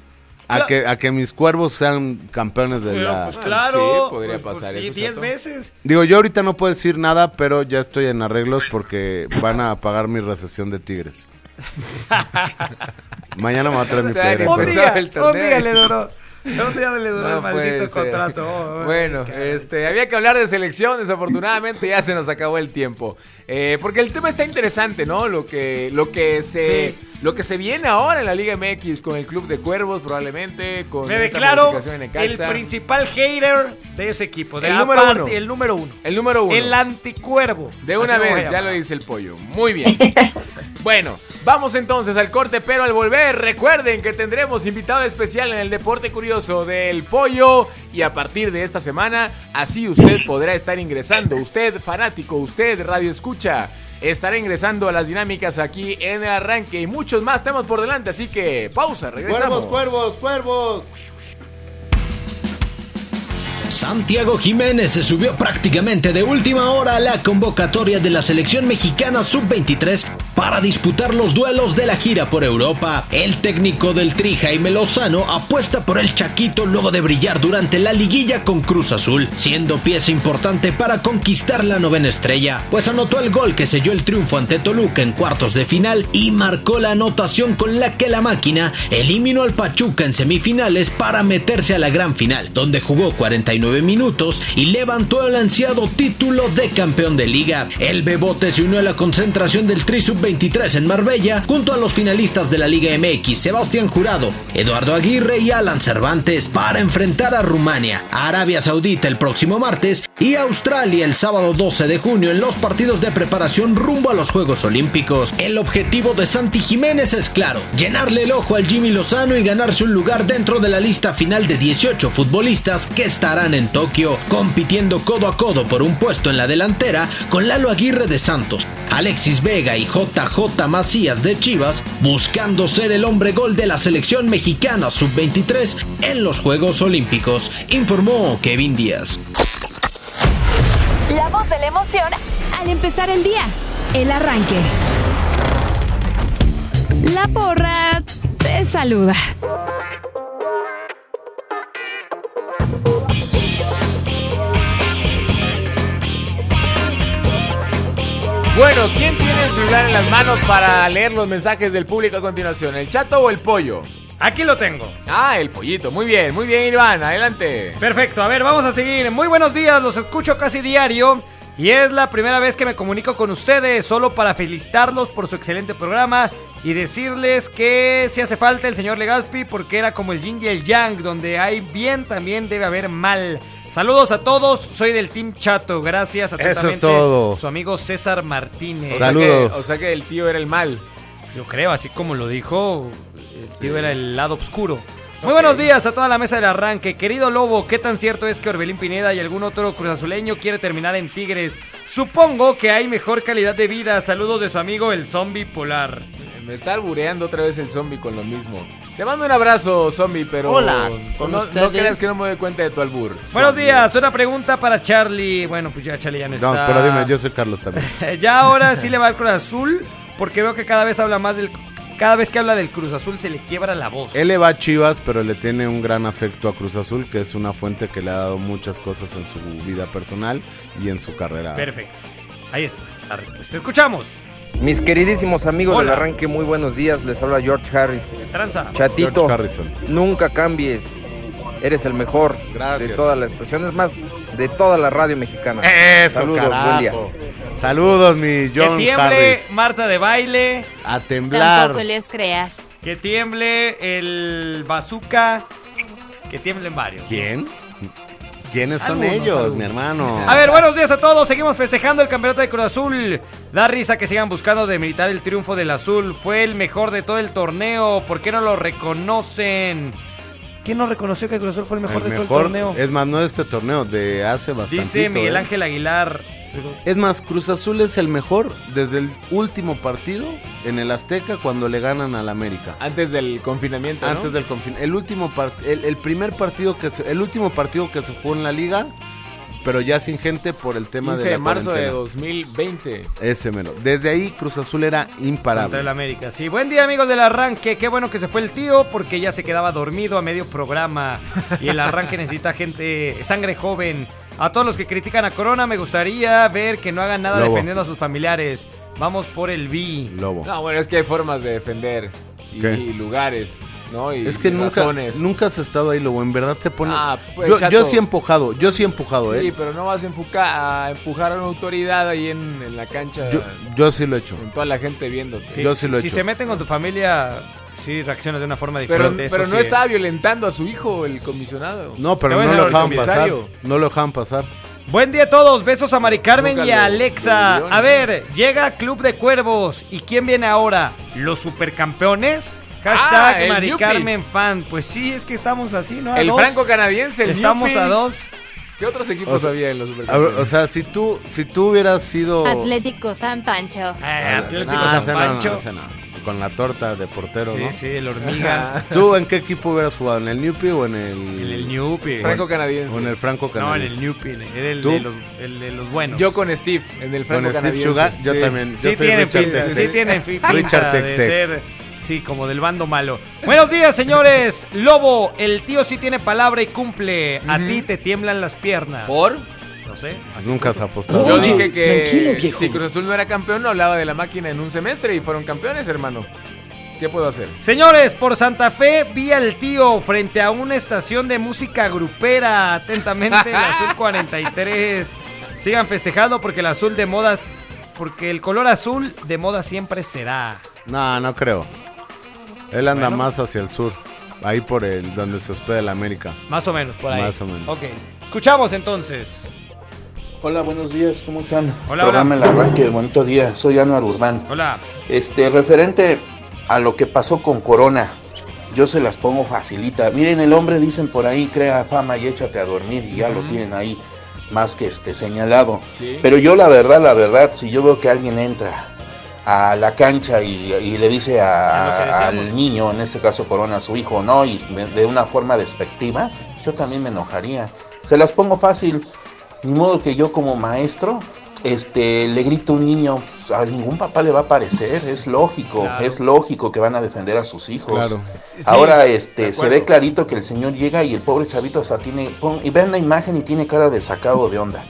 S9: a, que, a que mis cuervos sean campeones de
S4: Pero,
S9: la.
S4: pues claro.
S2: Sí, podría
S4: pues,
S2: pasar
S4: pues,
S2: eso,
S4: Diez
S2: chato.
S4: veces.
S9: Digo, yo ahorita no puedo decir nada, pero ya estoy en arreglos porque van a pagar mi recesión de Tigres.
S4: <laughs>
S9: Mañana me va a traer mi
S2: Te van a
S9: playera.
S4: Un
S2: Empezó
S9: pero-
S4: día,
S2: el
S4: un
S2: torneo.
S4: día le duró. Un día le duró
S2: No
S4: el maldito
S2: puede ser. <laughs>
S4: contrato. Oh, oh,
S2: bueno, este, había que hablar de selección, desafortunadamente ya se nos acabó el tiempo. Eh, porque el tema está interesante, ¿no? Lo que, lo que se.
S4: Sí.
S2: Lo que se viene ahora en la Liga MX con el Club de Cuervos, probablemente, con
S4: Me
S2: esta
S4: declaro
S2: modificación en
S4: el
S2: Necaxa.
S4: principal hater de ese equipo. De
S2: El
S4: la
S2: número
S4: parte-
S2: uno.
S4: El número uno.
S2: El número uno.
S4: El anticuervo.
S2: De una
S4: Así me voy
S2: vez,
S4: a
S2: ya
S4: llamar.
S2: lo dice el pollo. Muy
S4: <laughs>
S2: bien. Bueno, vamos entonces al corte, pero al volver, recuerden que tendremos invitado especial en el Deporte Curioso del Pollo. Y a partir de esta semana, así usted podrá estar ingresando. Usted, fanático, usted, radio escucha, estará ingresando a las dinámicas aquí en el arranque y muchos más temas por delante. Así que pausa, regresamos.
S9: Cuervos, cuervos, cuervos.
S6: Santiago Jiménez se subió prácticamente de última hora a la convocatoria de la selección mexicana sub-23 para disputar los duelos de la gira por Europa. El técnico del Tri Jaime Lozano apuesta por el Chaquito luego de brillar durante la liguilla con Cruz Azul, siendo pieza importante para conquistar la novena estrella, pues anotó el gol que selló el triunfo ante Toluca en cuartos de final y marcó la anotación con la que la máquina eliminó al Pachuca en semifinales para meterse a la gran final, donde jugó 49 minutos y levantó el ansiado título de campeón de liga. El Bebote se unió a la concentración del Tri Sub-23 en Marbella junto a los finalistas de la Liga MX, Sebastián Jurado, Eduardo Aguirre y Alan Cervantes, para enfrentar a Rumania, a Arabia Saudita el próximo martes y Australia el sábado 12 de junio en los partidos de preparación rumbo a los Juegos Olímpicos. El objetivo de Santi Jiménez es claro, llenarle el ojo al Jimmy Lozano y ganarse un lugar dentro de la lista final de 18 futbolistas que estarán en Tokio, compitiendo codo a codo por un puesto en la delantera con Lalo Aguirre de Santos, Alexis Vega y JJ Macías de Chivas, buscando ser el hombre gol de la selección mexicana sub-23 en los Juegos Olímpicos, informó Kevin Díaz.
S1: La voz de la emoción al empezar el día. El arranque. La porra te saluda.
S2: Bueno, ¿quién tiene el celular en las manos para leer los mensajes del público a continuación? ¿El chato o el pollo?
S4: Aquí lo tengo.
S2: Ah, el pollito. Muy bien, muy bien, Iván. Adelante.
S4: Perfecto, a ver, vamos a seguir. Muy buenos días, los escucho casi diario. Y es la primera vez que me comunico con ustedes, solo para felicitarlos por su excelente programa y decirles que si hace falta el señor Legaspi, porque era como el yin y el yang, donde hay bien también debe haber mal. Saludos a todos, soy del Team Chato, gracias a
S9: Eso es todo.
S4: su amigo César Martínez.
S2: O sea que- o sea que el tío era el mal.
S4: Yo creo, así como lo dijo, el tío era el lado oscuro. Muy buenos días a toda la mesa del arranque. Querido Lobo, ¿qué tan cierto es que Orbelín Pineda y algún otro cruzazuleño quiere terminar en Tigres? Supongo que hay mejor calidad de vida. Saludos de su amigo el zombie polar.
S2: Me está albureando otra vez el zombie con lo mismo. Te mando un abrazo, zombie, pero.
S4: Hola,
S2: No,
S4: con
S2: no
S4: ustedes.
S2: creas que no me doy cuenta de tu albur.
S4: Buenos días, una pregunta para Charlie. Bueno, pues ya Charlie ya no,
S9: No,
S4: está.
S9: pero dime, yo soy Carlos también.
S4: <laughs> Ya ahora sí le va al Cruz Azul, porque veo que cada vez habla más del... Cada vez que habla del Cruz Azul se le quiebra la voz.
S9: Él le va a Chivas, pero le tiene un gran afecto a Cruz Azul, que es una fuente que le ha dado muchas cosas en su vida personal y en su carrera.
S4: Perfecto. Ahí está la respuesta. Escuchamos.
S23: Mis queridísimos amigos
S4: Hola.
S23: del arranque, muy buenos días. Les habla George Harris.
S4: Tranza.
S23: Chatito,
S9: George Harrison.
S23: nunca cambies. Eres el mejor
S9: Gracias.
S23: de toda la expresión, es más, de toda la radio mexicana.
S9: Eso,
S23: Saludos, buen día.
S9: carajo. Saludos, mi
S4: que
S9: John
S4: tiemble
S9: Harris.
S4: Marta de baile.
S9: A temblar.
S5: Tampoco les creas.
S4: Que tiemble el bazooka. Que tiemblen varios.
S9: ¿Quién? ¿Quiénes son
S4: Algunos,
S9: ellos,
S4: algunos.
S9: mi hermano?
S4: A ver, buenos días a todos. Seguimos festejando el campeonato de Cruz Azul. Da risa que sigan buscando demilitar el triunfo del Azul. Fue el mejor de todo el torneo. ¿Por qué no lo reconocen? ¿Quién no reconoció que Cruz Azul fue el mejor
S9: El
S4: de todo
S9: mejor,
S4: el torneo?
S9: es más, no de este torneo, de hace bastante.
S4: Dice
S9: ¿eh?
S4: Miguel Ángel Aguilar.
S9: Es más, Cruz Azul es el mejor desde el último partido en el Azteca cuando le ganan al América.
S2: Antes del confinamiento. ¿no?
S9: Antes del confinamiento. El último part- el, el primer partido que se, el último partido que se jugó en la liga, pero ya sin gente por el tema
S2: 15
S9: de
S2: de
S9: la
S2: marzo de
S9: cuarentena.
S2: 2020.
S9: Ese menos. Desde ahí Cruz Azul era
S4: Contra el
S9: imparable.
S4: América, sí. Buen día, amigos del arranque. Qué bueno que se fue el tío porque ya se quedaba dormido a medio programa. Y el arranque necesita gente, sangre joven. A todos los que critican a Corona, me gustaría ver que no hagan nada
S2: Lobo.
S4: defendiendo a sus familiares. Vamos por el B.
S9: Lobo.
S2: No, bueno, es que hay formas de defender. Y,
S9: ¿Qué?
S2: y lugares, ¿no? Y,
S9: Es que
S2: y
S9: nunca,
S2: razones.
S9: nunca has estado ahí, Lobo. En verdad se pone.
S2: Ah, pues,
S9: yo,
S2: chato.
S9: yo sí he empujado, yo sí he empujado,
S2: Sí,
S9: ¿eh?
S2: pero no vas a, enfoca- a empujar a una autoridad ahí en, en la cancha.
S9: Yo, yo sí lo he hecho.
S2: Con toda la gente viéndote.
S9: Sí, Yo sí lo he
S4: si
S9: hecho.
S4: se meten con tu familia, sí reaccionas de una forma
S2: Pero,
S4: diferente. eso
S2: pero no
S4: sí. eh.
S2: estaba violentando a su hijo, el comisionado.
S9: No,
S4: Te
S9: pero
S4: voy a
S9: no
S4: decir
S9: lo
S4: algo,
S9: dejaban pasar.
S4: comisario.
S9: No lo dejaban pasar.
S4: Buen día a todos, besos a Mari Carmen
S9: Nunca
S4: y a
S9: lo-
S4: Alexa.
S9: lo vio,
S4: a
S9: ¿no?
S4: ver, llega Club de Cuervos. ¿Y quién viene ahora? ¿Los supercampeones? Hashtag
S2: Ah, el
S4: Mari
S2: Yupi.
S4: Carmen fan. Pues sí, es que estamos así,
S9: Ah,
S4: ¿no? A
S2: El
S4: dos.
S2: franco canadiense, el
S4: Estamos
S2: Yupi.
S4: a dos.
S2: ¿Qué otros equipos
S9: O sea,
S2: había en los
S9: A ver,
S2: supercampeones?
S9: o sea, si
S4: Oh.
S9: tú, si tú hubieras sido.
S5: Atlético San Pancho.
S4: Eh.
S9: Ah, no, no, no, ese no, ese no. con la torta de portero,
S4: Sí,
S9: ¿no?
S4: sí, el hormiga.
S9: Ajá. <laughs> ¿Tú en qué equipo hubieras jugado? ¿En el Newpi o en el...?
S4: En el Newpi.
S2: Franco canadiense.
S9: O en el Franco
S4: No, en
S9: canadiense.
S4: el Newpi, era el
S9: ¿Tú?
S4: de, los, el de los buenos.
S2: Yo con Steve, en el franco
S9: Con Steve
S2: canadiense.
S9: Sugar, yo también. Yo
S4: sí,
S9: soy
S4: tiene
S9: Richard
S4: pinta,
S9: Textex.
S4: sí tiene fi- pinta
S9: Richard
S4: de
S9: Textex.
S4: ser, sí, como del bando malo. Buenos días, señores. Lobo, el tío sí tiene palabra y cumple. A ti te tiemblan las piernas.
S2: ¿Por?
S4: No sé.
S9: Nunca se ha apostado.
S2: Yo dije que
S4: Tranquilo, viejo.
S2: si Cruz Azul no era campeón, no hablaba de la máquina en un semestre y fueron campeones, hermano. ¿Qué puedo hacer?
S4: Señores, por Santa Fe vi al tío frente a una estación de música grupera. Atentamente,
S9: <laughs>
S4: el azul 43. Sigan festejando porque el azul de moda, porque el color azul de moda siempre será.
S9: No, no creo. Él anda
S4: Bueno.
S9: más hacia el sur. Ahí por el donde se hospeda el América.
S4: Más o menos, por ahí.
S9: Más o menos.
S4: Ok. Escuchamos entonces.
S8: Hola, buenos días, ¿cómo están?
S4: Hola,
S8: Programa
S4: hola.
S8: El Arranque, bonito día, soy Anuar Urbán.
S4: Hola.
S8: Este, referente a lo que pasó con Corona, yo se las pongo facilita. Miren, el hombre dicen por ahí, crea fama y échate a dormir, y ya lo tienen ahí más que este señalado.
S10: Sí.
S8: Pero yo la verdad, la verdad, si yo veo que alguien entra a la cancha y, y le dice a- al niño, en este caso Corona, a su hijo, ¿no? Y de, de una forma despectiva, yo también me enojaría. Se las pongo fácil. Ni modo que yo como maestro, este, le grito a un niño, pues, a ningún papá le va a parecer, es lógico,
S10: Claro.
S8: es lógico que van a defender a sus hijos.
S10: Claro. Sí,
S8: Ahora,
S10: de
S8: este, se
S10: acuerdo.
S8: ve clarito que el señor llega y el pobre chavito hasta tiene, pon- y vean la imagen y tiene cara de sacado de onda,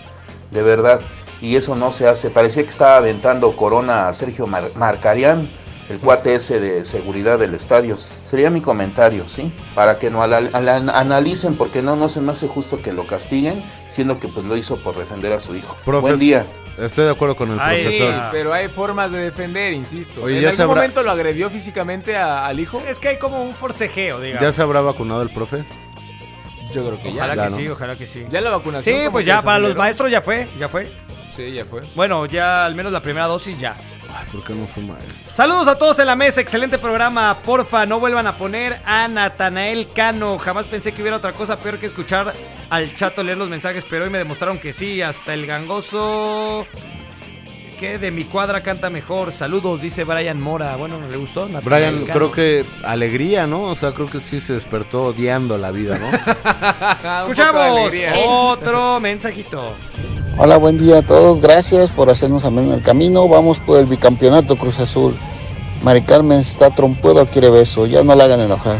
S8: de verdad. Y eso no se hace, parecía que estaba aventando corona a Sergio Mar- Marcarián, el cuate ese de seguridad del estadio. Sería mi comentario, ¿sí? Para que no ala- ala- analicen, porque no, no se me hace justo que lo castiguen, siendo que pues lo hizo por defender a su hijo.
S9: Profes-
S8: Buen día.
S9: Estoy de acuerdo con el
S8: Ay,
S9: profesor.
S8: ah.
S2: Pero hay formas de defender, insisto.
S9: Oye,
S2: ¿En
S9: ya
S2: algún
S9: se habrá-
S2: momento lo agredió físicamente a- al hijo?
S4: Es que hay como un forcejeo, digamos.
S9: ¿Ya se habrá vacunado el profe?
S2: Yo creo que ya.
S4: Ojalá
S9: Ya
S4: que
S9: no.
S4: sí, ojalá que sí.
S2: Ya la vacunación,
S4: Sí,
S2: ¿cómo
S4: pues
S2: que
S4: ya,
S2: es,
S4: para los
S2: Homero?
S4: maestros ya fue, ya fue.
S2: Sí, ya fue.
S4: Bueno, ya al menos la primera dosis ya.
S9: ¿Por qué no fue maestro?
S4: Saludos a todos en la mesa, excelente programa. Porfa, no vuelvan a poner a Natanael Cano. Jamás pensé que hubiera otra cosa peor que escuchar al chato leer los mensajes, pero hoy me demostraron que sí. Hasta el gangoso que de mi cuadra canta mejor. Saludos, dice Brian Mora. Bueno, ¿le gustó? Natanael
S9: Brian,
S4: Cano.
S9: creo que alegría, ¿no? O sea, creo que sí se despertó odiando la vida, ¿no?
S4: <laughs>
S2: <laughs>
S4: Escuchamos
S2: alegría.
S4: otro mensajito.
S11: Hola, buen día a todos. Gracias por hacernos amén el camino. Vamos por el bicampeonato Cruz Azul. Mari Carmen está trompudo, quiere beso. Ya no la hagan enojar.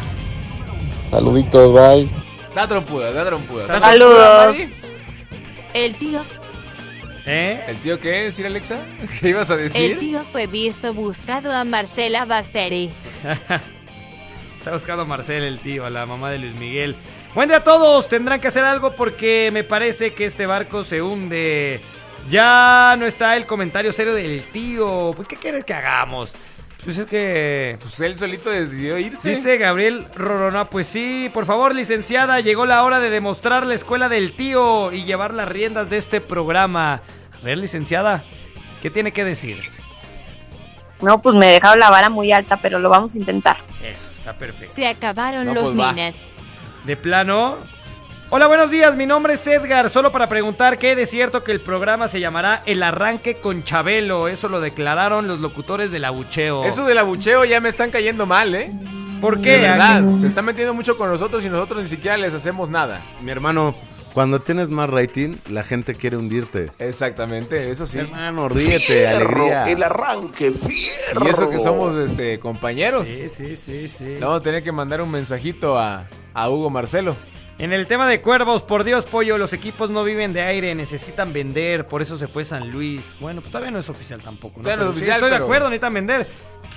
S11: Saluditos, bye.
S2: Da trompuda, da trompuda. ¿Estás trompuda,
S5: Saludos.
S2: Mari?
S5: El tío,
S4: ¿Eh?
S2: ¿El tío qué es, ir Alexa? <laughs> ¿Qué ibas a
S5: el
S2: decir?
S5: tío fue visto buscado a Marcela Basteri.
S4: <laughs> Está buscando a Marcel, el tío, a la mamá de Luis Miguel. Buen día a todos, tendrán que hacer algo porque me parece que este barco se hunde. Ya no está el comentario serio del tío. Pues, ¿Qué quieres que hagamos? Pues es que...
S2: Pues él solito decidió irse.
S4: Dice Gabriel Rorona, pues sí, por favor, licenciada, llegó la hora de demostrar la escuela del tío y llevar las riendas de este programa. A ver, licenciada, ¿qué tiene que decir?
S7: No, pues me dejaron la vara muy alta, pero lo vamos a intentar.
S4: Eso, está perfecto.
S5: Se acabaron
S4: No,
S5: los
S4: pues, va.
S5: minutes.
S4: De plano. Hola, buenos días. Mi nombre es Edgar. Solo para preguntar que de cierto que el programa se llamará El Arranque con Chabelo. Eso lo declararon los locutores del abucheo.
S2: Eso del abucheo ya me están cayendo mal, ¿eh?
S4: ¿Por qué?
S2: De verdad, se están metiendo mucho con nosotros y nosotros ni siquiera les hacemos nada.
S9: <laughs> Mi hermano, cuando tienes más rating, la gente quiere hundirte.
S2: Exactamente, eso sí.
S9: Hermano, ríete, alegría.
S2: arranque, Y eso que somos este, compañeros.
S4: Sí, sí, sí, sí.
S2: Le Vamos a tener que mandar un mensajito a, a Hugo Marcelo.
S4: En el tema de cuervos, por Dios, pollo, los equipos no viven de aire, necesitan vender, por eso se fue San Luis. Bueno, pues todavía no es oficial tampoco. ¿no?
S2: Todavía no es
S4: Pero sí,
S2: oficial,
S4: pues estoy de
S2: pero-
S4: acuerdo, necesitan vender.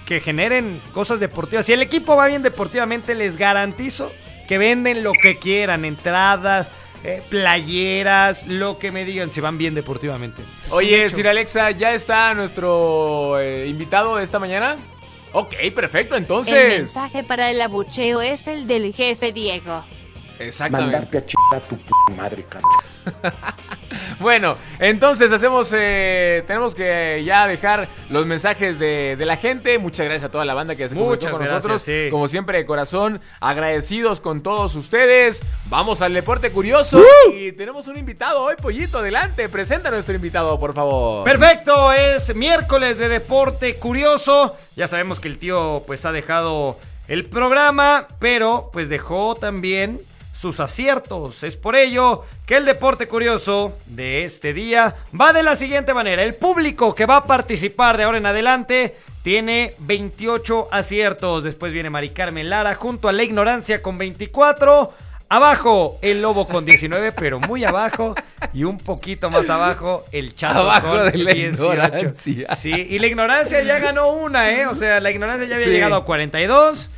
S4: Que generen cosas deportivas. Si el equipo va bien deportivamente, les garantizo que venden lo que quieran: entradas, eh, playeras, lo que me digan, si van bien deportivamente.
S2: Oye, Sir Alexa, ¿ya está nuestro eh, invitado de esta mañana? Ok, perfecto,
S5: El
S2: entonces.
S5: mensaje para el abucheo es el del jefe Diego.
S2: Exactamente.
S12: mandarte a chingar a tu p madre, cabrón.
S2: Bueno, entonces hacemos, eh, tenemos que ya dejar los mensajes de, de la gente. Muchas gracias a toda la banda que se comunicó
S4: Muchas
S2: con
S4: gracias,
S2: nosotros.
S4: sí.
S2: Como siempre, de corazón, agradecidos con todos ustedes. Vamos al deporte curioso. Y tenemos un invitado hoy, Pollito, adelante. Presenta a nuestro invitado, por favor.
S4: Perfecto, es miércoles de deporte curioso. Ya sabemos que el tío pues ha dejado el programa, pero pues dejó también sus aciertos. Es por ello que el deporte curioso de este día va de la siguiente manera. El público que va a participar de ahora en adelante tiene 28 aciertos. Después viene Mari Carmen Lara junto a La Ignorancia con 24. Abajo el Lobo con 19, pero muy abajo y un poquito más abajo el Chato
S2: Abajo
S4: con
S2: de la
S4: 18.
S2: ignorancia.
S4: Sí, y la ignorancia ya ganó una, ¿eh? O sea, la ignorancia ya había
S2: Sí.
S4: llegado a 42.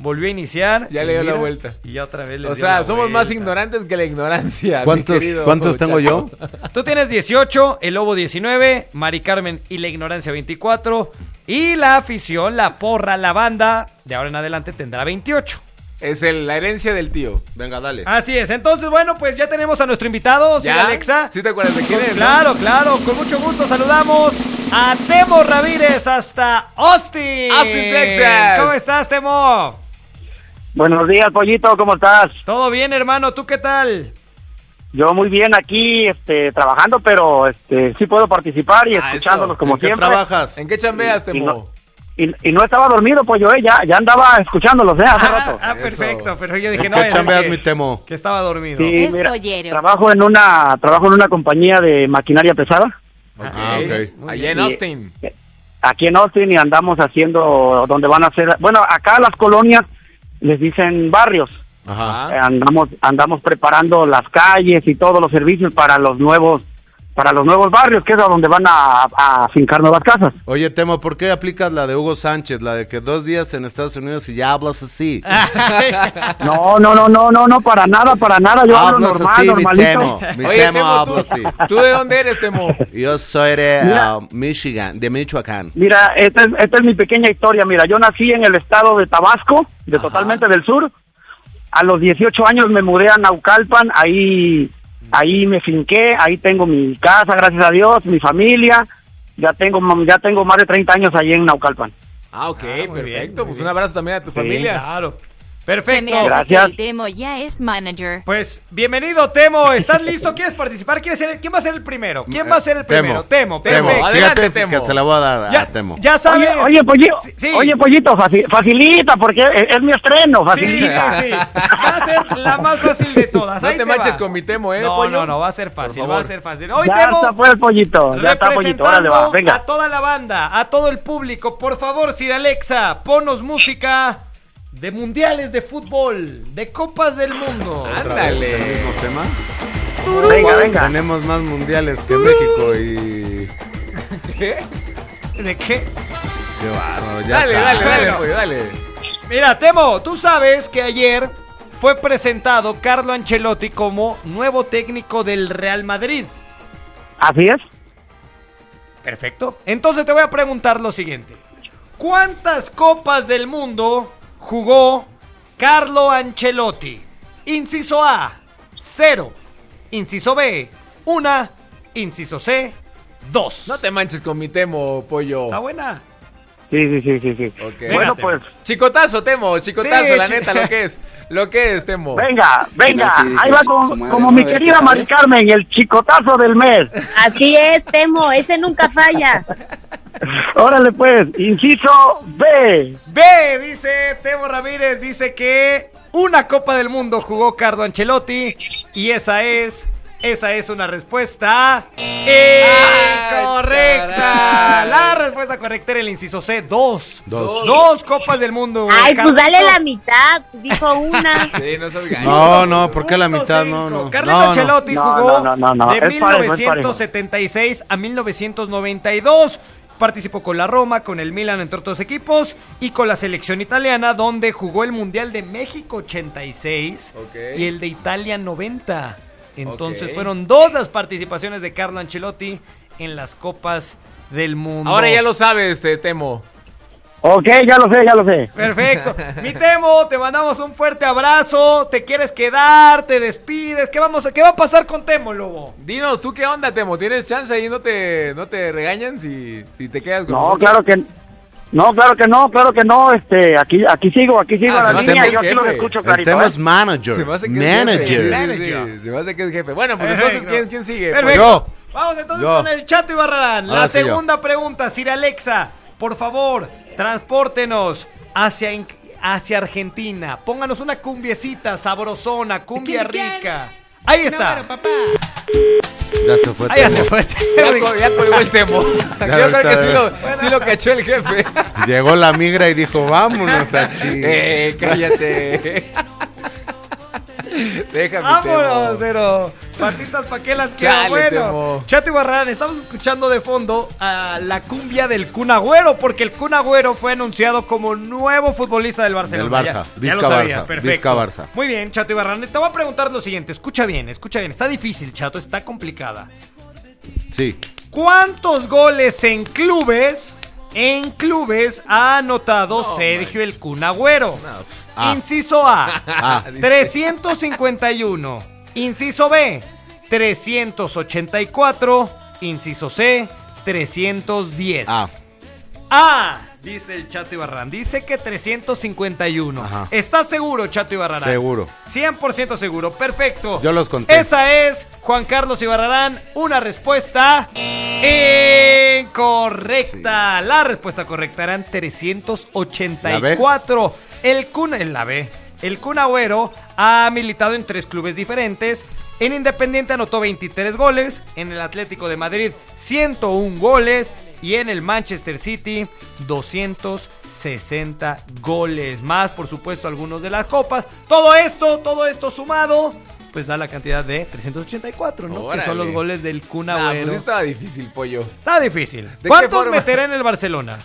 S4: Volvió a iniciar.
S2: Ya le dio la vuelta.
S4: Y ya otra vez le
S2: o
S4: dio
S2: sea,
S4: la
S2: somos más
S4: vuelta.
S2: ignorantes que la ignorancia. mi
S9: ¿Cuántos-
S2: querido
S9: cuántos tengo
S2: Chato.
S4: Tú tienes 18, el Lobo 19, Mari Carmen y la ignorancia 24. Y la afición, la porra, la banda, de ahora en adelante tendrá 28.
S2: Es el- la herencia del tío.
S9: Venga, dale.
S4: Así es, entonces bueno, pues ya tenemos a nuestro invitado, señor
S2: ¿Ya?
S4: Alexa.
S2: ¿Sí te acuerdas de quién
S4: Con-
S2: es, no?
S4: Claro, claro, con mucho gusto saludamos a Temo Ramírez hasta Austin.
S11: Austin, Texas.
S4: ¿Cómo estás, Temo?
S11: Buenos días, pollito, ¿cómo estás?
S4: Todo bien, hermano, ¿tú qué tal?
S11: Yo muy bien aquí, este, trabajando, pero este, sí puedo participar y
S4: Ah,
S11: escuchándolos como siempre.
S2: Ah, ¿En qué chambeas,
S11: Y, y
S2: Temo?
S11: no, y- y no estaba dormido, pollo, eh, ya, ya andaba escuchándolos, eh, hace rato.
S4: Ah, perfecto, pero yo dije,
S11: ¿En
S4: no,
S11: qué
S4: es
S11: chambeas,
S4: que,
S11: mi
S9: Temo?
S4: que estaba dormido.
S11: Sí,
S4: Es
S11: mira,
S4: pollero.
S11: trabajo en una, trabajo en una compañía de maquinaria pesada.
S9: Ah, ok.
S2: Allá en
S11: Y-
S2: Austin.
S11: aquí en Austin y andamos haciendo donde van a hacer, bueno, acá las colonias les dicen barrios. Eh, Andamos andamos preparando las calles y todos los servicios para los nuevos para los nuevos barrios, que es a donde van a, a fincar nuevas
S9: <laughs>
S11: casas.
S9: Oye, Temo, ¿por qué aplicas la de Hugo Sánchez? La de que dos días en Estados Unidos y ya hablas
S11: <laughs>
S9: así.
S11: Ah, No, no, no, no, no, no, para nada, para nada, yo hablo
S9: Hablas
S11: normal,
S9: así, Ah, pues, mi Temo.
S11: normalito.
S9: Mi Temo
S2: ¿tú,
S9: habla así.
S2: ¿tú de dónde eres, Temo?
S9: <laughs> Yo soy de
S11: Mira.
S9: uh, Michigan, de Michoacán.
S11: Mira, esta es, esta es mi pequeña historia. Mira, yo nací en el estado de Tabasco, de totalmente del sur. A los 18 años me mudé a Naucalpan, ahí, ahí me finqué, ahí tengo mi casa, gracias a Dios, mi familia. Ya tengo, ya tengo más de 30 años ahí en Naucalpan.
S2: Ah, ok, perfecto. pues un abrazo también a tu familia.
S4: Claro.
S5: Se me
S4: Perfecto.
S5: hace que el Temo ya es manager.
S4: Pues bienvenido, Temo. ¿Estás listo? ¿Quieres participar? ¿Quieres ser el- ¿Quién va a ser el primero? ¿Quién va a ser el primero? Temo,
S9: Temo.
S4: perfecto.
S9: Fíjate que se la voy a dar
S4: Ya-
S9: a Temo.
S4: Ya sabes.
S11: Oye, oye, pollito,
S4: Sí, sí.
S11: oye, pollito faci- facilita, porque es, es mi estreno,
S4: Sí, sí,
S11: facilita.
S4: sí. Va a ser la más fácil de todas.
S2: No
S4: Ahí
S2: te manches
S4: va.
S2: con mi Temo, ¿eh,
S4: No,
S2: pollo?
S4: no, no, va a ser fácil,
S2: Por
S4: va a
S2: favor.
S4: ser fácil. Hoy
S11: ya
S4: Temo,
S11: está pues, pollito, ya está pollito, órale va,
S4: representando
S11: venga.
S4: a toda la banda, a todo el público, por favor, Sir Alexa, ponos música de mundiales de fútbol, de copas del mundo.
S9: Ándale. ¿El mismo tema?
S11: Venga, venga.
S9: Tenemos más mundiales que México y...
S4: ¿Qué? ¿De qué?
S9: Qué bárbaro, ya
S4: Dale,
S9: está.
S4: dale, dale,
S2: Pollo, dale.
S4: Mira, Temo, tú sabes que ayer fue presentado Carlo Ancelotti como nuevo técnico del Real Madrid.
S11: Así es.
S4: Perfecto. Entonces te voy a preguntar lo siguiente. ¿Cuántas copas del mundo jugó Carlo Ancelotti? Inciso A, 0. Inciso B, 1. Inciso C, 2.
S2: No te manches con mi Temo, pollo.
S4: ¿Está buena?
S11: Sí, sí, sí, sí. sí.
S2: Ok.
S11: Bueno,
S2: Venga,
S11: pues,
S2: Temo. Chicotazo, Temo, chicotazo,
S11: Sí,
S2: la
S11: chi-
S2: neta, lo que es. Lo que es, Temo.
S11: venga, venga,
S2: Así dijo
S11: ahí va
S2: su-
S11: como-
S2: su madre,
S11: como
S2: ¿no?
S11: mi
S2: A ver qué
S11: querida
S2: sale.
S11: Mari Carmen, el chicotazo del mes.
S7: Así es, Temo, ese nunca falla.
S11: Órale pues, inciso B.
S4: B, dice Temo Ramírez, dice que una Copa del Mundo jugó Carlo Ancelotti y esa es, esa es una respuesta incorrecta. La respuesta correcta era el inciso C, dos.
S9: Dos.
S4: Dos Copas del Mundo. güey,
S7: Ay, pues
S4: Carlos.
S7: dale la mitad, pues dijo una.
S2: Sí, no seas gallo.
S9: No, no, ¿por qué la mitad? No, no.
S4: Carlo
S9: No, no.
S4: Ancelotti
S11: No,
S4: jugó
S11: no, no, no, no.
S4: de
S11: Es parejo, es parejo.
S4: 1976 a 1992. Participó con la Roma, con el Milan, entre otros equipos, y con la selección italiana, donde jugó el Mundial de México 86
S2: Ok.
S4: y el de Italia 90. Entonces
S2: Ok.
S4: fueron dos las participaciones de Carlo Ancelotti en las Copas del Mundo.
S2: Ahora ya lo sabes, eh, Temo.
S12: Ok, ya lo sé, ya lo sé.
S9: <laughs>
S4: Perfecto. Mi Temo, te mandamos un fuerte abrazo. ¿Te quieres quedar? ¿Te despides? ¿Qué, vamos a, qué va a pasar con Temo, Lobo?
S2: Dinos, ¿tú qué onda, Temo? ¿Tienes chance ahí? ¿No te, no te regañan si, si te quedas con
S12: No,
S2: nosotros?
S12: claro que no, claro que no, claro que no. Este, aquí, aquí sigo, aquí sigo
S2: Ah,
S12: a
S2: se
S12: la
S2: me hace
S12: línea.
S2: que
S12: Yo aquí
S2: es
S12: los
S2: jefe.
S12: escucho
S2: El
S12: clarito.
S9: tema
S12: ¿eh?
S9: es manager.
S2: Se me hace que es
S9: manager.
S2: jefe. Sí, sí, se me hace que es jefe. Bueno, pues entonces,
S4: Perfecto.
S2: ¿quién, quién sigue? pues.
S4: Perfecto. Vamos entonces
S2: Yo.
S4: con el Chato Ibarrarán.
S2: Ahora
S4: La
S2: sí, yo.
S4: segunda pregunta, Sir Alexa, por favor, transpórtenos hacia, In- hacia Argentina. Pónganos una cumbiecita sabrosona, cumbia rica. Ahí está.
S9: Ya se fue.
S4: Ahí ya
S9: Temo.
S4: se fue.
S2: Ya, co- ya colgó el Temo.
S9: Ya,
S2: <laughs> Yo creo
S9: ahorita
S2: que sí
S9: veo.
S2: lo, sí lo cachó el jefe.
S9: Llegó la migra y dijo, vámonos
S4: <laughs>
S9: a chingar.
S2: <laughs> Eh, cállate. Déjame.
S4: Vámonos,
S2: Temo.
S4: pero patitas pa' qué las quiero.
S2: Chale,
S4: bueno,
S2: Temo.
S4: Chato Ibarrarán, estamos escuchando de fondo a la cumbia del Kun Agüero, porque el Kun Agüero fue anunciado como nuevo futbolista del
S9: Del
S4: Barcelona.
S9: Barça.
S4: Ya, ya lo
S9: Vizca
S4: sabías,
S9: Barça.
S4: perfecto.
S9: Vizca Barça.
S4: Muy bien, Chato Ibarrarán, te voy a preguntar lo siguiente. Escucha bien, escucha bien. Está difícil, Chato, está complicada.
S9: Sí.
S4: ¿Cuántos goles en clubes, en clubes ha anotado Sergio el Kun Agüero?
S9: Ah.
S4: Inciso A,
S9: <laughs> Ah.
S4: 351. Inciso B, 384. Inciso C, 310.
S9: Ah.
S4: Ah, dice el Chato Ibarrán. Dice que 351.
S9: Ajá.
S4: ¿Estás seguro, Chato Ibarrán?
S9: Seguro.
S4: 100% seguro. Perfecto.
S9: Yo los conté.
S4: Esa es, Juan Carlos Ibarrarán, una respuesta incorrecta. La respuesta correcta eran 384. El Kun, en la B. El Kun Agüero ha militado en tres clubes diferentes. En Independiente anotó 23 goles, en el Atlético de Madrid 101 goles y en el Manchester City 260 goles. Más, por supuesto, algunos de las copas. Todo esto, todo esto sumado, pues da la cantidad de 384, ¿no? Que son
S2: Órale.
S4: los goles del Kun
S2: Nah,
S4: Agüero.
S2: pues sí estaba difícil, pollo.
S4: Está difícil.
S2: qué
S4: ¿Cuántos
S2: forma?
S4: meterá en el Barcelona?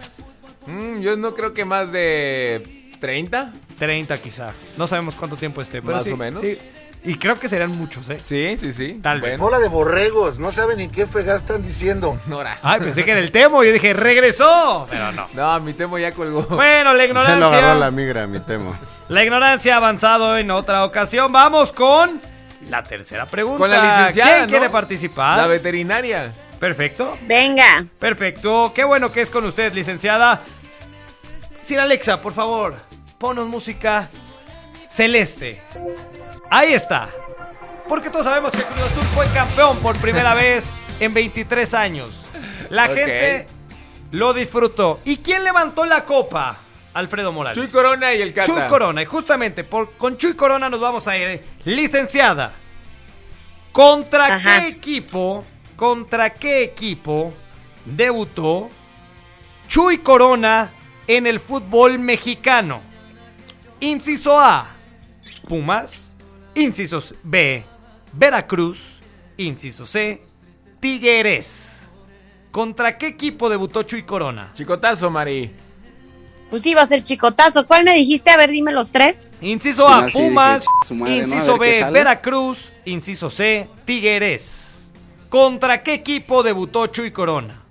S2: Mm, yo no creo que más de 30.
S4: 30 quizás. No sabemos cuánto tiempo esté, pero
S2: Más
S4: sí,
S2: o menos.
S4: sí. Y creo que serán muchos, ¿eh?
S2: Sí, sí, sí.
S4: Tal vez.
S2: Bueno.
S13: de borregos, no saben ni qué fregada están diciendo.
S2: Nora.
S4: Ay, pensé que era el Temo. Yo dije, regresó. Pero no.
S2: No, mi Temo <laughs> ya colgó.
S4: Bueno, la
S9: Ya lo agarró
S4: ignorancia.
S9: la migra, mi temo.
S4: La ignorancia ha avanzado en otra ocasión. Vamos con la tercera pregunta.
S2: Con la licenciada,
S4: ¿Quién
S2: ¿no?
S4: quiere participar?
S2: La veterinaria.
S4: Perfecto.
S7: Venga.
S4: Perfecto. Qué bueno que es con usted, licenciada. Sir Alexa, por favor, ponos música celeste. Ahí está. Porque todos sabemos que Cruz Azul fue campeón por primera vez en 23 años. La
S2: Ok.
S4: gente lo disfrutó. ¿Y quién levantó la copa? Alfredo Morales.
S2: Chuy Corona y el Cata.
S4: Chuy Corona, y justamente por, con Chuy Corona nos vamos a ir. eh, Licenciada, ¿contra
S7: Ajá.
S4: qué equipo, contra qué equipo debutó Chuy Corona en el fútbol mexicano? Inciso A, Pumas. Inciso B, Veracruz. Inciso C, Tigres. ¿Contra qué equipo debutó Chuy Corona?
S2: Chicotazo, Mari.
S7: Pues sí, va a ser chicotazo. ¿Cuál me dijiste? A ver, dime los tres.
S4: Inciso A,
S14: Final, sí,
S4: Pumas.
S14: que ch- su madre, ¿no?
S4: Inciso
S14: A ver qué
S4: B,
S14: sale.
S4: Veracruz. Inciso C, Tigres. ¿Contra qué equipo debutó Chuy Corona?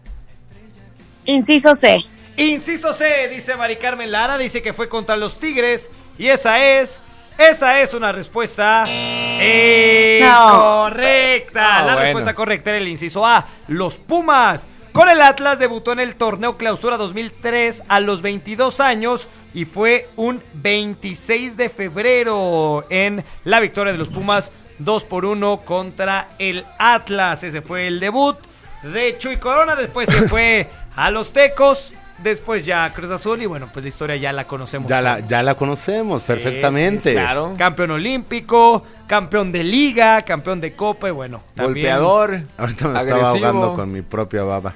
S7: Inciso C.
S4: Inciso C, dice Mari Carmen Lara, dice que fue contra los Tigres. Y esa es, esa es una respuesta incorrecta.
S2: No,
S4: La
S2: bueno.
S4: respuesta correcta era el inciso A, los Pumas. Con el Atlas debutó en el torneo Clausura 2003 a los 22 años y fue un 26 de febrero en la victoria de los Pumas 2 por 1 contra el Atlas. Ese fue el debut de Chuy Corona, después se fue a los Tecos, después ya a Cruz Azul y bueno, pues la historia ya la conocemos.
S9: Ya la, ya la conocemos perfectamente.
S4: Sí, sí, claro. Campeón olímpico, campeón de liga, campeón de copa y bueno, también-
S2: Golpeador.
S9: Ahorita me
S2: agresivo.
S9: estaba ahogando con mi propia baba.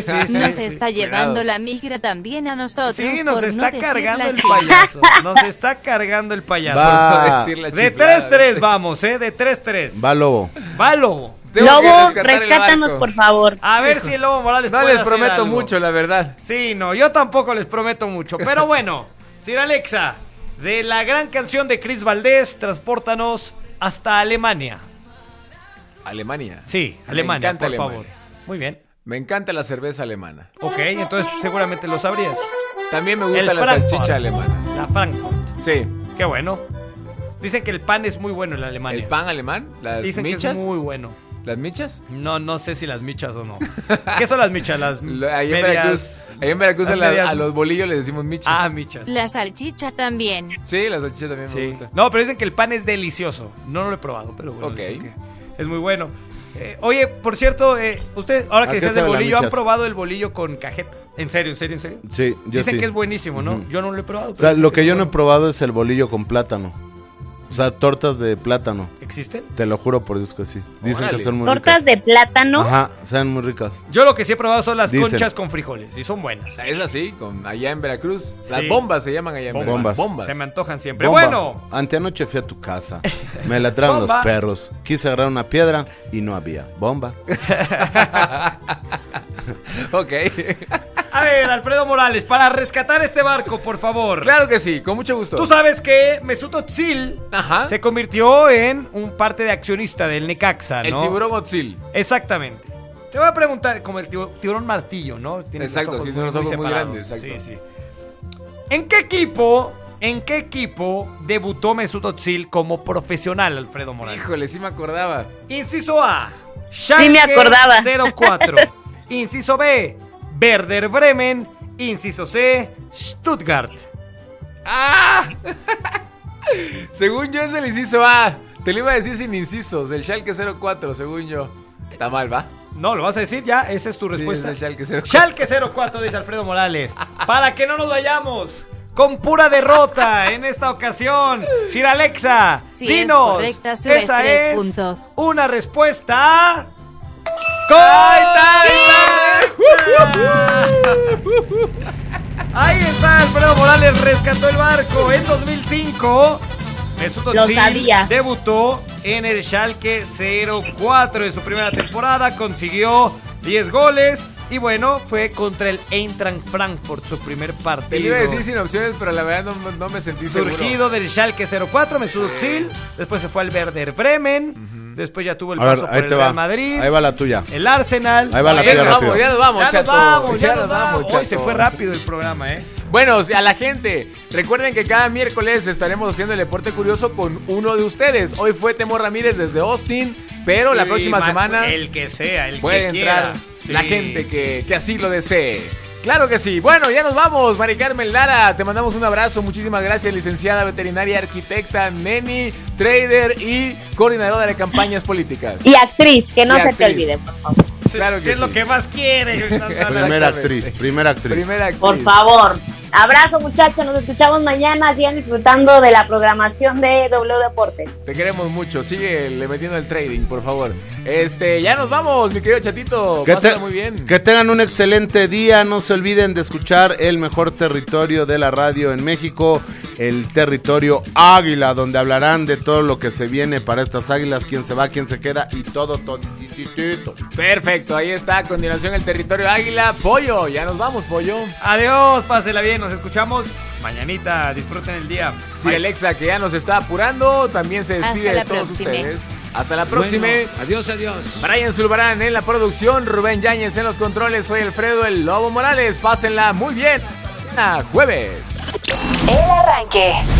S5: <laughs>
S4: sí, sí.
S5: Nos
S4: sí.
S5: está llevando la migra también a nosotros.
S4: Sí, nos
S5: por no
S4: está
S5: decir
S4: cargando
S5: la
S4: el
S5: chingada.
S4: payaso. Nos está cargando el payaso.
S9: Va.
S4: De
S9: Decirle
S4: 3-3 vamos, ¿eh? De 3-3.
S9: Va Lobo.
S4: Va Lobo.
S7: Lobo, rescátanos, por favor.
S4: A ver si el Lobo Morales
S2: No
S4: puede
S2: les
S4: hacer
S2: prometo
S4: algo.
S2: mucho, la verdad.
S4: Sí, no, yo tampoco les prometo mucho.
S2: <laughs>
S4: Pero bueno, Sir Alexa, de la gran canción de Chris Valdés, transpórtanos hasta Alemania.
S2: Alemania.
S4: Sí,
S2: Me
S4: Alemania,
S2: encanta
S4: por
S2: Alemania.
S4: favor. Muy bien.
S2: Me encanta la cerveza alemana.
S4: Ok, entonces seguramente lo sabrías.
S2: También me gusta
S4: El
S2: la
S4: Frankfurt.
S2: salchicha alemana.
S4: La Frankfurt.
S2: Sí.
S4: Qué bueno. Dicen que el pan es muy bueno en Alemania.
S2: ¿El pan alemán? ¿Las
S4: Dicen
S2: michas?
S4: que es muy bueno.
S2: ¿Las michas?
S4: No, no sé si las michas o no. ¿Qué son las michas? Las
S2: <laughs> Lo- Ahí en
S4: medias-
S2: Veracruz, ahí en Veracruz a,
S4: las
S2: la-
S4: medias-
S2: a los bolillos le decimos michas.
S4: Ah, michas.
S5: La salchicha también.
S2: Sí, la salchicha también me gusta.
S4: No, pero dicen que el pan es delicioso. No lo he probado, pero bueno.
S2: Ok.
S4: dicen que es muy bueno. Eh, oye, por cierto, eh, usted, ahora
S9: ¿A
S4: que
S9: qué
S4: decías del
S9: sabe la
S4: bolillo, ¿han
S9: michas?
S4: probado el bolillo con cajeta? ¿En serio, en serio, en serio?
S9: Sí, yo
S4: Dicen
S9: sí.
S4: que es buenísimo, ¿no?
S9: Ujú.
S4: Yo no lo he probado.
S9: O sea,
S4: pero
S9: lo
S4: dicen
S9: que
S4: es
S9: yo no he
S4: bueno.
S9: probado es el bolillo con plátano. O sea, tortas de plátano.
S4: ¿Existen?
S9: Te lo juro por Dios que sí. Dicen
S4: Órale.
S9: que son muy
S7: Tortas de plátano.
S9: ricas. Ajá, sean muy ricas.
S4: Yo lo que sí he probado son las
S9: Dicen.
S4: conchas con frijoles y son buenas.
S2: Es así, con, allá en Veracruz. Las
S4: Sí.
S2: bombas se llaman allá en
S9: Bombas.
S2: Veracruz. Bombas.
S4: Se me antojan siempre.
S9: Bomba.
S4: Bueno,
S9: Anteanoche fui a tu casa. Me ladraron los
S4: Bomba.
S9: perros. Quise agarrar una piedra y no había. Bomba.
S2: <laughs> Ok.
S4: a ver, Alfredo Morales, para rescatar este barco, por favor.
S2: claro que sí, con mucho gusto.
S4: Tú sabes que Mesut Özil
S2: Ajá.
S4: se convirtió en un parte de accionista del Necaxa,
S2: El
S4: ¿no?
S2: tiburón Otzil.
S4: Exactamente. Te voy a preguntar, como el tibu- tiburón martillo, ¿no? Tiene los
S2: Exacto,
S4: ojos
S2: sí, tiene los ojos muy grandes, exacto.
S4: Sí, sí. ¿En qué equipo, en qué equipo debutó Mesut Özil como profesional, Alfredo Morales?
S2: Híjole, sí me acordaba.
S4: Inciso A.
S7: Sí, me acordaba. <laughs>
S4: 04. Inciso B. Werder Bremen. Inciso C. Stuttgart.
S2: ¡Ah! <laughs> según yo es el inciso A. Te lo iba a decir sin incisos. El Schalke 04, según yo. Está mal, ¿va?
S4: No, lo vas a decir ya. Esa es tu
S2: Sí, es
S4: respuesta.
S2: el Schalke 04.
S4: Schalke 04, dice Alfredo Morales. Para que no nos vayamos con pura derrota en esta ocasión. Sir Alexa,
S5: Si
S4: dinos.
S5: es correcta, subes
S4: esa
S5: tres
S4: es
S5: puntos.
S4: una respuesta. correcta. Ahí está, Alfredo Morales rescató el barco en 2005. Mesut
S7: Lo
S4: Özil
S7: sabía.
S4: Debutó en el Schalke 04 en su primera temporada, consiguió 10 goles y bueno, fue contra el Eintracht Frankfurt su primer
S2: Te lo iba a
S4: partido.
S2: decir sin opciones, pero la verdad no, no me sentí seguro.
S4: Surgido del Schalke 04, Mesut Özil, después se fue al Werder Bremen, después ya tuvo el paso por el Real Madrid,
S9: Ahí va la tuya.
S4: el Arsenal.
S9: Ahí va la
S2: Ya
S9: tuya
S2: nos
S9: rápido.
S2: vamos, ya nos vamos,
S4: Ya nos
S2: chato.
S4: vamos, ya nos vamos. Hoy
S2: chato.
S4: se fue rápido el programa, ¿eh?
S2: Bueno, a la gente, recuerden que cada miércoles estaremos haciendo el deporte curioso con uno de ustedes. Hoy fue Temo Ramírez desde Austin, pero la
S4: Y
S2: próxima
S4: ma-
S2: semana
S4: El que sea, el
S2: puede
S4: que quiera.
S2: entrar la
S4: Sí,
S2: gente
S4: sí,
S2: que, que así lo desee. Claro que sí. Bueno, ya nos vamos. Mari Carmen Lara, te mandamos un abrazo. Muchísimas gracias, licenciada veterinaria, arquitecta, neni, trader y coordinadora de campañas políticas.
S7: Y actriz, que no
S2: Y
S7: se te
S2: actriz.
S7: olvide, por favor.
S2: Claro
S4: Si
S2: que
S4: es lo
S2: sí.
S4: que más
S2: <laughs>
S4: quiere.
S9: Primera actriz. Primera actriz.
S2: Primera actriz.
S7: Por favor. Abrazo, muchachos. Nos escuchamos mañana. Sigan disfrutando de la programación de W Deportes.
S2: Te queremos mucho. Sigue le metiendo el trading, por favor. Este, ya nos vamos, mi querido chatito.
S9: Que,
S2: Pásala
S9: te-
S2: muy bien.
S9: que tengan un excelente día. No se olviden de escuchar el mejor territorio de la radio en México, el territorio Águila, donde hablarán de todo lo que se viene para estas águilas, quién se va, quién se queda y todo, todititito.
S2: Perfecto, ahí está. A continuación el territorio Águila. Pollo, ya nos vamos, Pollo.
S4: Adiós, pásela bien. Nos escuchamos mañanita. Disfruten el día.
S2: Sí, Alexa, que ya nos está apurando, también se despide
S5: Hasta
S2: de
S5: la
S2: todos
S5: próxima.
S2: ustedes. Hasta la próxima.
S20: adiós, adiós.
S2: Brian Zulbarán en la producción, Rubén Yáñez en los controles, soy Alfredo el Lobo Morales. Pásenla muy bien. Hasta mañana, jueves.
S1: El arranque.